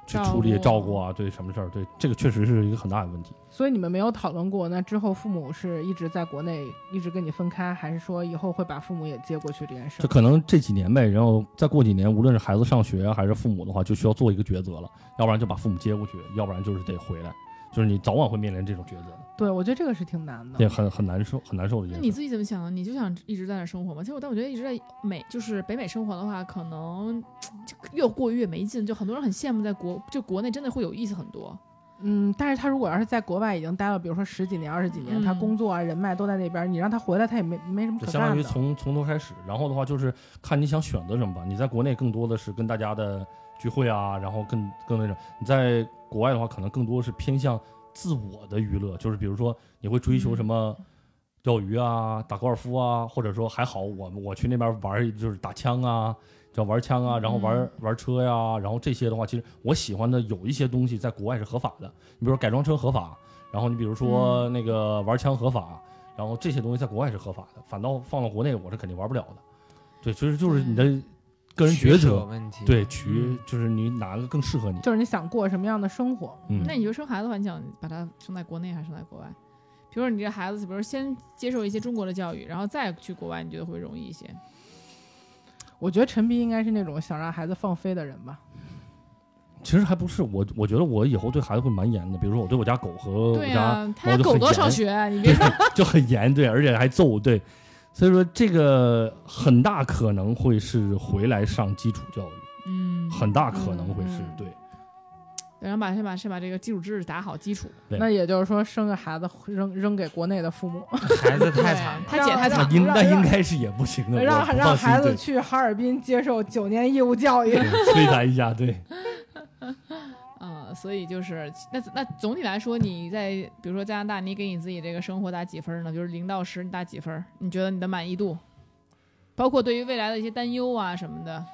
[SPEAKER 3] 去处理
[SPEAKER 1] 照顾
[SPEAKER 3] 照顾啊，对什么事儿，对这个确实是一个很大的问题。
[SPEAKER 4] 所以你们没有讨论过，那之后父母是一直在国内一直跟你分开，还是说以后会把父母也接过去这件事
[SPEAKER 3] 这？可能这几年呗，然后再过几年，无论是孩子上学啊还是父母的话，就需要做一个抉择了，要不然就把父母接过去，要不然就是得回来，就是你早晚会面临这种抉择的，
[SPEAKER 4] 对，我觉得这个是挺
[SPEAKER 1] 嗯
[SPEAKER 4] 难
[SPEAKER 3] 也
[SPEAKER 4] 的。
[SPEAKER 3] 很很难受，很难受的一
[SPEAKER 1] 那
[SPEAKER 3] 件
[SPEAKER 1] 你
[SPEAKER 3] 事。
[SPEAKER 1] 自己怎么想的？你就想一直在那儿生活吗？其实我，但我觉得一直在美，就是北美生活的话，可能就越过越没劲。就很多人很羡慕在国，就国内真的会有意思很多。
[SPEAKER 4] 嗯，但是他如果要是在国外已经待了，比如说十几年、二十几年，
[SPEAKER 1] 嗯
[SPEAKER 4] 他工作啊、人脉都在那边，你让他回来，他也没没什么可
[SPEAKER 3] 就
[SPEAKER 4] 干的。
[SPEAKER 3] 相当于从从头开始，然后的话就是看你想选择什么吧。你在国内更多的是跟大家的聚会啊，然后更更那种；你在国外的话，可能更多是偏向自我的娱乐，就是比如说你会追求什么
[SPEAKER 4] 嗯
[SPEAKER 3] 钓鱼啊、打高尔夫啊，或者说还好我我去那边玩儿就是打枪啊，叫玩枪啊，然后玩、
[SPEAKER 1] 嗯
[SPEAKER 3] 玩车呀、然后这些的话，其实我喜欢的有一些东西在国外是合法的，你比如说改装车合法，然后你比如
[SPEAKER 4] 嗯
[SPEAKER 3] 说那个玩枪合法，然后这些东西在国外是合法的，反倒放到国内我是肯定玩不了的。对，其实就是你的个人
[SPEAKER 2] 嗯取
[SPEAKER 3] 抉
[SPEAKER 2] 舍
[SPEAKER 3] 择，
[SPEAKER 2] 问题，嗯
[SPEAKER 3] 对，取就是你哪个更适合你。
[SPEAKER 4] 就是你想过什么样的生活？
[SPEAKER 3] 嗯，
[SPEAKER 1] 那你就生孩子的话，你想把他生在国内还是生在国外？比如说你这孩子，比如先接受一些中国的教育，然后再去国外，你觉得会不会容易一些？
[SPEAKER 4] 我觉得陈斌应该是那种想让孩子放飞的人吧。
[SPEAKER 3] 其实还不是我，我觉得我以后对孩子会蛮严的，比如说我对我家狗和哦我
[SPEAKER 1] 对
[SPEAKER 3] 家、
[SPEAKER 4] 啊
[SPEAKER 1] 呀、他
[SPEAKER 3] 我
[SPEAKER 1] 家
[SPEAKER 3] 就
[SPEAKER 1] 狗
[SPEAKER 3] 很
[SPEAKER 1] 都要
[SPEAKER 3] 严
[SPEAKER 1] 上学，啊你别
[SPEAKER 3] 对，就很严，对，而且还揍，对，所以说这个很大可能会是回来上基础教育，
[SPEAKER 1] 嗯，
[SPEAKER 3] 很大可能会是
[SPEAKER 4] 嗯嗯
[SPEAKER 3] 对，
[SPEAKER 1] 对然后把先把先把这个基础知识打好基础。
[SPEAKER 3] 对
[SPEAKER 4] 那也就是说，生个孩子扔扔给国内的父母，
[SPEAKER 2] 孩子太惨了。
[SPEAKER 1] 他姐太
[SPEAKER 4] 让
[SPEAKER 1] 惨
[SPEAKER 3] 那
[SPEAKER 1] 了，
[SPEAKER 3] 应
[SPEAKER 4] 让
[SPEAKER 3] 那
[SPEAKER 4] 让
[SPEAKER 3] 应该是也不行的，我
[SPEAKER 4] 让
[SPEAKER 3] 不
[SPEAKER 4] 让
[SPEAKER 3] 放心
[SPEAKER 4] 孩子
[SPEAKER 3] 对
[SPEAKER 4] 去哈尔滨接受九年义务教育。
[SPEAKER 3] 对摧残一下，对，
[SPEAKER 1] 嗯，所以就是那那总体来说，你在比如说加拿大，你给你自己这个生活打几分呢？就是零到十，你打几分？你觉得你的满意度，包括对于未来的一些担忧啊什么的。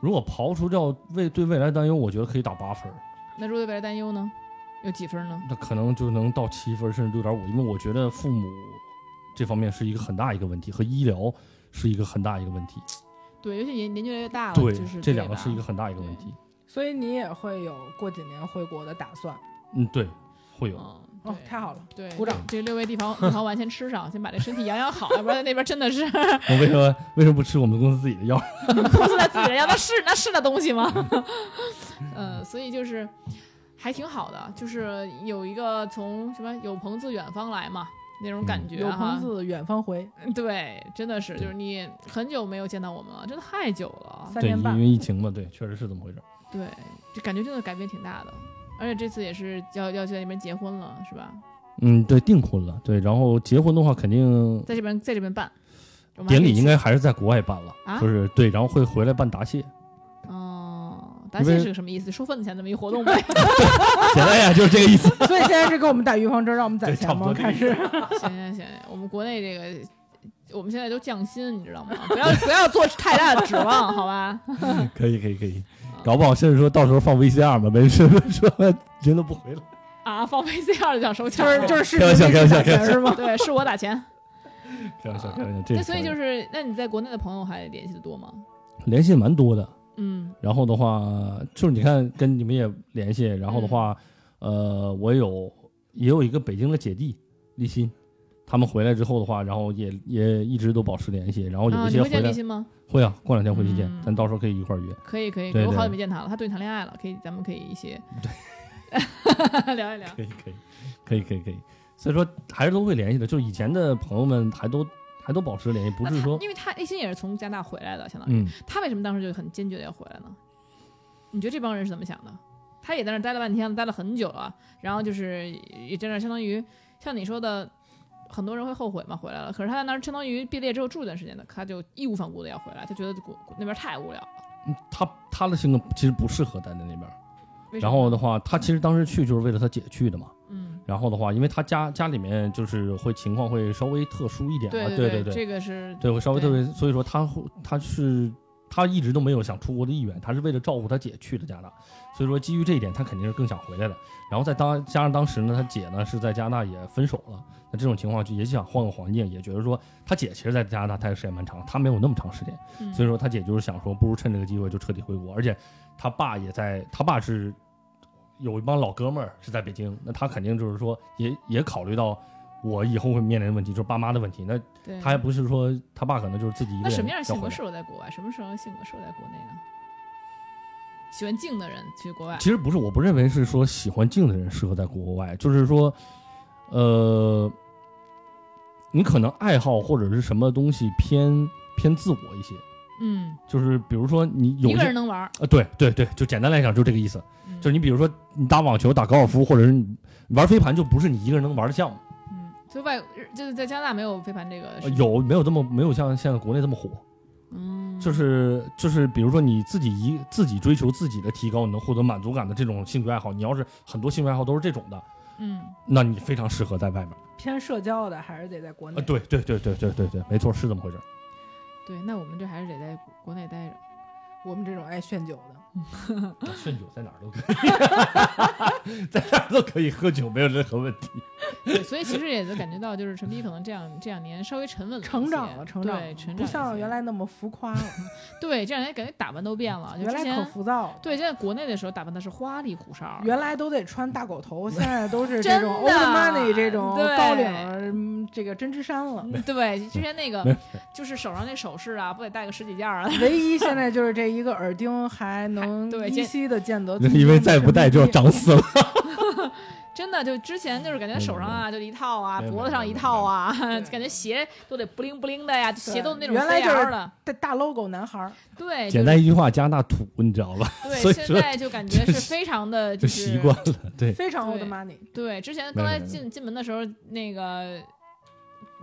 [SPEAKER 3] 如果刨除掉未对未来担忧，我觉得可以打八分儿，
[SPEAKER 1] 那如果对未来担忧呢，有几分呢？
[SPEAKER 3] 那可能就能到七分儿甚至六点五，因为我觉得父母这方面是一个很大一个问题，和医疗是一个很大一个问题，
[SPEAKER 1] 对，尤其年年纪越来越大了，
[SPEAKER 3] 对，
[SPEAKER 1] 就是
[SPEAKER 3] 啊这两个
[SPEAKER 1] 吧
[SPEAKER 3] 是一个很大一个问题，
[SPEAKER 4] 所以你也会有过几年回国的打算。
[SPEAKER 3] 嗯，对，会有。
[SPEAKER 1] 嗯，
[SPEAKER 4] 哦，
[SPEAKER 1] 对
[SPEAKER 4] 太好了，
[SPEAKER 1] 对，
[SPEAKER 4] 鼓掌
[SPEAKER 1] 这六味地黄地黄丸先吃上，先把这身体养养好，要不然在那边真 的是
[SPEAKER 3] 我为什么为什么不吃我们公司自己的药？
[SPEAKER 1] 公司的自己人要那是那是那东西吗？ 呃，所以就是还挺好的，就是有一个从什么有朋自远方来嘛那种
[SPEAKER 3] 嗯
[SPEAKER 1] 感觉
[SPEAKER 4] 有
[SPEAKER 1] 哈
[SPEAKER 4] 朋。自远方回，
[SPEAKER 1] 对，真的是，就是你很久没有见到我们了，真的太久了。
[SPEAKER 4] 三
[SPEAKER 3] 对，
[SPEAKER 4] 年
[SPEAKER 3] 因
[SPEAKER 4] 半
[SPEAKER 3] 为。疫情嘛，对，确实是这么回事儿。
[SPEAKER 1] 对，就感觉真的改变挺大的，而且这次也是要要去那边结婚了，是吧？
[SPEAKER 3] 嗯，对，订婚了，对，然后结婚的话，肯定
[SPEAKER 1] 在这边在这边办。我们还
[SPEAKER 3] 典
[SPEAKER 1] 可以
[SPEAKER 3] 礼应
[SPEAKER 1] 去
[SPEAKER 3] 该还是在国外办了，
[SPEAKER 1] 啊
[SPEAKER 3] 就是对，然后会回来办答谢。
[SPEAKER 1] 哦，答
[SPEAKER 3] 因
[SPEAKER 1] 谢
[SPEAKER 3] 为
[SPEAKER 1] 是个什么意思？收份子钱这么一活动 呗。
[SPEAKER 3] 简单呀，就是这个意思。
[SPEAKER 4] 所以现在是给我们打预防针，让我们攒
[SPEAKER 3] 对差
[SPEAKER 4] 钱
[SPEAKER 3] 不
[SPEAKER 4] 吗？
[SPEAKER 3] 多这个
[SPEAKER 4] 开始，
[SPEAKER 1] 行行行，我们国内这个，我们现在都降薪，你知道吗？ 不要不要做太大的指望，好吧？
[SPEAKER 3] 可以，可以，可以，搞不好甚至说到时候放 VCR 嘛，没事说 人都不回来。
[SPEAKER 1] 啊，放 VCR 就想收钱
[SPEAKER 4] 就
[SPEAKER 1] 了，
[SPEAKER 4] 是就是视
[SPEAKER 3] 开玩笑
[SPEAKER 4] 频
[SPEAKER 3] 开玩笑
[SPEAKER 4] 打
[SPEAKER 3] 开
[SPEAKER 4] 钱
[SPEAKER 3] 玩
[SPEAKER 4] 是 吗？
[SPEAKER 1] 对，是我打钱。
[SPEAKER 3] 开玩笑，
[SPEAKER 1] 啊
[SPEAKER 3] 开玩笑，这
[SPEAKER 1] 那所以就是是，那你在国内的朋友还联系的多吗？
[SPEAKER 3] 联系蛮多的。
[SPEAKER 1] 嗯，
[SPEAKER 3] 然后的话，就是你看跟你们也联系，然后的话，呃，我有也有一个北京的姐弟立新，他们回来之后的话，然后也也一直都保持联系，然后哦有
[SPEAKER 1] 啊，
[SPEAKER 3] 一
[SPEAKER 1] 你
[SPEAKER 3] 些
[SPEAKER 1] 会
[SPEAKER 3] 回
[SPEAKER 1] 见
[SPEAKER 3] 来、
[SPEAKER 1] 立新吗？
[SPEAKER 3] 会啊，过两天回去见，
[SPEAKER 1] 嗯
[SPEAKER 3] 咱到时候可以一块儿约。
[SPEAKER 1] 可以可以，
[SPEAKER 3] 对
[SPEAKER 1] 我好久
[SPEAKER 3] 对
[SPEAKER 1] 没见他了，他对你谈恋爱了，可以，咱们可以一起 聊一聊。
[SPEAKER 3] 可以可以，可以可以可以。所以说还是都会联系的，就是以前的朋友们还都还都保持联系，不
[SPEAKER 1] 那
[SPEAKER 3] 是
[SPEAKER 1] 他
[SPEAKER 3] 说
[SPEAKER 1] 因为他立新也是从加拿大回来的，相当于
[SPEAKER 3] 嗯，
[SPEAKER 1] 他为什么当时就很坚决的要回来呢？你觉得这帮人是怎么想的？他也在那儿待了半天，待了很久了，然后就是也在那儿相当于像你说的，很多人会后悔嘛，回来了。可是他在那儿相当于毕业之后住一段时间的，他就义无反顾的要回来，他觉得国国那边太无聊了。
[SPEAKER 3] 他他的性格其实不适合待在那边儿，
[SPEAKER 1] 为什
[SPEAKER 3] 然
[SPEAKER 1] 么
[SPEAKER 3] 后的话，他其实当时去就是为了他姐去的嘛。
[SPEAKER 1] 嗯，
[SPEAKER 3] 然后的话，因为他家家里面就是会情况会稍微特殊一点嘛，
[SPEAKER 1] 对
[SPEAKER 3] 啊对
[SPEAKER 1] 对
[SPEAKER 3] 对，
[SPEAKER 1] 这个是
[SPEAKER 3] 对，会稍微特
[SPEAKER 1] 对
[SPEAKER 3] 别，所以说他会他是他一直都没有想出国的意愿，他是为了照顾他姐去的加拿大，所以说基于这一点，他肯定是更想回来的。然后再当加上当时呢，他姐呢是在加拿大也分手了，那这种情况就也想换个环境，也觉得说他姐其实在加拿大待的时间蛮长，他没有那么长时间，
[SPEAKER 1] 嗯
[SPEAKER 3] 所以说他姐就是想说，不如趁这个机会就彻底回国，而且他爸也在，他爸是有一帮老哥们儿是在北京，那他肯定就是说也也考虑到。我以后会面临的问题就是爸妈的问题，那
[SPEAKER 1] 对
[SPEAKER 3] 他还不是说他爸可能就是自己一
[SPEAKER 1] 那
[SPEAKER 3] 个人
[SPEAKER 1] 什么样的
[SPEAKER 3] 要
[SPEAKER 1] 性
[SPEAKER 3] 回
[SPEAKER 1] 格
[SPEAKER 3] 来
[SPEAKER 1] 适合在国外？什么时候性格适合在国内呢？喜欢静的人去国外，
[SPEAKER 3] 其实不是，我不认为是说喜欢静的人适合在国外，就是说，呃，你可能爱好或者是什么东西偏偏自我一些，
[SPEAKER 1] 嗯，
[SPEAKER 3] 就是比如说你有
[SPEAKER 1] 一
[SPEAKER 3] 一
[SPEAKER 1] 个
[SPEAKER 3] 些
[SPEAKER 1] 人能玩儿，
[SPEAKER 3] 呃，对对对，就简单来讲就这个意思，
[SPEAKER 1] 嗯
[SPEAKER 3] 就是你比如说你打网球、打高尔夫，或者是你玩飞盘，就不是你一个人能玩的项目，
[SPEAKER 1] 嗯，就外日就是在加拿大没有飞盘这个
[SPEAKER 3] 呃
[SPEAKER 1] 事情，
[SPEAKER 3] 有没有这么没有像现在国内这么火？
[SPEAKER 1] 嗯，
[SPEAKER 3] 就是就是，比如说你自己一自己追求自己的提高，你能获得满足感的这种兴趣爱好，你要是很多兴趣爱好都是这种的，
[SPEAKER 1] 嗯，
[SPEAKER 3] 那你非常适合在外面。
[SPEAKER 4] 偏社交的还是得在国内。
[SPEAKER 3] 啊，对对对对对对对，没错，是这么回事儿。
[SPEAKER 1] 对，那我们这还是得在国内待着。
[SPEAKER 4] 我们这种爱炫酒的，
[SPEAKER 3] 炫酒在哪儿都可以， 在哪儿都可以喝酒，没有任何问题。
[SPEAKER 1] 对，所以其实也就感觉到，就是陈皮可能这样这两年稍微沉稳了一些，
[SPEAKER 4] 成长了，成长
[SPEAKER 1] 对，
[SPEAKER 4] 了，
[SPEAKER 1] 成长
[SPEAKER 4] 不
[SPEAKER 1] 了一
[SPEAKER 4] 像
[SPEAKER 1] 些
[SPEAKER 4] 原来那么浮夸了，
[SPEAKER 1] 对这两年感觉打扮都变啊了，就
[SPEAKER 4] 原
[SPEAKER 1] 之
[SPEAKER 4] 来可
[SPEAKER 1] 前
[SPEAKER 4] 浮躁 了。
[SPEAKER 1] 对，现在国内的时候打扮的是花里胡哨儿，
[SPEAKER 4] 原来都得穿大狗头，现在都 是这
[SPEAKER 1] 真
[SPEAKER 4] 种
[SPEAKER 1] 的
[SPEAKER 4] old money 这种
[SPEAKER 1] 对
[SPEAKER 4] 高领儿，嗯这个针织衫了。
[SPEAKER 1] 嗯对之前那个
[SPEAKER 3] 没有，
[SPEAKER 1] 就是手上那首饰啊，不得戴个十几件儿啊？
[SPEAKER 4] 唯一现在就是这一个耳钉还能
[SPEAKER 1] 对
[SPEAKER 4] 依
[SPEAKER 1] 见
[SPEAKER 4] 稀的见得
[SPEAKER 3] 因为再不戴就要
[SPEAKER 4] 长。
[SPEAKER 3] 长死了。
[SPEAKER 1] 真的，就之前就是感觉手上啊就一套啊，
[SPEAKER 3] 没有
[SPEAKER 1] 脖子上
[SPEAKER 3] 没有
[SPEAKER 1] 一套啊，
[SPEAKER 4] 有
[SPEAKER 1] 感觉鞋都得不灵不灵的呀，鞋都那种
[SPEAKER 4] 原来就是
[SPEAKER 1] CR 的，
[SPEAKER 4] 大大 logo 男孩儿，
[SPEAKER 1] 对，
[SPEAKER 3] 简
[SPEAKER 1] 就是
[SPEAKER 3] 单一句话，加拿大土，你知道吧？
[SPEAKER 1] 对，
[SPEAKER 3] 所以
[SPEAKER 1] 现
[SPEAKER 3] 说
[SPEAKER 1] 在就感觉是非常的
[SPEAKER 3] 就是习惯了。对，
[SPEAKER 4] 非常 old
[SPEAKER 1] 对
[SPEAKER 4] money。
[SPEAKER 1] 对，之前
[SPEAKER 3] 没
[SPEAKER 1] 刚
[SPEAKER 3] 有
[SPEAKER 1] 才
[SPEAKER 3] 没有
[SPEAKER 1] 进进门的时候，那个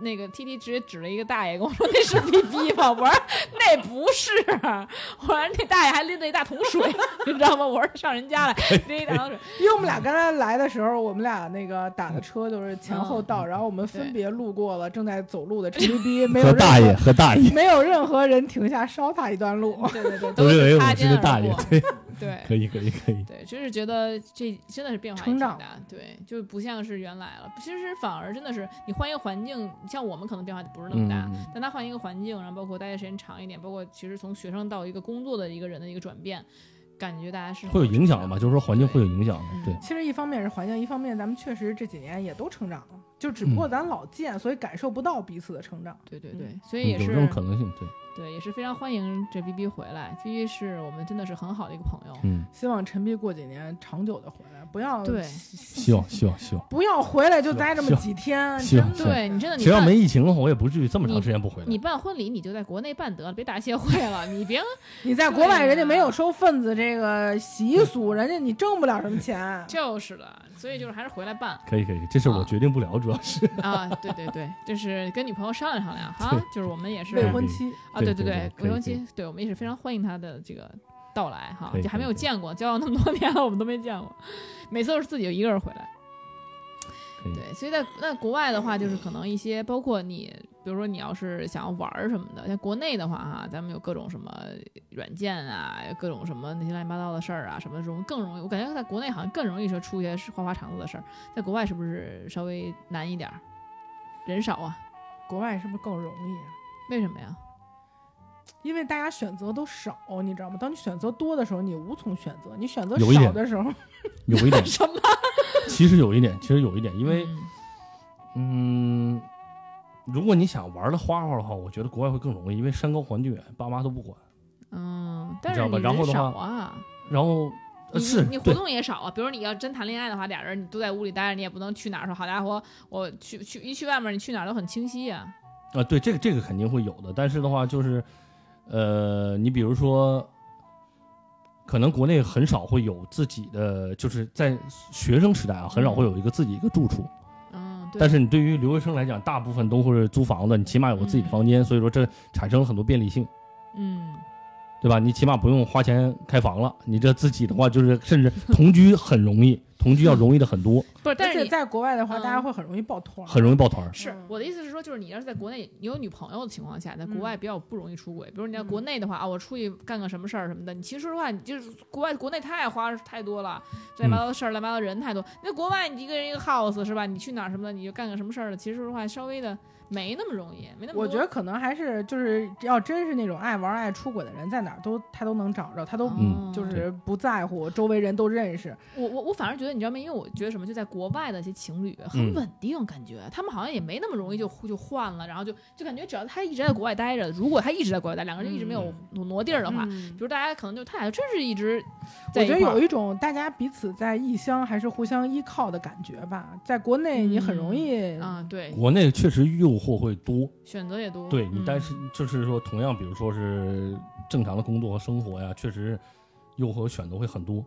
[SPEAKER 1] 那个 T T 直接指了一个大爷，跟我说那是 B B 吧？我说那不是，啊我说那大爷还拎着一大桶水， 你知道吗？我说上人家来拎一大桶水，
[SPEAKER 4] 因为我们俩刚才来的时候，我们俩那个打的车就是前后到，然后我们分
[SPEAKER 1] 嗯对
[SPEAKER 4] 别路过了正在走路的陈 逼，没有任何
[SPEAKER 3] 和大爷，和大爷，
[SPEAKER 4] 没有任何人停下捎他一段路。
[SPEAKER 1] 对对对，
[SPEAKER 3] 都认为
[SPEAKER 1] 是
[SPEAKER 3] 我
[SPEAKER 1] 擦
[SPEAKER 3] 是
[SPEAKER 1] 肩
[SPEAKER 3] 个
[SPEAKER 1] 而
[SPEAKER 3] 大爷
[SPEAKER 1] 过。，
[SPEAKER 3] 对，
[SPEAKER 1] 对
[SPEAKER 3] 可以可以可以。
[SPEAKER 1] 对，就是觉得这真的是变化也
[SPEAKER 4] 成
[SPEAKER 1] 挺
[SPEAKER 4] 长
[SPEAKER 1] 大，对，就不像是原来了。其实反而真的是你换一个环境，像我们可能变化不是那么大，
[SPEAKER 3] 嗯，
[SPEAKER 1] 但他换一个环境，然后包括待的时间长一点，包括其实从学生到一个工作的一个人的一个转变，感觉大家是
[SPEAKER 3] 会有影响的嘛？就是说环境会有影响
[SPEAKER 1] 嗯
[SPEAKER 3] 的，对。
[SPEAKER 4] 其实一方面是环境，一方面咱们确实这几年也都成长了，就只不过咱老见，所以感受不到彼此的成长。
[SPEAKER 1] 对对
[SPEAKER 4] 嗯
[SPEAKER 1] 对，所以
[SPEAKER 3] 嗯
[SPEAKER 1] 也
[SPEAKER 3] 有
[SPEAKER 1] 是
[SPEAKER 3] 这种可能性，对，
[SPEAKER 1] 对，也是非常欢迎这 B B 回来，B B 是我们真的是很好的一个朋友。
[SPEAKER 3] 嗯，
[SPEAKER 4] 希望陈逼过几年长久的回来，不要
[SPEAKER 1] 对
[SPEAKER 3] 希望希望希望，
[SPEAKER 4] 不要回来就待这
[SPEAKER 3] 希
[SPEAKER 4] 么
[SPEAKER 3] 望
[SPEAKER 4] 几天，
[SPEAKER 3] 希
[SPEAKER 4] 真
[SPEAKER 3] 望
[SPEAKER 4] 的。
[SPEAKER 1] 对你真的，你
[SPEAKER 3] 只要
[SPEAKER 1] 办
[SPEAKER 3] 没疫情的话，我也不至于这么长时间不回来
[SPEAKER 1] 你。办婚礼，你就在国内办得了，别打协会了，你别
[SPEAKER 4] 你在国外，
[SPEAKER 1] 对呀。
[SPEAKER 4] 人家没有收份子这个习俗，人家你挣不了什么钱
[SPEAKER 1] 就是了。所以就是还是回来办
[SPEAKER 3] 可以可以，这事儿我
[SPEAKER 1] 啊
[SPEAKER 3] 决定不了，主要 是
[SPEAKER 1] 啊，对对对， 就是跟你朋友商量商量哈
[SPEAKER 3] 对，
[SPEAKER 1] 就是我们也是
[SPEAKER 4] 未婚妻，
[SPEAKER 1] 啊，
[SPEAKER 3] 对
[SPEAKER 1] 对
[SPEAKER 3] 对
[SPEAKER 1] 对
[SPEAKER 3] 对，可以
[SPEAKER 1] 未婚
[SPEAKER 3] 可
[SPEAKER 1] 妻，对我们也是非常欢迎他的这个到来哈
[SPEAKER 3] 可以，
[SPEAKER 1] 就还没
[SPEAKER 3] 可以
[SPEAKER 1] 有
[SPEAKER 3] 可以
[SPEAKER 1] 见过，交往那么多年了，我们都没见过，每次都是自己一个人回来。
[SPEAKER 3] 可以
[SPEAKER 1] 对，所以在在国外的话，就是可能一些包括你，比如说你要是想要玩儿什么的，在国内的话哈、咱们有各种什么软件啊，各种什么那些乱七八糟的事儿啊，什么容更容易，我感觉在国内好像更容易说出一些是花花肠子的事儿，在国外是不是稍微难一点儿？人少啊？
[SPEAKER 4] 国外是不是更容易啊？
[SPEAKER 1] 为什么呀？
[SPEAKER 4] 因为大家选择都少，你知道吗？当你选择多的时候，你无从选择；你选择
[SPEAKER 3] 有一
[SPEAKER 4] 少
[SPEAKER 3] 点
[SPEAKER 4] 的时候，
[SPEAKER 3] 有 一点，
[SPEAKER 1] 什么？
[SPEAKER 3] 其实有一点，其实有一点，因
[SPEAKER 1] 因
[SPEAKER 3] 为嗯，如果你想玩的花花的话，我觉得国外会更容易，因为山高皇帝远，爸妈都不管。
[SPEAKER 1] 嗯，但
[SPEAKER 3] 知道
[SPEAKER 1] 是
[SPEAKER 3] 吧
[SPEAKER 1] 你
[SPEAKER 3] 然后
[SPEAKER 1] 人
[SPEAKER 3] 的
[SPEAKER 1] 少
[SPEAKER 3] 话
[SPEAKER 1] 啊。
[SPEAKER 3] 然后呃
[SPEAKER 1] 你
[SPEAKER 3] 是
[SPEAKER 1] 你活
[SPEAKER 3] 对
[SPEAKER 1] 动也少啊，比如你要真谈恋爱的话，俩人你都在屋里待着，你也不能去哪儿说，好家伙，我去去一去外面，你去哪儿都很清晰呀、
[SPEAKER 3] 啊，对这个这个肯定会有的，但是的话就是，呃，你比如说，可能国内很少会有自己的，就是在学生时代啊，很少会有一个自己一个住处。
[SPEAKER 1] 嗯，对
[SPEAKER 3] 但是你对于留学生来讲，大部分都会是租房子，你起码有个自己的房间，所以说这产生了很多便利性。
[SPEAKER 1] 嗯，
[SPEAKER 3] 对吧？你起码不用花钱开房了，你这自己的话就是甚至同居很容易，同居要容易的很多，
[SPEAKER 1] 不是，但
[SPEAKER 4] 而
[SPEAKER 1] 是
[SPEAKER 4] 且
[SPEAKER 1] 你
[SPEAKER 4] 在国外的话，
[SPEAKER 1] 嗯
[SPEAKER 4] 大家会很容易抱团儿。
[SPEAKER 3] 很容易抱团儿。
[SPEAKER 1] 是
[SPEAKER 4] 嗯
[SPEAKER 1] 我的意思是说，就是你要是在国内你有女朋友的情况下，在国
[SPEAKER 4] 嗯
[SPEAKER 1] 外比较不容易出轨。比如你在
[SPEAKER 4] 嗯
[SPEAKER 1] 国内的话啊，我出去干个什么事儿什么的，你其实说实话，你就是国外国内太花太多了，乱七八糟
[SPEAKER 3] 嗯
[SPEAKER 1] 的事儿，乱七八糟人太多。那国外你一个人一个 house 是吧？你去哪儿什么的，你就干个什么事儿了，其实说实话稍微的没那么容易，没那么多
[SPEAKER 4] 我觉得可能还是就是要真是那种爱玩儿爱出轨的人，在哪儿都他都能找着，他都
[SPEAKER 1] 嗯
[SPEAKER 4] 就
[SPEAKER 3] 对
[SPEAKER 4] 是不在乎周围人都认识。
[SPEAKER 1] 我我我反而觉得你知道吗？因为我觉得什么，就在国外的一些情侣很
[SPEAKER 3] 嗯
[SPEAKER 1] 稳定，感觉、他们好像也没那么容易就就换了，然后就就感觉只要他一直在国外待着，如果他一直在国外待，两个人一直没有挪挪地儿的话，
[SPEAKER 4] 嗯
[SPEAKER 1] 比如大家可能就他俩真是一直在
[SPEAKER 4] 我
[SPEAKER 1] 一
[SPEAKER 4] 觉
[SPEAKER 1] 块
[SPEAKER 4] 得
[SPEAKER 1] 儿，
[SPEAKER 4] 有一种大家彼此在异乡还是互相依靠的感觉吧，在国内你很容易，
[SPEAKER 1] 啊，对，
[SPEAKER 3] 国内确实诱惑会多，
[SPEAKER 1] 选择也多。
[SPEAKER 3] 对你
[SPEAKER 1] 嗯，
[SPEAKER 3] 但是就是说，同样，比如说是正常的工作和生活呀，确实诱惑和选择会很多。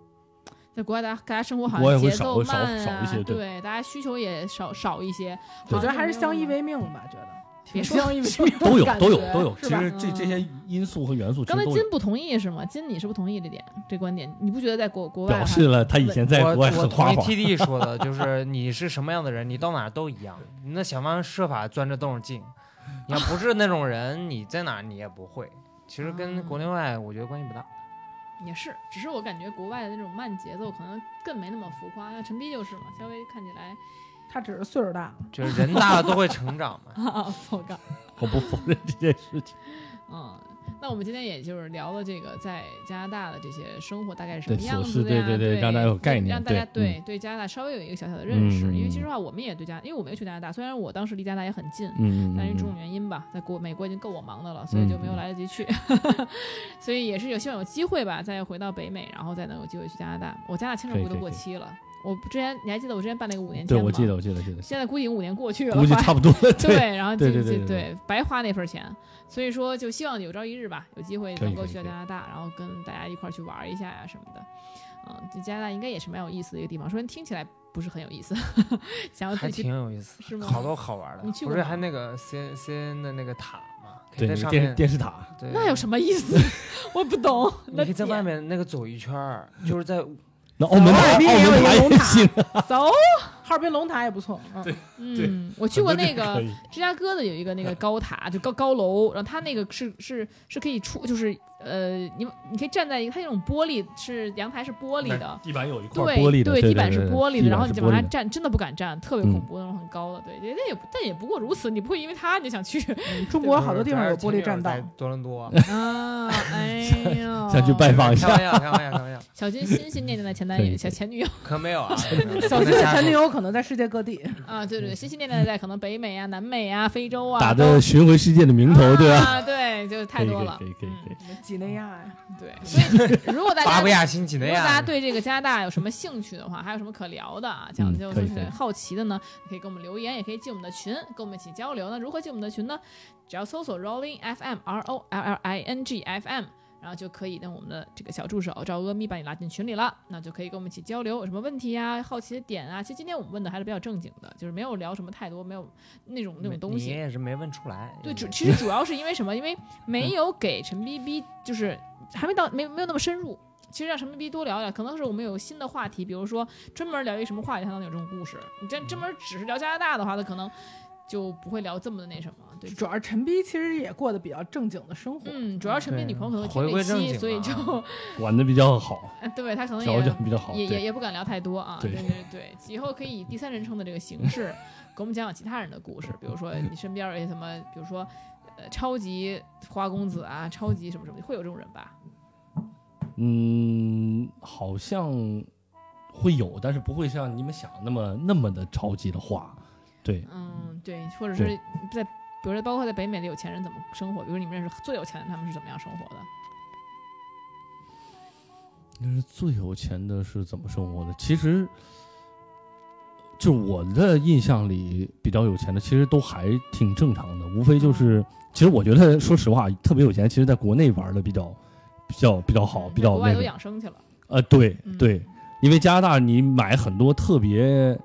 [SPEAKER 1] 在国外大家大家生活好
[SPEAKER 3] 国外
[SPEAKER 1] 像
[SPEAKER 3] 会
[SPEAKER 1] 节
[SPEAKER 3] 少
[SPEAKER 1] 奏
[SPEAKER 3] 会少
[SPEAKER 1] 慢啊，
[SPEAKER 3] 少一些对
[SPEAKER 1] 对，大家需求也少少一些。
[SPEAKER 3] 对
[SPEAKER 4] 我觉得
[SPEAKER 1] 好像
[SPEAKER 4] 还是
[SPEAKER 1] 就
[SPEAKER 4] 相
[SPEAKER 1] 没
[SPEAKER 4] 依
[SPEAKER 1] 有那么
[SPEAKER 4] 为命吧，觉得。
[SPEAKER 1] 嗯别
[SPEAKER 4] 挺
[SPEAKER 1] 说
[SPEAKER 4] 相依为命的
[SPEAKER 3] 都有
[SPEAKER 4] 感
[SPEAKER 3] 都有
[SPEAKER 4] 觉
[SPEAKER 3] 都有。
[SPEAKER 4] 是
[SPEAKER 3] 其
[SPEAKER 4] 吧
[SPEAKER 3] 实这
[SPEAKER 1] 嗯
[SPEAKER 3] 这些因素和元素其
[SPEAKER 1] 刚
[SPEAKER 3] 实
[SPEAKER 1] 才
[SPEAKER 3] 都
[SPEAKER 1] 金
[SPEAKER 3] 有
[SPEAKER 1] 不同意是吗？金，你是不同意这点这观点？你不觉得在国国外
[SPEAKER 3] 表
[SPEAKER 1] 还
[SPEAKER 3] 示了他以前在
[SPEAKER 2] 我
[SPEAKER 3] 国外
[SPEAKER 2] 我
[SPEAKER 3] 很
[SPEAKER 2] 同
[SPEAKER 3] 花
[SPEAKER 2] 意
[SPEAKER 3] 花。
[SPEAKER 2] T D 说的，就是你是什么样的人，你到哪儿都一样，你那想方设法钻这洞儿进。你要不是那种人，你在哪儿你也不会。其实跟国内外，我觉得关系不大。
[SPEAKER 1] 也是，只是我感觉国外的那种慢节奏可能更没那么浮夸。像陈斌就是嘛，稍微看起来
[SPEAKER 4] 他只是岁数大了，
[SPEAKER 2] 就是人大了都会成长嘛。
[SPEAKER 1] 啊，糟糕。
[SPEAKER 3] 我不否认这件事情。
[SPEAKER 1] 嗯，那我们今天也就是聊了这个在加拿大的这些生活大概是什
[SPEAKER 3] 对
[SPEAKER 1] 么样
[SPEAKER 3] 琐
[SPEAKER 1] 子
[SPEAKER 3] 事
[SPEAKER 1] 的呀？
[SPEAKER 3] 对对对
[SPEAKER 1] 对，
[SPEAKER 3] 让大家有概念
[SPEAKER 1] 让大家
[SPEAKER 3] 对
[SPEAKER 1] 对对加拿大稍微有一个小小的认识。
[SPEAKER 3] 嗯
[SPEAKER 1] 因为其实话，我们也对加，因为我没有去加拿大，虽然我当时离加拿大也很近，
[SPEAKER 3] 嗯，
[SPEAKER 1] 但是
[SPEAKER 3] 嗯
[SPEAKER 1] 种
[SPEAKER 3] 嗯
[SPEAKER 1] 种原因吧，在国美国已经够我忙的了，所以就没有
[SPEAKER 3] 嗯嗯
[SPEAKER 1] 来得及去， 所以也是有希望有机会吧，再回到北美，然后再能有机会去加拿大。我加拿大签证
[SPEAKER 3] 可以
[SPEAKER 1] 不都
[SPEAKER 3] 可以
[SPEAKER 1] 过
[SPEAKER 3] 可以
[SPEAKER 1] 期了？我之前你还记得我之前办那个五年签
[SPEAKER 3] 对，
[SPEAKER 1] 吗？
[SPEAKER 3] 我记得，我记得，记得，
[SPEAKER 1] 现在估计已经五年过去了，
[SPEAKER 3] 估计
[SPEAKER 1] 快
[SPEAKER 3] 差不多了。
[SPEAKER 1] 对，，然后就
[SPEAKER 3] 对
[SPEAKER 1] 就
[SPEAKER 3] 对对对
[SPEAKER 1] 白花那份钱，所以说就希望有朝一日吧，有机会
[SPEAKER 3] 可以
[SPEAKER 1] 能够
[SPEAKER 3] 可以
[SPEAKER 1] 去到
[SPEAKER 3] 可以
[SPEAKER 1] 加拿大，然后跟大家一块儿去玩一下呀、什么的。嗯，这加拿大应该也是蛮有意思的一个地方，虽然听起来不是很有意思， 想
[SPEAKER 4] 啊
[SPEAKER 1] 要
[SPEAKER 2] 还
[SPEAKER 1] 自己去
[SPEAKER 2] 挺有意思，
[SPEAKER 1] 是吗
[SPEAKER 2] 好多好玩的
[SPEAKER 1] 你去。
[SPEAKER 2] 不
[SPEAKER 1] 过
[SPEAKER 2] 是
[SPEAKER 1] 吗
[SPEAKER 2] 还那个 C N C N 的那个塔嘛？可
[SPEAKER 3] 对
[SPEAKER 2] 以在
[SPEAKER 3] 那个
[SPEAKER 2] 上
[SPEAKER 3] 电
[SPEAKER 2] 面。
[SPEAKER 3] 电视塔，
[SPEAKER 2] 对，
[SPEAKER 1] 那有什么意思？ 我不懂。那
[SPEAKER 2] 你可以在
[SPEAKER 1] 点
[SPEAKER 2] 外面那个走一圈儿，就是 在
[SPEAKER 3] 那澳门
[SPEAKER 4] 哈
[SPEAKER 3] 牌，
[SPEAKER 4] 尔
[SPEAKER 3] 澳
[SPEAKER 4] 滨也有
[SPEAKER 3] 门
[SPEAKER 4] 一个
[SPEAKER 3] 牌
[SPEAKER 4] 龙
[SPEAKER 3] 也
[SPEAKER 4] 塔
[SPEAKER 3] 行，
[SPEAKER 1] 走，
[SPEAKER 4] 哈尔滨龙塔也不错。嗯，
[SPEAKER 1] 嗯，我去过
[SPEAKER 3] 很多
[SPEAKER 1] 那
[SPEAKER 3] 地 方可
[SPEAKER 1] 个
[SPEAKER 3] 以
[SPEAKER 1] 芝加哥的有一个那个高塔，就高高楼，然后它那个是是是可以出，就是呃，你你可以站在一个它那种玻璃是阳台是玻璃的，
[SPEAKER 3] 地板有一哎块
[SPEAKER 1] 对
[SPEAKER 3] 玻璃的，对，
[SPEAKER 1] 地
[SPEAKER 3] 对
[SPEAKER 1] 板是
[SPEAKER 3] 对
[SPEAKER 1] 玻璃
[SPEAKER 3] 地
[SPEAKER 1] 的，然
[SPEAKER 3] 板
[SPEAKER 1] 后
[SPEAKER 3] 是
[SPEAKER 1] 你就
[SPEAKER 3] 玻
[SPEAKER 1] 往
[SPEAKER 3] 璃
[SPEAKER 1] 上
[SPEAKER 3] 的
[SPEAKER 1] 站，真的不敢站，特别
[SPEAKER 3] 嗯
[SPEAKER 1] 恐怖，那种很高的，对，也但也不但也不过如此，你不会因为它你就 想去
[SPEAKER 4] 中国好多地方有玻璃栈道
[SPEAKER 2] 在，多伦多。
[SPEAKER 1] 啊， 哎呦，
[SPEAKER 3] 想去拜访一
[SPEAKER 2] 开
[SPEAKER 3] 下
[SPEAKER 2] 玩。笑，开玩笑，开玩笑，
[SPEAKER 1] 小军心心念念的前男
[SPEAKER 3] 可以
[SPEAKER 1] 友、
[SPEAKER 3] 可以
[SPEAKER 1] 小前女友
[SPEAKER 2] 可没 有啊。
[SPEAKER 4] 小
[SPEAKER 2] 不
[SPEAKER 4] 区
[SPEAKER 2] 能
[SPEAKER 4] 的
[SPEAKER 2] 瞎
[SPEAKER 4] 前女
[SPEAKER 2] 说
[SPEAKER 4] 友可能在世界各地。
[SPEAKER 1] 啊，对对，心心念念的在可能北美啊、南美啊、非洲啊，
[SPEAKER 3] 打
[SPEAKER 1] 都
[SPEAKER 3] 着巡回世界的名头，对吧？
[SPEAKER 1] 啊，对，就是太
[SPEAKER 3] 可以
[SPEAKER 1] 多
[SPEAKER 3] 可以
[SPEAKER 1] 了，
[SPEAKER 3] 可以可以可以
[SPEAKER 4] 几内亚呀，
[SPEAKER 1] 嗯对，所以如 果大
[SPEAKER 2] 巴
[SPEAKER 1] 家
[SPEAKER 2] 布亚新几
[SPEAKER 1] 如
[SPEAKER 2] 内
[SPEAKER 1] 果大家
[SPEAKER 2] 亚，
[SPEAKER 1] 对这个加拿大有什么兴趣的话，还有什么可聊的啊，讲
[SPEAKER 3] 嗯
[SPEAKER 1] 究
[SPEAKER 3] 可
[SPEAKER 1] 就
[SPEAKER 3] 以
[SPEAKER 1] 是
[SPEAKER 3] 可以
[SPEAKER 1] 好奇的呢，可以给我们留言，也可以进我们的群，跟我们一起交流。那如何进我们的群呢？只要搜索 Rolling FM R O L L I N G F M。然后就可以让我们的这个小助手赵阿咪把你拉进群里了，那就可以跟我们一起交流，有什么问题啊、好奇的点啊。其实今天我们问的还是比较正经的，就是没有聊什么太多，没有那种那种东
[SPEAKER 2] 你
[SPEAKER 1] 西。
[SPEAKER 2] 也是没问出来。
[SPEAKER 1] 对，主
[SPEAKER 2] 嗯
[SPEAKER 1] 其实主要是因为什么？因为没有给陈 B B，就是还没到没没有那么深入。其实让陈 B B 多聊聊，可能是我们有新的话题，比如说专门聊一什么话题，他能有这种故事。你真
[SPEAKER 2] 嗯
[SPEAKER 1] 专门只是聊加拿大的话，他可能就不会聊这么的那什么。对，
[SPEAKER 4] 主要是陈斌其实也过得比较正经的生活。
[SPEAKER 1] 嗯，主要陈 B
[SPEAKER 2] 对
[SPEAKER 1] 女朋友可能
[SPEAKER 2] 回
[SPEAKER 1] 听这
[SPEAKER 2] 归正
[SPEAKER 1] 期，
[SPEAKER 2] 经
[SPEAKER 1] 所以
[SPEAKER 2] 了啊
[SPEAKER 1] 就
[SPEAKER 3] 管的比较好，
[SPEAKER 1] 对他可能
[SPEAKER 3] 调
[SPEAKER 1] 也
[SPEAKER 3] 整比较好。
[SPEAKER 1] 也
[SPEAKER 3] 对
[SPEAKER 1] 也也不敢聊太多啊。
[SPEAKER 3] 对
[SPEAKER 1] 对对对，以后可以以第三人称的这个形式给我们讲讲其他人的故事，比如说你身边有一些什么，比如说呃超级花公子啊，超级什么什么，会有这种人吧？
[SPEAKER 3] 嗯，好像会有，但是不会像你们想那么那么的超级的话。对，
[SPEAKER 1] 嗯，对，或者是
[SPEAKER 3] 对
[SPEAKER 1] 在，比如说包括在北美的有钱人怎么生活，比如你们认识最有钱的他们是怎么样生活的？
[SPEAKER 3] 那是最有钱的是怎么生活的？其实，就我的印象里，比较有钱的其实都还挺正常的，无非
[SPEAKER 1] 嗯
[SPEAKER 3] 就是，其实我觉得说实话，特别有钱，其实在国内玩的比较比较比较好，
[SPEAKER 1] 嗯
[SPEAKER 3] 比
[SPEAKER 1] 在
[SPEAKER 3] 较
[SPEAKER 1] 国外
[SPEAKER 3] 那
[SPEAKER 1] 都
[SPEAKER 3] 个。
[SPEAKER 1] 养生去了，
[SPEAKER 3] 呃，对
[SPEAKER 1] 嗯
[SPEAKER 3] 对，因为加拿大你买很多特别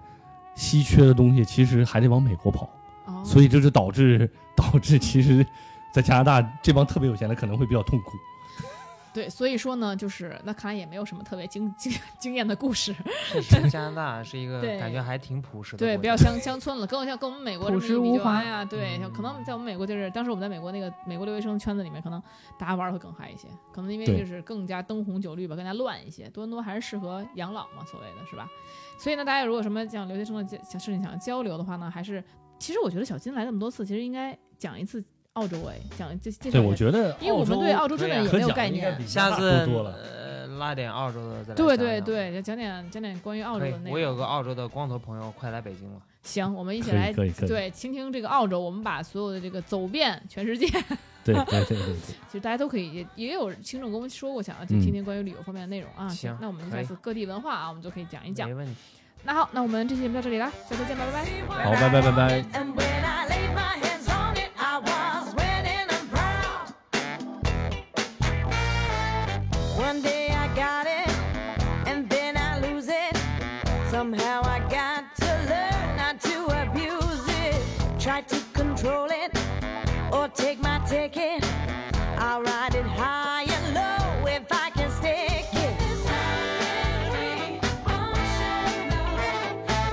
[SPEAKER 3] 稀缺的东西，其实还得往美国跑。
[SPEAKER 1] 哦，
[SPEAKER 3] 所以这就 导致导致其实，在加拿大这帮特别有钱的可能会比较痛苦。
[SPEAKER 1] 对，所以说呢，就是那看来也没有什么特别惊惊惊艳的故事，
[SPEAKER 2] 是是加拿大是一个
[SPEAKER 1] 对
[SPEAKER 2] 感觉还挺朴实的
[SPEAKER 1] 对，
[SPEAKER 2] 国
[SPEAKER 1] 比较
[SPEAKER 2] 家
[SPEAKER 1] 乡乡村了，跟我像跟我们美国这
[SPEAKER 4] 朴
[SPEAKER 1] 么
[SPEAKER 4] 实
[SPEAKER 1] 一比
[SPEAKER 4] 无
[SPEAKER 1] 就
[SPEAKER 4] 华
[SPEAKER 1] 哎呀，对，像可能在我们美国就是，当时我们在美国那个美国留学生圈子里面，可能大家玩儿会更嗨一些，可能因为
[SPEAKER 3] 对
[SPEAKER 1] 就是更加灯红酒绿吧，更加乱一些。多伦多还是适合养老嘛，所谓的是吧？所以呢，大家如果有什么讲留学生的交想事情想交流的话呢，还是其实我觉得小金来那么多次，其实应该讲一次澳洲哎，讲介介
[SPEAKER 3] 对，
[SPEAKER 1] 绍一
[SPEAKER 3] 我
[SPEAKER 1] 下，
[SPEAKER 3] 觉得
[SPEAKER 1] 因为我们对澳洲真的
[SPEAKER 2] 可
[SPEAKER 1] 也没
[SPEAKER 2] 以啊
[SPEAKER 1] 有概念。
[SPEAKER 2] 下次
[SPEAKER 3] 更多了。
[SPEAKER 2] 呃拉点澳洲的再
[SPEAKER 1] 对
[SPEAKER 2] 来讲
[SPEAKER 1] 对
[SPEAKER 2] 讲
[SPEAKER 1] 对，就讲点讲点关于澳洲
[SPEAKER 2] 可以
[SPEAKER 1] 的那
[SPEAKER 2] 我
[SPEAKER 1] 个。
[SPEAKER 2] 有个澳洲的光头朋友，快来北京了。
[SPEAKER 1] 行，我们一起
[SPEAKER 3] 可以
[SPEAKER 1] 来
[SPEAKER 3] 可以可以
[SPEAKER 1] 对倾听这个澳洲，我们把所有的这个走遍全世界，
[SPEAKER 3] 对对对对对，
[SPEAKER 1] 其实大家都可以，也也有听众跟我们说过，想要去
[SPEAKER 3] 嗯
[SPEAKER 1] 听听关于旅游方面的内容啊。
[SPEAKER 2] 行
[SPEAKER 1] 那我们
[SPEAKER 2] 可
[SPEAKER 1] 下
[SPEAKER 2] 以
[SPEAKER 1] 次各地文化啊，我们就可以讲一讲
[SPEAKER 2] 没。问题。
[SPEAKER 1] 那好，那我们这期节目到这里了，下次见吧，拜拜。
[SPEAKER 3] 好，拜拜拜拜。
[SPEAKER 5] And when I laid my hands on it, I was winning and proud. One day I got it, and then I lose it. Somehow I got to learn not to abuse it. Try to control it, or take my ticket. I'll ride it high and low if I can stick it.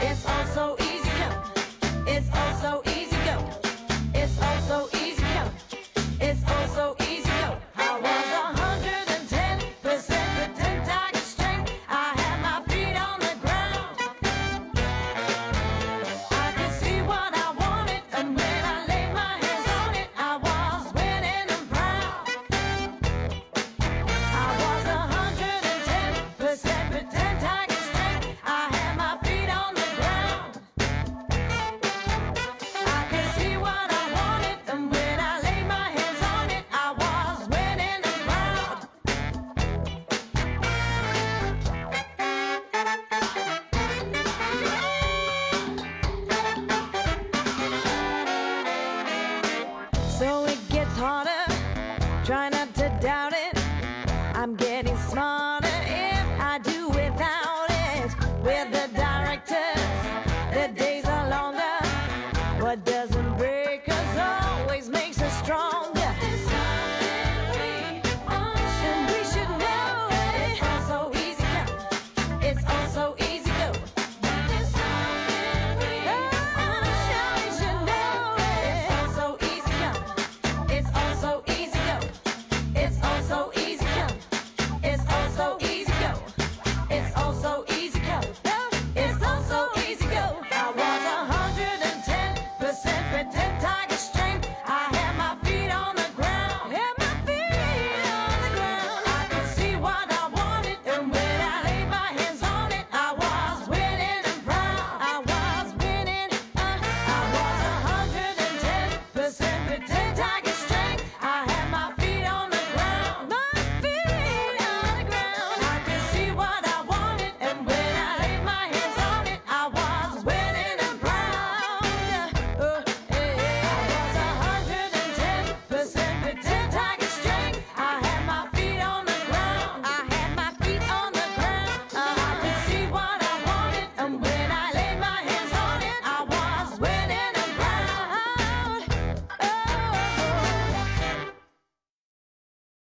[SPEAKER 5] It's all so easy come. It's all so easy go. It's all so easy come. It's all so easy go. I was hundred and ten percent pretend I could strength. I had my feet on the ground. I could see what I wanted, and when I laid my hands on it, I was winning and proud. I was hundred and ten percent pretend I could strength. I had my feet on the ground. I could see what I wanted, and when I laid my hands on it, I was winning and proud. So it gets harder, try not to doubt it. I'm getting smarter if I do without it. With the uh, Uh, Uh, Oh.